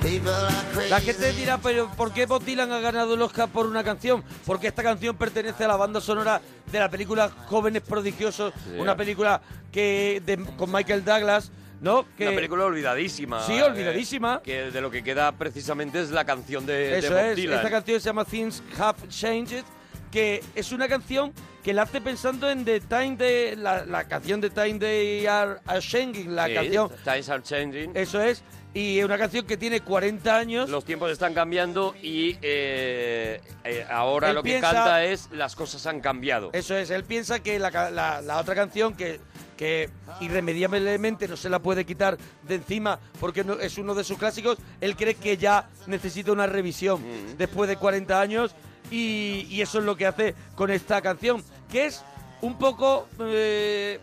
Speaker 21: People are crazy.
Speaker 2: La gente dirá, pero ¿por qué Bob Dylan ha ganado el Oscar por una canción? Porque esta canción pertenece a la banda sonora de la película Jóvenes Prodigiosos,
Speaker 6: Sí.
Speaker 2: una película que de- con Michael Douglas, ¿no? Que,
Speaker 6: Una película olvidadísima.
Speaker 2: Sí,
Speaker 6: eh,
Speaker 2: olvidadísima.
Speaker 6: que de lo que queda precisamente es la canción de, de
Speaker 2: Eso
Speaker 6: Bob
Speaker 2: es,
Speaker 6: Dylan.
Speaker 2: esta canción se llama Things Have Changed, que es una canción que la hace pensando en The Time de la, la canción de Time They Are a Changing, la
Speaker 6: Sí,
Speaker 2: canción.
Speaker 6: Times are changing.
Speaker 2: Eso es, y es una canción que tiene 40 años.
Speaker 6: Los tiempos están cambiando y eh, eh, ahora
Speaker 2: Él
Speaker 6: lo que
Speaker 2: piensa-
Speaker 6: canta es las cosas han cambiado.
Speaker 2: Eso es, él piensa que la, ca- la- la otra canción que, que irremediablemente no se la puede quitar de encima porque no- es uno de sus clásicos, él cree que ya necesita una revisión después de 40 años y, y eso es lo que hace con esta canción, que es un poco, eh,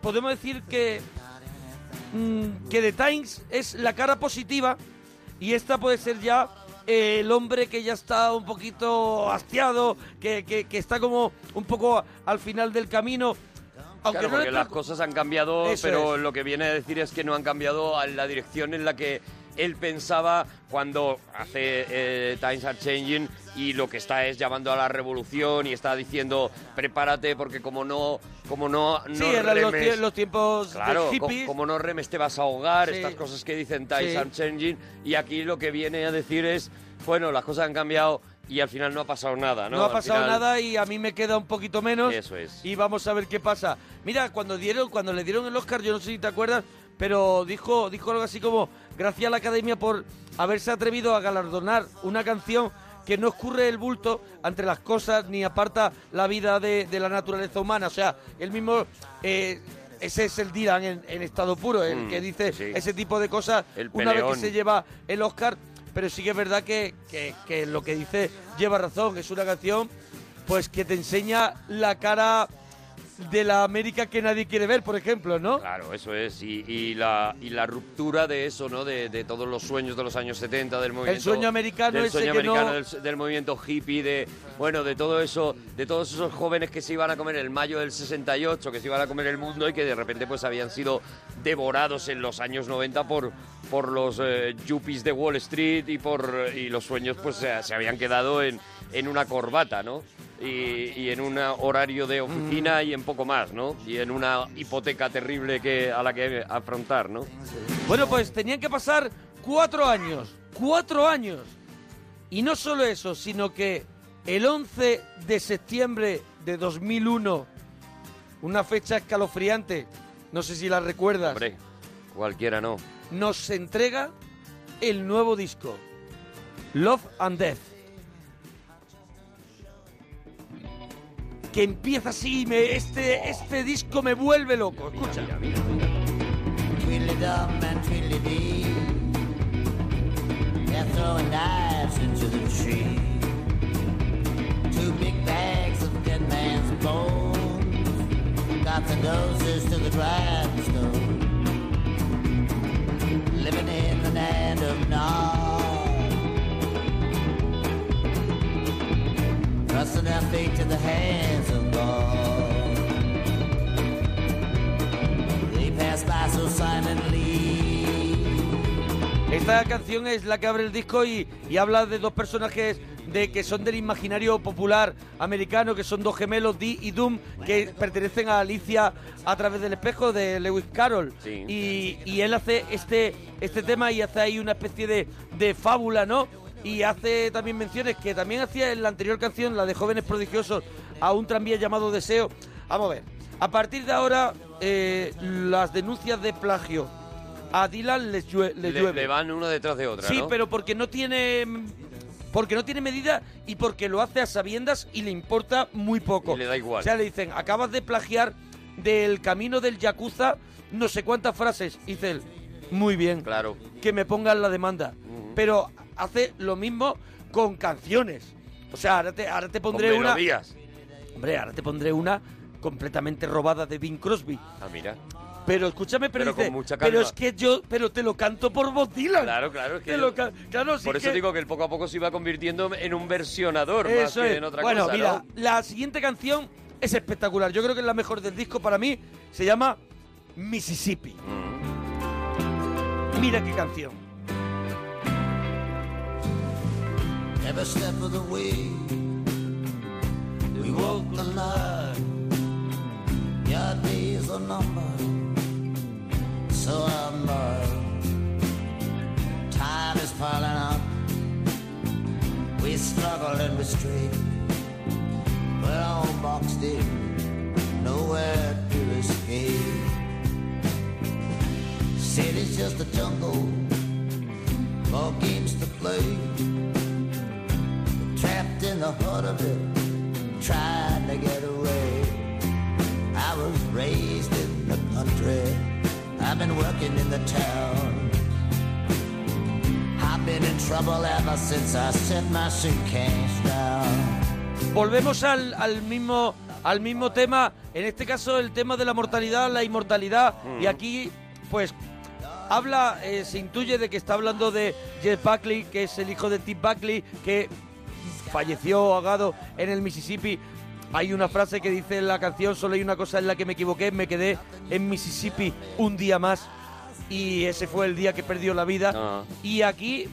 Speaker 2: podemos decir que, mm, que The Times es la cara positiva y esta puede ser ya eh, el hombre que ya está un poquito hastiado, que, que- que está como un poco al final del camino. Aunque
Speaker 6: claro,
Speaker 2: no le
Speaker 6: porque las
Speaker 2: preocu-
Speaker 6: cosas han cambiado,
Speaker 2: Eso
Speaker 6: pero
Speaker 2: es.
Speaker 6: lo que viene a decir es que no han cambiado a la dirección en la que él pensaba cuando hace eh, Times Are Changing y lo que está es llamando a la revolución y está diciendo prepárate porque como no como no, no
Speaker 2: Sí, eran los,
Speaker 6: remes-
Speaker 2: tie- los tiempos
Speaker 6: Claro,
Speaker 2: de
Speaker 6: co-
Speaker 2: hippies.
Speaker 6: como no remes te vas a ahogar,
Speaker 2: Sí.
Speaker 6: estas cosas que dicen Times
Speaker 2: Sí.
Speaker 6: are changing, y aquí lo que viene a decir es, bueno, las cosas han cambiado y al final no ha pasado nada, ¿no?
Speaker 2: No ha
Speaker 6: Al
Speaker 2: pasado
Speaker 6: final-
Speaker 2: nada y a mí me queda un poquito menos.
Speaker 6: Eso es.
Speaker 2: Y vamos a ver qué pasa. Mira, cuando dieron, cuando le dieron el Oscar, yo no sé si te acuerdas, pero dijo, dijo algo así como gracias a la Academia por haberse atrevido a galardonar una canción que no escurre el bulto entre las cosas ni aparta la vida de, de la naturaleza humana. O sea, él mismo eh, ese es el Dylan en, en estado puro, el
Speaker 6: Mm,
Speaker 2: que dice
Speaker 6: sí.
Speaker 2: ese tipo de cosas
Speaker 6: El
Speaker 2: una vez que
Speaker 6: peleón.
Speaker 2: se lleva el Oscar, pero sí que es verdad que, que- que lo que dice lleva razón, es una canción pues que te enseña la cara de la América que nadie quiere ver, por ejemplo, ¿no?
Speaker 6: Claro, eso es, y, y la, y la ruptura de eso, ¿no? De, de todos los sueños de los años 70, del movimiento...
Speaker 2: sueño americano
Speaker 6: del
Speaker 2: ese
Speaker 6: sueño
Speaker 2: que no-
Speaker 6: americano, del, del movimiento hippie, de, bueno, de todo eso, de todos esos jóvenes que se iban a comer el mayo del 68, que se iban a comer el mundo y que de repente pues habían sido devorados en los años 90 por, por los eh, yuppies de Wall Street y por y los sueños pues se, se habían quedado en, en una corbata, ¿no? Y, y en un horario de
Speaker 2: Mm.
Speaker 6: oficina y en poco más, ¿no? Y en una hipoteca terrible que, a la que afrontar, ¿no?
Speaker 2: Bueno, pues tenían que pasar cuatro años, cuatro años. Y no solo eso, sino que el 11 de septiembre de 2001, una fecha escalofriante, no sé si la recuerdas,
Speaker 6: Hombre, cualquiera no.
Speaker 2: nos entrega el nuevo disco, Love and Death. Que empieza así, me, este, este disco me vuelve loco. Escucha.
Speaker 21: Tweedledum and Tweedledee. They're throwing knives into the tree. Two big bags of dead man's bones. Got the noses to the grindstone. Living in the land of Nod. Trusting our fate to the hands of God. They pass by so silently.
Speaker 2: Esta canción es la que abre el disco y, y habla de dos personajes de que son del imaginario popular americano, que son dos gemelos, Dee y Doom, que pertenecen a Alicia a través del espejo de Lewis Carroll. Y, y él hace este, este tema y hace ahí una especie de, de fábula, ¿no? Y hace también menciones que también hacía en la anterior canción, la de Jóvenes Prodigiosos, a un tranvía llamado Deseo. Vamos a ver, a partir de ahora, eh, las denuncias de plagio a Dylan les llue- le
Speaker 6: Le,
Speaker 2: llueve.
Speaker 6: le van uno detrás de otra,
Speaker 2: Sí,
Speaker 6: ¿no?
Speaker 2: pero porque no tiene mm, porque no tiene medida y porque lo hace a sabiendas y le importa muy poco. le da igual. O sea, le dicen, acabas de plagiar del camino del Yakuza no sé cuántas frases. Y dice él, muy bien, claro. que me pongan la demanda. Pero hace lo mismo con canciones. O sea, ahora te, ahora te pondré una...
Speaker 6: melodías.
Speaker 2: Hombre, ahora te pondré una completamente robada de Bing Crosby.
Speaker 6: Ah, mira.
Speaker 2: Pero escúchame, pero,
Speaker 6: Pero con
Speaker 2: dice,
Speaker 6: mucha calma.
Speaker 2: pero es que yo, pero te lo canto por Bob Dylan.
Speaker 6: Claro, claro. es que
Speaker 2: Te
Speaker 6: yo-
Speaker 2: lo ca- claro, sí
Speaker 6: por eso
Speaker 2: que-
Speaker 6: digo que el poco a poco se iba convirtiendo en un versionador más
Speaker 2: Eso
Speaker 6: que
Speaker 2: es.
Speaker 6: en otra
Speaker 2: bueno,
Speaker 6: cosa. ¿no?
Speaker 2: mira, la siguiente canción es espectacular. Yo creo que es la mejor del disco para mí. Se llama Mississippi.
Speaker 6: Mm.
Speaker 2: Mira qué canción.
Speaker 21: Every step of the way, we walk the line. Your days are numbered, so are mine. Time is piling up. We struggle and we stray. We're all boxed in, nowhere to escape. City's just a jungle, more games to play trapped in the hood of it, trying to get away. I was raised in the country, I've been working in the town. I've been in trouble ever since I set my suitcase down.
Speaker 2: Volvemos al, al mismo al mismo tema. En este caso, el tema de la mortalidad, la inmortalidad.
Speaker 6: Mm.
Speaker 2: Y aquí, pues, habla, eh, se intuye de que está hablando de Jeff Buckley, que es el hijo de Tim Buckley, que falleció ahogado en el Mississippi. Hay una frase que dice en la canción, solo hay una cosa en la que me equivoqué, me quedé en Mississippi un día más y ese fue el día que perdió la vida.
Speaker 6: Ah.
Speaker 2: Y aquí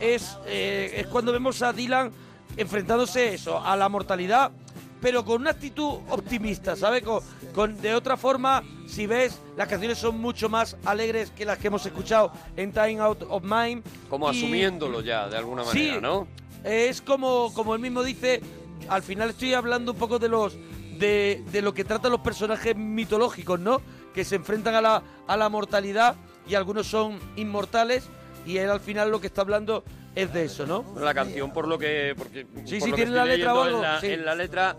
Speaker 2: es, eh, es cuando vemos a Dylan enfrentándose eso, a la mortalidad, pero con una actitud optimista, ¿sabes? Con, con- de otra forma, si ves, las canciones son mucho más alegres que las que hemos escuchado en Time Out of Mind.
Speaker 6: Como
Speaker 2: Y-
Speaker 6: asumiéndolo ya, de alguna manera,
Speaker 2: sí,
Speaker 6: ¿no?
Speaker 2: Es como, como él mismo dice, al final estoy hablando un poco de los de, de lo que tratan los personajes mitológicos, ¿no? Que se enfrentan a la, a la mortalidad y algunos son inmortales y él al final lo que está hablando es de eso, ¿no?
Speaker 6: Bueno, la canción por lo que porque
Speaker 2: Sí, sí,
Speaker 6: por lo que
Speaker 2: tiene
Speaker 6: estoy
Speaker 2: la letra
Speaker 6: leyendo
Speaker 2: o algo,
Speaker 6: en la,
Speaker 2: sí.
Speaker 6: en la letra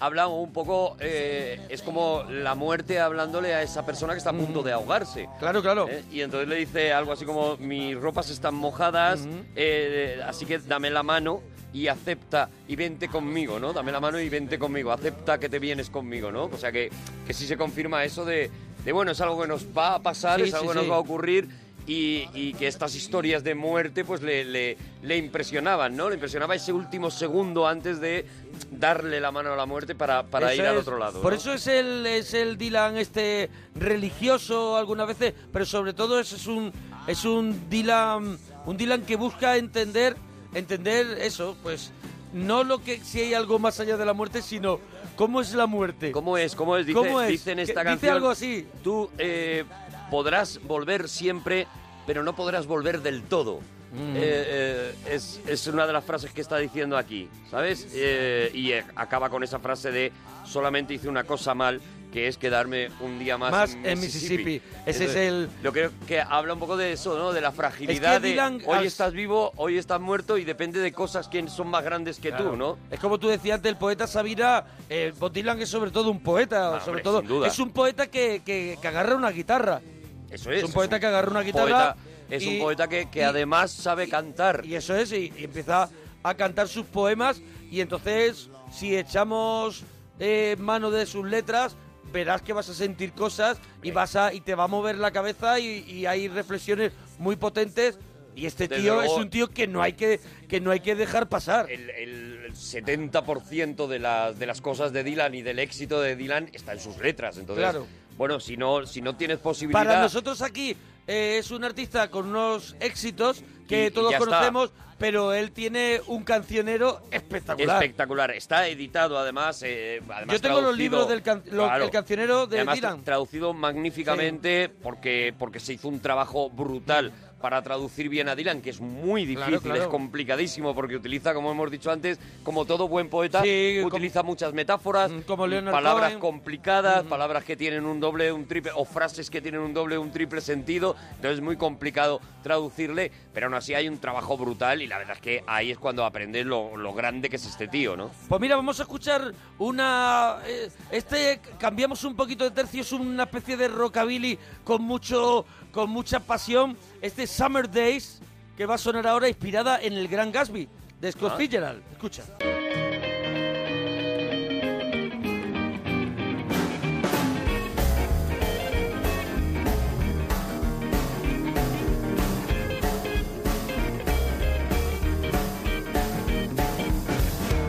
Speaker 6: habla un poco eh, es como la muerte hablándole a esa persona que está a punto de ahogarse Eh,
Speaker 2: claro claro
Speaker 6: y entonces le dice algo así como mis ropas están mojadas eh, así que dame la mano y acepta y vente conmigo no dame la mano y vente conmigo acepta que te vienes conmigo no o sea que que sí se confirma eso de, de, bueno es algo que nos va a pasar
Speaker 2: Sí,
Speaker 6: es algo
Speaker 2: sí,
Speaker 6: que
Speaker 2: sí.
Speaker 6: nos va a ocurrir y, y que estas historias de muerte pues le, le- le impresionaban, ¿no? Le impresionaba ese último segundo antes de darle la mano a la muerte para, para
Speaker 2: Eso
Speaker 6: ir al
Speaker 2: es.
Speaker 6: otro lado.
Speaker 2: Por
Speaker 6: ¿no?
Speaker 2: eso es el, es el Dylan este religioso algunas veces, pero sobre todo es, es un es un Dylan un Dylan que busca entender entender eso, pues no lo que si hay algo más allá de la muerte, sino cómo es la muerte.
Speaker 6: ¿Cómo es? ¿Cómo es? Dice, dice en esta
Speaker 2: Que-
Speaker 6: canción.
Speaker 2: Dice algo así.
Speaker 6: Tú eh, podrás volver siempre, pero no podrás volver del todo.
Speaker 2: Mm.
Speaker 6: Eh, eh, es, es una de las frases que está diciendo aquí, ¿sabes? Eh, y eh, acaba con esa frase de solamente hice una cosa mal, que es quedarme un día más,
Speaker 2: Más
Speaker 6: en
Speaker 2: en
Speaker 6: Mississippi.
Speaker 2: Mississippi. Ese es el-
Speaker 6: Yo creo que habla un poco de eso, ¿no? De la fragilidad de
Speaker 2: Dylan
Speaker 6: hoy
Speaker 2: al-
Speaker 6: estás vivo, hoy estás muerto y depende de cosas que son más grandes que
Speaker 2: Claro.
Speaker 6: tú, ¿no?
Speaker 2: Es como tú decías del poeta Sabina, eh, Bob Dylan es sobre todo un poeta,
Speaker 6: Ah,
Speaker 2: sobre
Speaker 6: hombre,
Speaker 2: todo
Speaker 6: sin duda.
Speaker 2: es un poeta que, que- que agarra una guitarra.
Speaker 6: Eso es.
Speaker 2: un poeta que agarra una guitarra.
Speaker 6: poeta- es un
Speaker 2: y-
Speaker 6: poeta que, que
Speaker 2: y-
Speaker 6: además sabe cantar.
Speaker 2: Y eso es, y, y empieza a cantar sus poemas y entonces si echamos eh, mano de sus letras verás que vas a sentir cosas y vas a y te va a mover la cabeza y, y hay reflexiones muy potentes y este
Speaker 6: Desde
Speaker 2: tío
Speaker 6: luego-
Speaker 2: es un tío que no hay que que no hay que dejar pasar
Speaker 6: el, el 70% de las, de las cosas de Dylan y del éxito de Dylan está en sus letras. Entonces,
Speaker 2: Claro.
Speaker 6: bueno, si no, si no tienes posibilidad...
Speaker 2: para nosotros aquí eh, es un artista con unos éxitos que
Speaker 6: Y- y
Speaker 2: todos
Speaker 6: ya está.
Speaker 2: conocemos pero él tiene un cancionero espectacular
Speaker 6: espectacular. Está editado, además. eh, además
Speaker 2: Yo tengo los
Speaker 6: traducido-
Speaker 2: libros del can- lo-
Speaker 6: Claro.
Speaker 2: el cancionero de
Speaker 6: Además,
Speaker 2: Dylan.
Speaker 6: Traducido magníficamente porque, porque se hizo un trabajo brutal. para traducir bien a Dylan, que es muy difícil,
Speaker 2: Claro, claro.
Speaker 6: es complicadísimo, porque utiliza, como hemos dicho antes, como todo buen poeta, utiliza muchas metáforas,
Speaker 2: Mm, Leonard
Speaker 6: palabras
Speaker 2: Cohen. Mm.
Speaker 6: complicadas, palabras que tienen un doble, un triple, o frases que tienen un doble, un triple sentido, entonces es muy complicado traducirle, pero aún así hay un trabajo brutal y la verdad es que ahí es cuando aprendes lo, lo grande que es este tío, ¿no?
Speaker 2: Pues mira, vamos a escuchar una... eh, Este, cambiamos un poquito de tercio, es una especie de rockabilly con, mucho, con mucha pasión. Este Summer Days, que va a sonar ahora inspirada en el Gran Gatsby, de Scott
Speaker 6: Ah.
Speaker 2: Fitzgerald. Escucha.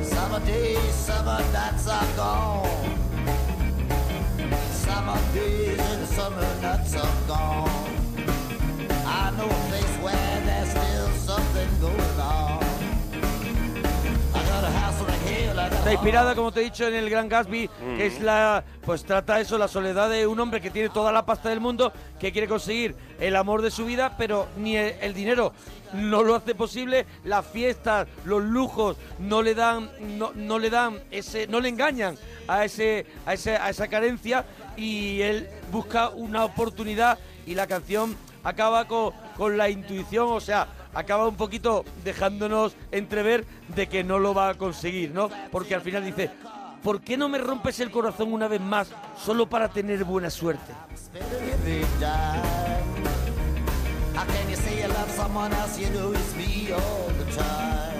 Speaker 21: Summer days, summer nights are gone. Summer days and summer nights are gone. I know a place where there's still something going on. I got a house on a hill. I got
Speaker 2: Está inspirada, como te he dicho, en el Gran Gatsby, que es la. Pues trata eso, la soledad de un hombre que tiene toda la pasta del mundo, que quiere conseguir el amor de su vida, pero ni el, el dinero no lo hace posible, las fiestas, los lujos, no le dan, no, no le dan ese, no le engañan a ese, a ese, a esa carencia, y él busca una oportunidad y la canción acaba co- con la intuición, o sea, acaba un poquito dejándonos entrever de que no lo va a conseguir, ¿no? Porque al final dice, ¿por qué no me rompes el corazón una vez más solo para tener buena suerte?
Speaker 21: every dime. How can you say you love someone else? You know it's me all the time.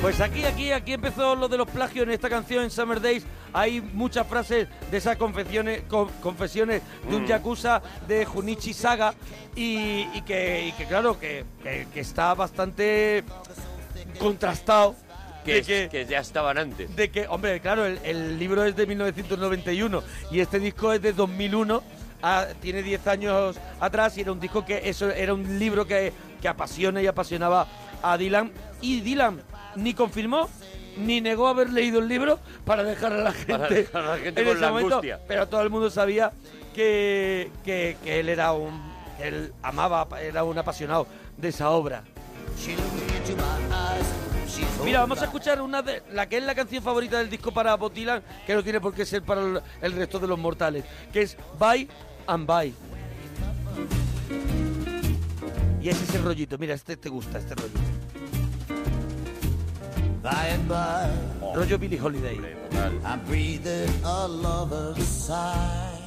Speaker 2: Pues aquí, aquí, aquí empezó lo de los plagios en esta canción, en Summer Days. Hay muchas frases de esas confesiones, co- confesiones de un
Speaker 6: Mm.
Speaker 2: yakuza de Junichi Saga y, y que, y que, claro, que, que- que está bastante contrastado.
Speaker 6: Que,
Speaker 2: de
Speaker 6: es- que ya estaban antes.
Speaker 2: de que, hombre, claro, el, el libro es de 1991 y este disco es de 2001, ah, tiene 10 años atrás y era un disco que eso era un libro que, que apasiona y apasionaba a Dylan y Dylan ni confirmó ni negó haber leído el libro para dejar a la gente,
Speaker 6: dejar a la gente
Speaker 2: en
Speaker 6: con
Speaker 2: ese
Speaker 6: la
Speaker 2: momento,
Speaker 6: angustia.
Speaker 2: pero todo el mundo sabía que, que- que él era un él amaba, era un apasionado de esa obra.
Speaker 21: She looked into my eyes. She's
Speaker 2: Mira,
Speaker 21: holding
Speaker 2: vamos a escuchar una de la que es la canción favorita del disco para Bob Dylan, que no tiene por qué ser para el, el resto de los mortales, que es Bye and Bye. Y es ese rollito, mira, este te gusta, este rollito.
Speaker 21: By and by,
Speaker 2: Rollo Billy Holiday.
Speaker 21: I'm breathing a lover's sigh.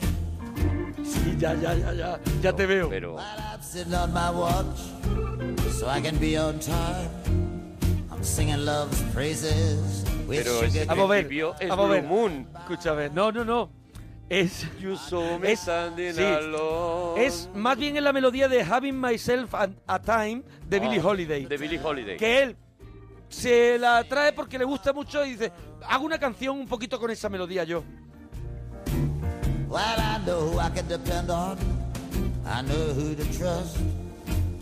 Speaker 2: Sí, ya, ya, ya, ya, ya te veo.
Speaker 6: Pero...
Speaker 21: I'm sitting on my watch so I can be on time. I'm singing love's praises with
Speaker 2: Pero
Speaker 21: sugar.
Speaker 2: ese Vamos a ver, principio es vamos a ver. Blue Escúchame, no, no, no. Es.
Speaker 6: me
Speaker 2: es,
Speaker 6: standing
Speaker 2: sí,
Speaker 6: alone.
Speaker 2: es más bien en la melodía de Having Myself a, a Time de Billie
Speaker 6: Ah,
Speaker 2: Holiday.
Speaker 6: De Billie Holiday.
Speaker 2: que él se la trae porque le gusta mucho y dice, hago una canción un poquito con esa melodía yo.
Speaker 21: Well, I know who I can depend on. I know who to trust.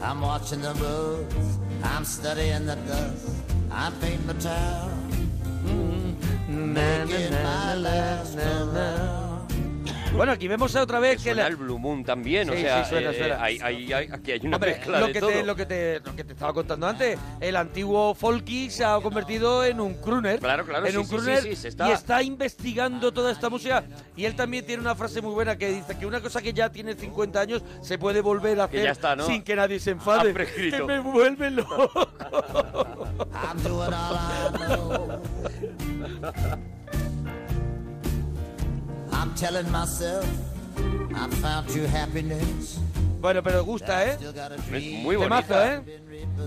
Speaker 21: I'm watching the roads. I'm studying the dust. I'm painting the town.
Speaker 2: Mm-hmm.
Speaker 21: Making my last around.
Speaker 2: Bueno, aquí vemos otra vez que,
Speaker 6: Suena
Speaker 2: la-
Speaker 6: el Blue Moon también, o
Speaker 2: Sí,
Speaker 6: sea,
Speaker 2: sí, suena,
Speaker 6: eh,
Speaker 2: suena.
Speaker 6: hay- hay- hay- aquí hay una
Speaker 2: Hombre,
Speaker 6: mezcla
Speaker 2: lo
Speaker 6: de
Speaker 2: que,
Speaker 6: todo.
Speaker 2: te, lo, que te, lo que te estaba contando antes, el antiguo folky se ha convertido en un crooner.
Speaker 6: Claro, claro,
Speaker 2: En
Speaker 6: sí,
Speaker 2: un
Speaker 6: sí, sí,
Speaker 2: crooner
Speaker 6: sí, se está-
Speaker 2: y está investigando toda esta música. Y él también tiene una frase muy buena que dice que una cosa que ya tiene 50 años se puede volver a
Speaker 6: Que
Speaker 2: hacer
Speaker 6: ya está, ¿no?
Speaker 2: sin que nadie se enfade.
Speaker 6: Ha prescrito.
Speaker 2: Que me vuelve loco.
Speaker 21: I'm doing all I know. I'm telling myself I found true happiness.
Speaker 2: Bueno, pero gusta, ¿eh?
Speaker 21: muy
Speaker 2: Temazo,
Speaker 21: bonita.
Speaker 2: ¿eh?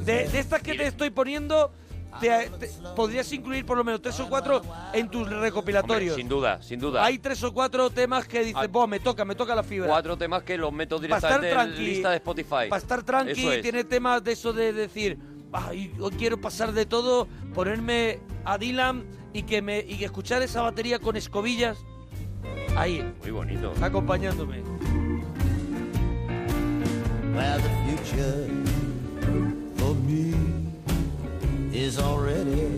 Speaker 2: De, de estas que te estoy poniendo, te- te- podrías incluir por lo menos tres o cuatro en tus recopilatorios.
Speaker 6: Sin duda, sin duda. Ah.
Speaker 2: Hay tres o cuatro temas que dices, vos, me toca, me toca la fibra.
Speaker 6: cuatro temas que los meto
Speaker 2: Para estar
Speaker 6: directamente en la
Speaker 2: tranqui.
Speaker 6: lista de Spotify.
Speaker 2: Para estar tranqui,
Speaker 6: Eso es.
Speaker 2: tiene temas de eso de decir, "Ay, hoy quiero pasar de todo, ponerme a Dylan y que me y que escuchar esa batería con escobillas. Ahí,
Speaker 6: Muy bonito.
Speaker 2: acompañándome.
Speaker 21: Well, the future for me is already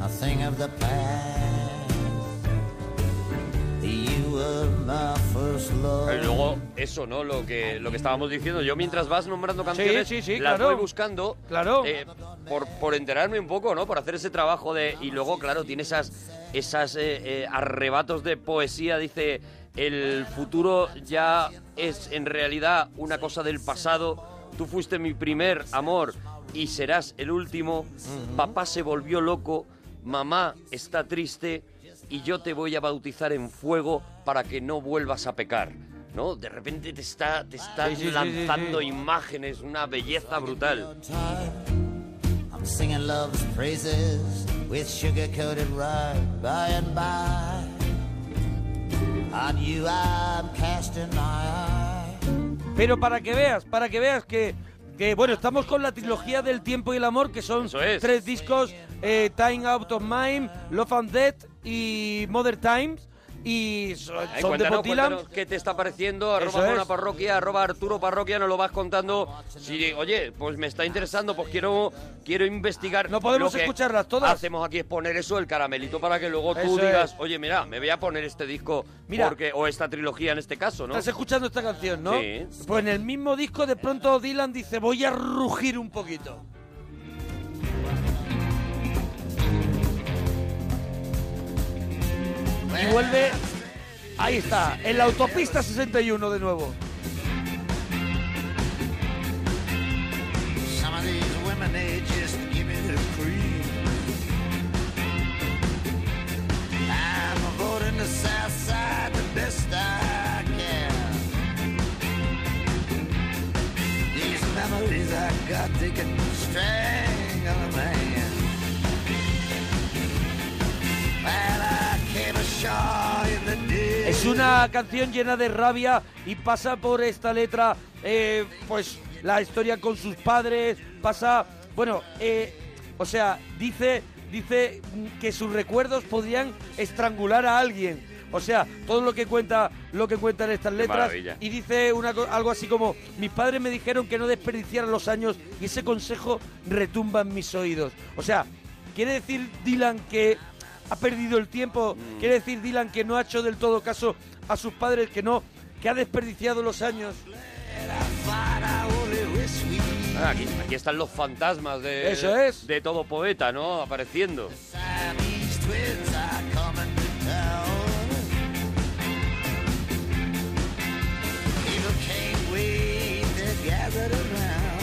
Speaker 21: a thing of the past.
Speaker 6: eso, ¿no? Lo que, lo que estábamos diciendo. Yo mientras vas nombrando canciones,
Speaker 2: sí, sí,
Speaker 6: las
Speaker 2: claro.
Speaker 6: voy buscando.
Speaker 2: Claro.
Speaker 6: eh, por, por enterarme un poco, ¿no? Por hacer ese trabajo de. Y luego, claro, tiene esas, esas eh, eh, arrebatos de poesía. Dice: el futuro ya es en realidad una cosa del pasado. Tú fuiste mi primer amor y serás el último. Papá se volvió loco. Mamá está triste y yo te voy a bautizar en fuego para que no vuelvas a pecar. ¿No? De repente te está te están
Speaker 21: Sí, sí, sí, sí,
Speaker 6: lanzando
Speaker 21: sí.
Speaker 6: imágenes, una belleza brutal.
Speaker 21: I'm singing love's praises with sugar coated rhyme by and by. On you I'm casting my eye.
Speaker 2: Pero para que veas, para que veas que, que, bueno, estamos con la trilogía del tiempo y el amor, que son tres discos, eh, Time Out of Mind, Love and Death y Mother Times, y so- son,
Speaker 6: Ay,
Speaker 2: de
Speaker 6: cuéntanos,
Speaker 2: Bob Dylan.
Speaker 6: cuéntanos qué te está pareciendo,
Speaker 2: Eso
Speaker 6: arroba
Speaker 2: es.
Speaker 6: una parroquia, arroba Arturo Parroquia, nos lo vas contando. Si, oye, pues me está interesando, pues quiero, quiero investigar. No
Speaker 2: podemos escucharlas todas.
Speaker 6: Hacemos aquí es poner eso, el caramelito, para que luego tú
Speaker 2: Eso es.
Speaker 6: digas, oye, mira, me voy a poner este disco,
Speaker 2: Mira.
Speaker 6: porque, o esta trilogía en este caso, ¿no?
Speaker 2: Estás escuchando esta canción, ¿no?
Speaker 6: Sí.
Speaker 2: Pues en el mismo disco de pronto Dylan dice, voy a rugir un poquito. Y vuelve, ahí está, en la autopista 61 de nuevo.
Speaker 21: Some of these women, they just give me the creep. I'm voting the South Side the best I can. These memories I got, they can strangle a man. Well, I came ashore in the day.
Speaker 2: Es una canción llena de rabia y pasa por esta letra, eh, pues la historia con sus padres, pasa, bueno, eh, o sea, dice, dice mm, que sus recuerdos podrían estrangular a alguien. O sea, todo lo que cuenta, lo que cuentan estas letras
Speaker 6: maravilla.
Speaker 2: y dice una, co- algo así como mis padres me dijeron que no desperdiciaran los años y ese consejo retumba en mis oídos. O sea, quiere decir Dylan que ha perdido el tiempo, quiere decir Dylan que no ha hecho del todo caso a sus padres, que no, que ha desperdiciado los años.
Speaker 6: Ah, aquí, aquí están los fantasmas de,
Speaker 2: Eso es.
Speaker 6: de todo poeta, ¿no? Apareciendo.
Speaker 21: These twins are coming down. People can't wait, they're gathered around.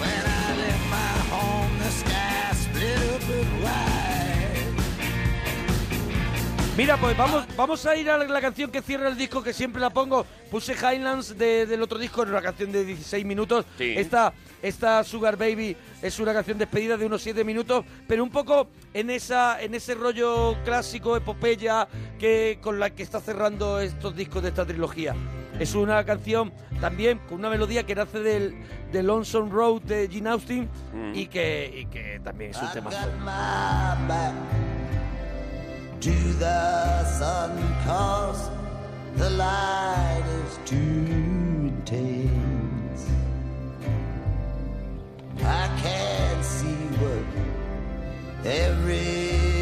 Speaker 21: When I left my home, the sky split open wide.
Speaker 2: Mira, pues vamos, vamos a ir a la canción que cierra el disco, que siempre la pongo. Puse Highlands de- del otro disco, era una canción de 16 minutos.
Speaker 6: Sí.
Speaker 2: Esta, esta Sugar Baby es una canción despedida de unos 7 minutos, pero un poco en, esa, en ese rollo clásico, epopeya, que, con la que está cerrando estos discos de esta trilogía. Es una canción también con una melodía que nace del, del Lonesome Road de Gene Austin y, que, y que también es un tema.
Speaker 21: my back to the sun cause the light is too intense I can't see what everybody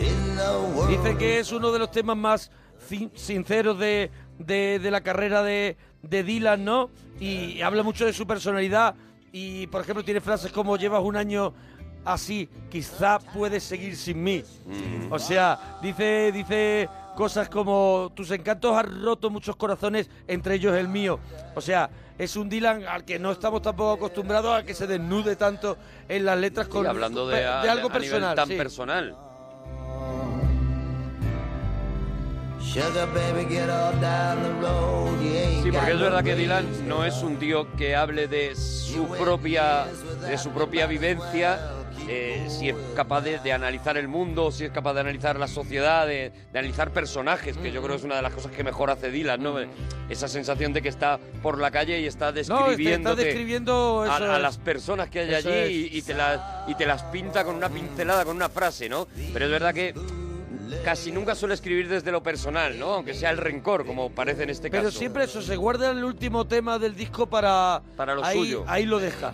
Speaker 21: in the world
Speaker 2: Dice que es uno de los temas más cin- sinceros de, de- de la carrera de, de Dylan, ¿no? Y habla mucho de su personalidad y, por ejemplo, tiene frases como llevas un año así, quizá puedes seguir sin mí.
Speaker 6: Mm.
Speaker 2: O sea, dice, dice cosas como tus encantos han roto muchos corazones, entre ellos el mío. O sea, es un Dylan al que no estamos tampoco acostumbrados a que se desnude tanto en las letras con
Speaker 6: Y hablando de,
Speaker 2: pe-
Speaker 6: a-
Speaker 2: algo
Speaker 6: a nivel
Speaker 2: personal.
Speaker 6: tan
Speaker 2: sí.
Speaker 6: personal.
Speaker 21: Sugar baby get all down the road you ain't
Speaker 6: Sí, porque
Speaker 21: got
Speaker 6: es
Speaker 21: no
Speaker 6: verdad que
Speaker 21: reason.
Speaker 6: Dylan no es un tío que hable de su propia, de su propia vivencia, eh, si es capaz de, de analizar el mundo, si es capaz de analizar la sociedad, de, de analizar personajes, que yo creo es una de las cosas que mejor hace Dylan, ¿no? Esa sensación de que está por la calle y Mm. está
Speaker 2: No, está-
Speaker 6: describiendo
Speaker 2: está describiendo
Speaker 6: a,
Speaker 2: eso
Speaker 6: a
Speaker 2: es.
Speaker 6: las personas que hay
Speaker 2: Eso
Speaker 6: allí y, y te las, y te las pinta con una pincelada, con una frase, ¿no? Pero es verdad que casi nunca suele escribir desde lo personal, ¿no? Aunque sea el rencor, como parece en este
Speaker 2: Pero
Speaker 6: caso.
Speaker 2: siempre eso, se guarda el último tema del disco para...
Speaker 6: Para lo
Speaker 2: ahí,
Speaker 6: suyo. Mm.
Speaker 2: Ahí lo deja.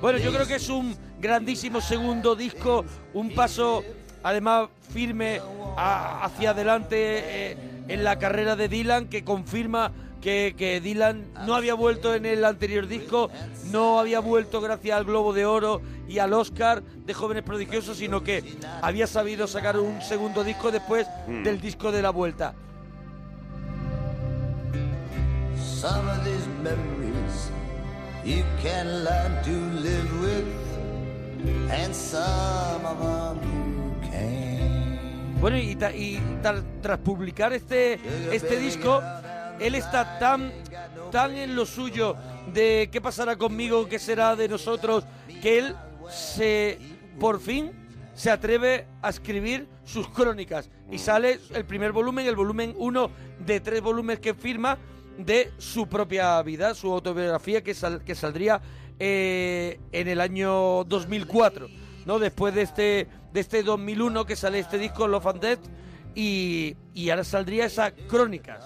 Speaker 2: Bueno, yo creo que es un grandísimo segundo disco, un paso además firme a- hacia adelante eh, en la carrera de Dylan, que confirma que, que Dylan no había vuelto en el anterior disco, no había vuelto gracias al Globo de Oro y al Oscar de Jóvenes Prodigiosos, sino que había sabido sacar un segundo disco después
Speaker 8: Mm.
Speaker 2: del disco de la vuelta.
Speaker 22: Some of these memories you can learn to live with, and some of them you can't.
Speaker 2: Bueno, y, ta- y tal- tras publicar este, este disco, él está tan, tan en lo suyo de qué pasará conmigo, qué será de nosotros, que él se, por fin, se atreve a escribir sus crónicas. Y sale el primer volumen, el volumen uno de tres volúmenes que firma de su propia vida, su autobiografía que, sal- que saldría eh, en el año 2004. ¿no? Después de este, de este 2001 que sale este disco, Love and Death, y, y ahora saldría esa Crónicas.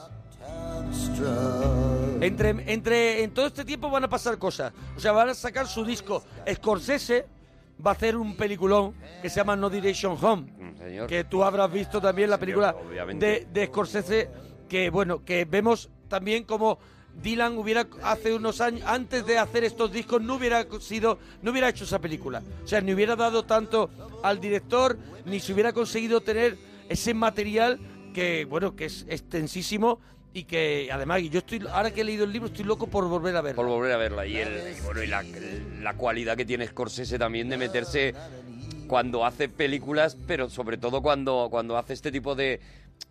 Speaker 2: Entre, entre, en todo este tiempo van a pasar cosas. O sea, van a sacar su disco. Scorsese va a hacer un peliculón que se llama No Direction Home.
Speaker 6: Mm,
Speaker 2: Que tú habrás visto también la película de,
Speaker 6: obviamente.
Speaker 2: de Scorsese, que bueno, que vemos también como Dylan hubiera hace unos años, antes de hacer estos discos, no hubiera sido, no hubiera hecho esa película. O sea, ni hubiera dado tanto al director, ni se hubiera conseguido tener ese material que, bueno, que es extensísimo y que además y yo estoy ahora que he leído el libro estoy loco por volver a verlo.
Speaker 6: Por volver a verla. Y, el, y bueno, y la, la cualidad que tiene Scorsese también de meterse cuando hace películas, pero sobre todo cuando, cuando hace este tipo de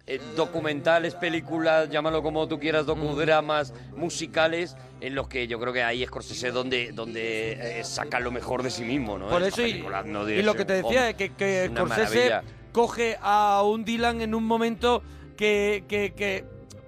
Speaker 6: eh, documentales, películas, llámalo como tú quieras, docudramas, musicales, en los que yo creo que ahí Scorsese es donde, donde eh, saca lo mejor de sí mismo, ¿no?
Speaker 2: Por
Speaker 6: Esta
Speaker 2: eso y-
Speaker 6: película, No
Speaker 2: Y lo que te decía
Speaker 6: Direction
Speaker 2: es que, que
Speaker 6: es una
Speaker 2: Scorsese
Speaker 6: maravilla.
Speaker 2: coge a un Dylan en un momento que, que, que,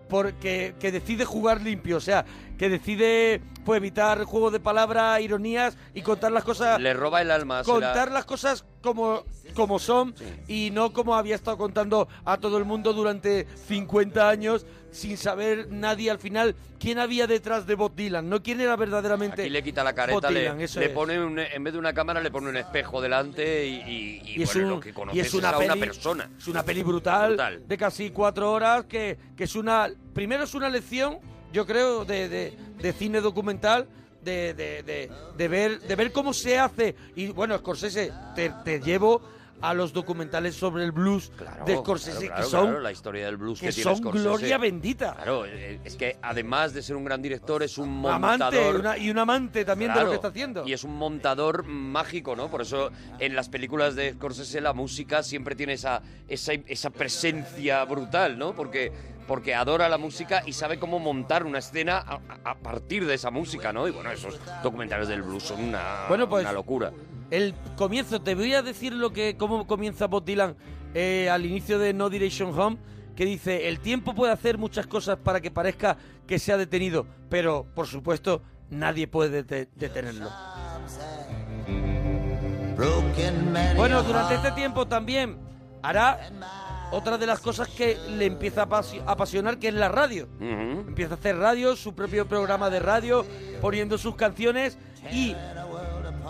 Speaker 2: porque, que decide jugar limpio, o sea, que decide pues, evitar juegos de palabras, ironías y contar las cosas.
Speaker 6: Le roba el alma, se la-
Speaker 2: Contar las cosas como, como son y no como había estado contando a todo el mundo durante 50 años sin saber nadie al final quién había detrás de Bob Dylan, no quién era verdaderamente.
Speaker 6: Aquí le quita la careta,
Speaker 2: Bob
Speaker 6: le,
Speaker 2: Dylan, este eso
Speaker 6: le
Speaker 2: es.
Speaker 6: pone un- en vez de una cámara le pone un espejo delante y, y- y
Speaker 2: Y es
Speaker 6: bueno,
Speaker 2: un-
Speaker 6: lo que
Speaker 2: y
Speaker 6: conoces
Speaker 2: es una
Speaker 6: a una
Speaker 2: peli-
Speaker 6: persona.
Speaker 2: Es una peli brutal, de casi cuatro horas, que, que es una... Primero es una lección, yo creo, de, de- de cine documental, de, de- de- de ver, de ver cómo se hace. Y bueno, Scorsese, te, te llevo a los documentales sobre el blues de Scorsese,
Speaker 6: Claro,
Speaker 2: que
Speaker 6: claro,
Speaker 2: son...
Speaker 6: claro, la historia del blues que,
Speaker 2: que
Speaker 6: tiene
Speaker 2: son
Speaker 6: Scorsese.
Speaker 2: gloria bendita.
Speaker 6: Claro, eh, es que además de ser un gran director es un montador.
Speaker 2: Amante una- y un amante también de lo que
Speaker 6: Claro,
Speaker 2: está haciendo.
Speaker 6: Y es un montador mágico, ¿no? Por eso en las películas de Scorsese la música siempre tiene esa, esa, esa presencia brutal, ¿no? Porque, porque adora la música y sabe cómo montar una escena a, a- a partir de esa música, ¿no? Y bueno, esos documentales del blues son una,
Speaker 2: Bueno, pues,
Speaker 6: una locura.
Speaker 2: El comienzo, te voy a decir lo que cómo comienza Bob Dylan eh, al inicio de No Direction Home, que dice, el tiempo puede hacer muchas cosas para que parezca que se ha detenido, pero por supuesto nadie puede dete- detenerlo. Bueno, durante este tiempo también hará otra de las cosas que le empieza a apasi- a apasionar, que es la radio. Empieza a hacer radio, su propio programa de radio, poniendo sus canciones y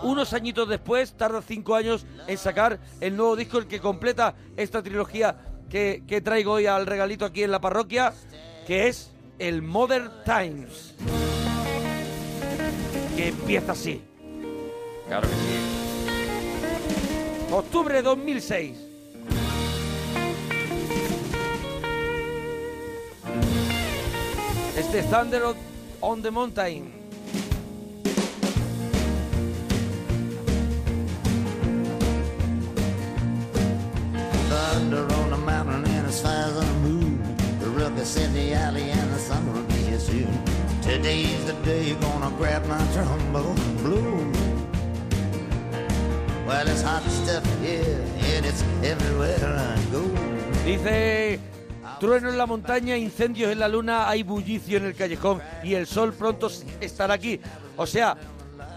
Speaker 2: unos añitos después, tarda cinco años en sacar el nuevo disco, el que completa esta trilogía que, que traigo hoy al regalito aquí en la parroquia, que es el Modern Times. Que empieza así.
Speaker 6: Claro que sí.
Speaker 2: Octubre 2006. Este es Thunder on- on the Mountain.
Speaker 22: Thunder on the mountain and as far as the moon. The ruckus in the alley and the sun will be here soon. Today's the day you're gonna grab my trombone and bloom. Well, it's hot stuff here and it's everywhere I go.
Speaker 2: Dice, trueno en la montaña, incendios en la luna, hay bullicio en el callejón y el sol pronto s- estará aquí. O sea,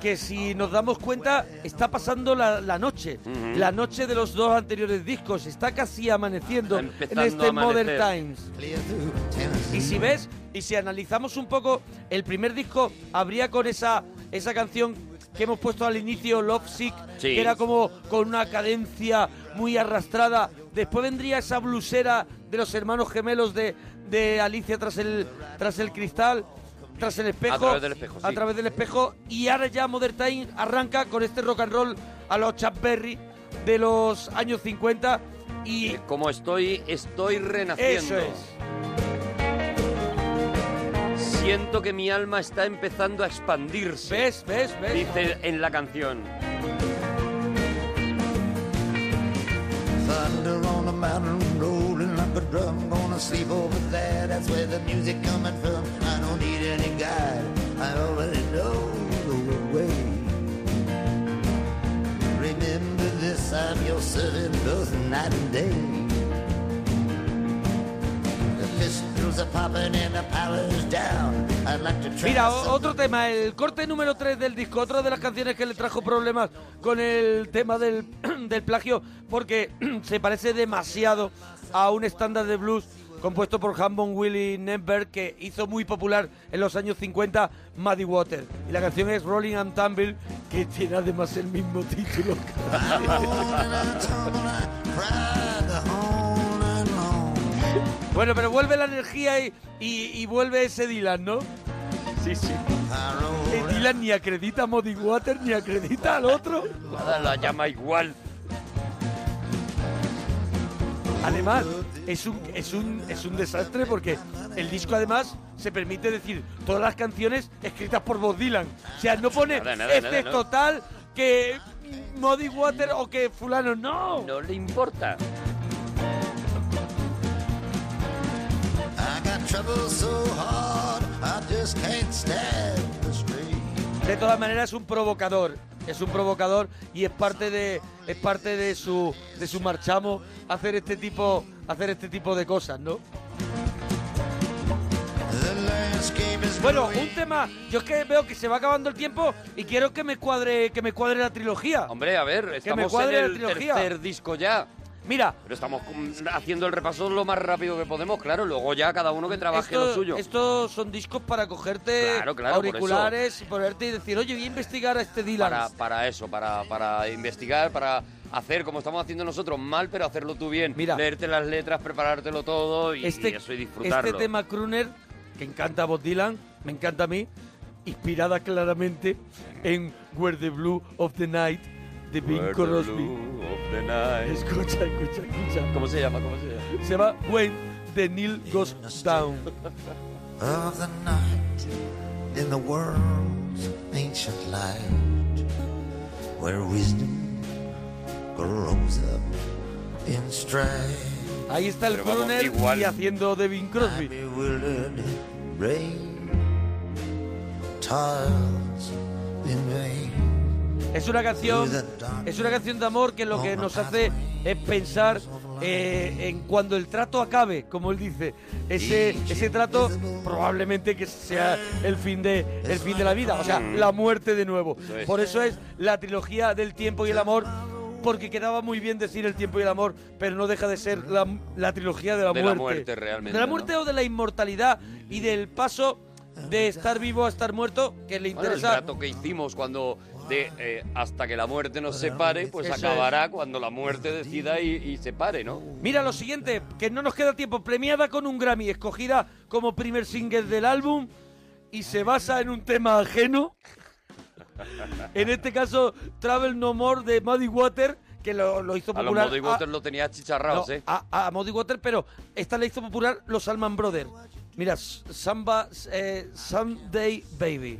Speaker 2: que si nos damos cuenta, está pasando la, la noche. La noche de los dos anteriores discos. Está casi amaneciendo en
Speaker 6: empezando a
Speaker 2: este Modern
Speaker 6: amanecer.
Speaker 2: Times. Y si ves, y si analizamos un poco, el primer disco habría con esa, esa canción que hemos puesto al inicio, Love Sick,
Speaker 6: Sí.
Speaker 2: que era como con una cadencia muy arrastrada Después vendría esa blusera de los hermanos gemelos de, de Alicia tras el, tras el cristal, tras el espejo.
Speaker 6: A través del espejo,
Speaker 2: a
Speaker 6: sí.
Speaker 2: través del espejo. Y ahora ya Modern Time arranca con este rock and roll a los Chuck Berry de los años 50. Y
Speaker 6: Eh, Como estoy, estoy renaciendo.
Speaker 2: Eso
Speaker 6: Siento que mi alma está empezando a expandirse.
Speaker 2: ¿Ves? ¿Ves? ¿Ves?
Speaker 6: Dice en la canción.
Speaker 22: Thunder on the mountain, rolling like a drum. Gonna sleep over there, that's where the music coming from. I don't need any guide, I already know the way. Remember this, I'm your servant both night and day. The pistols are popping and the power's down. I'd like to try
Speaker 2: Mira, o-
Speaker 22: something.
Speaker 2: otro tema, el corte número 3 del disco, otra de las canciones que le trajo problemas con el tema del, del plagio, porque se parece demasiado a un estándar de blues compuesto por Hammond Willie Nemberg que hizo muy popular en los años 50 Muddy Water. Y la canción es Rolling and Tumble, que tiene además el mismo título. bueno, pero vuelve la energía y, y- y vuelve ese Dylan, ¿no? Sí, sí. Dylan ni acredita a Muddy Water ni acredita al otro.
Speaker 6: Nada, la llama igual.
Speaker 2: Además, es un, es un, es un desastre porque el disco además se permite decir todas las canciones escritas por Bob Dylan. O sea, no pone
Speaker 6: Nada, nada,
Speaker 2: este
Speaker 6: nada,
Speaker 2: es
Speaker 6: no.
Speaker 2: total que Muddy Water o que fulano, no.
Speaker 6: No le importa.
Speaker 22: I got trouble so hard, I just can't stand the street.
Speaker 2: De todas maneras es un provocador, es un provocador y es parte de es parte de su de su marchamo hacer este tipo hacer este tipo de cosas, ¿no? Bueno, un tema, yo es que veo que se va acabando el tiempo y quiero que me cuadre que me cuadre la trilogía.
Speaker 6: Hombre, a ver,
Speaker 2: Que
Speaker 6: estamos
Speaker 2: me cuadre
Speaker 6: en
Speaker 2: la
Speaker 6: el
Speaker 2: trilogía.
Speaker 6: tercer disco ya.
Speaker 2: Mira.
Speaker 6: Pero estamos con- haciendo el repaso lo más rápido que podemos, claro. Luego ya cada uno que trabaje
Speaker 2: Esto-
Speaker 6: lo suyo.
Speaker 2: Estos son discos para cogerte
Speaker 6: Claro, claro, por eso.
Speaker 2: auriculares y ponerte y decir, oye, voy a investigar a este Dylan.
Speaker 6: Para, para eso, para, para investigar, para hacer como estamos haciendo nosotros, mal, pero hacerlo tú bien. Leerte las letras, preparártelo todo y, y eso y disfrutarlo.
Speaker 2: Este tema crooner, que encanta a Bob Dylan, me encanta a mí, inspirada claramente en Where the Blue of the Night de Bing
Speaker 6: Where the
Speaker 2: Crosby.
Speaker 6: blue of the night.
Speaker 2: Escucha, escucha, escucha.
Speaker 6: ¿Cómo se llama? ¿Cómo se llama?
Speaker 2: Se llama When the Neil Goes Down.
Speaker 21: Ah.
Speaker 22: of the night in the world's ancient light where wisdom grows up in strife.
Speaker 2: Ahí está el
Speaker 22: Pero vamos,
Speaker 2: crooner
Speaker 22: igual.
Speaker 2: y haciendo de Bing Crosby.
Speaker 22: Bewildered rain toils in vain.
Speaker 2: Es una canción, es una canción de amor que lo que nos hace es pensar eh, en cuando el trato acabe, como él dice. Ese, ese trato probablemente que sea el fin de, el fin de la vida, o sea,
Speaker 6: Mm.
Speaker 2: la muerte de nuevo.
Speaker 6: Eso es.
Speaker 2: Por eso es la trilogía del tiempo y el amor. Porque quedaba muy bien decir el tiempo y el amor, pero no deja de ser la, la trilogía de la
Speaker 6: De la
Speaker 2: muerte.
Speaker 6: muerte, realmente,
Speaker 2: De la
Speaker 6: ¿no?
Speaker 2: muerte o de la inmortalidad y del paso de estar vivo a estar muerto, que le
Speaker 6: Bueno, el
Speaker 2: interesa
Speaker 6: trato que hicimos cuando de eh, hasta que la muerte nos separe, pues
Speaker 2: Eso es.
Speaker 6: acabará cuando la muerte decida y, y se pare, ¿no?
Speaker 2: Mira lo siguiente, que no nos queda tiempo. Premiada con un Grammy, escogida como primer single del álbum y se basa en un tema ajeno. En este caso, Travel No More de Muddy Water, que lo, lo hizo
Speaker 6: A los
Speaker 2: popular. ah,
Speaker 6: Muddy Waters lo tenía chicharrados,
Speaker 2: no,
Speaker 6: ¿eh?
Speaker 2: a- a Muddy Water, pero esta la hizo popular los Alman Brothers. Mira, S- Samba, eh, Someday Baby.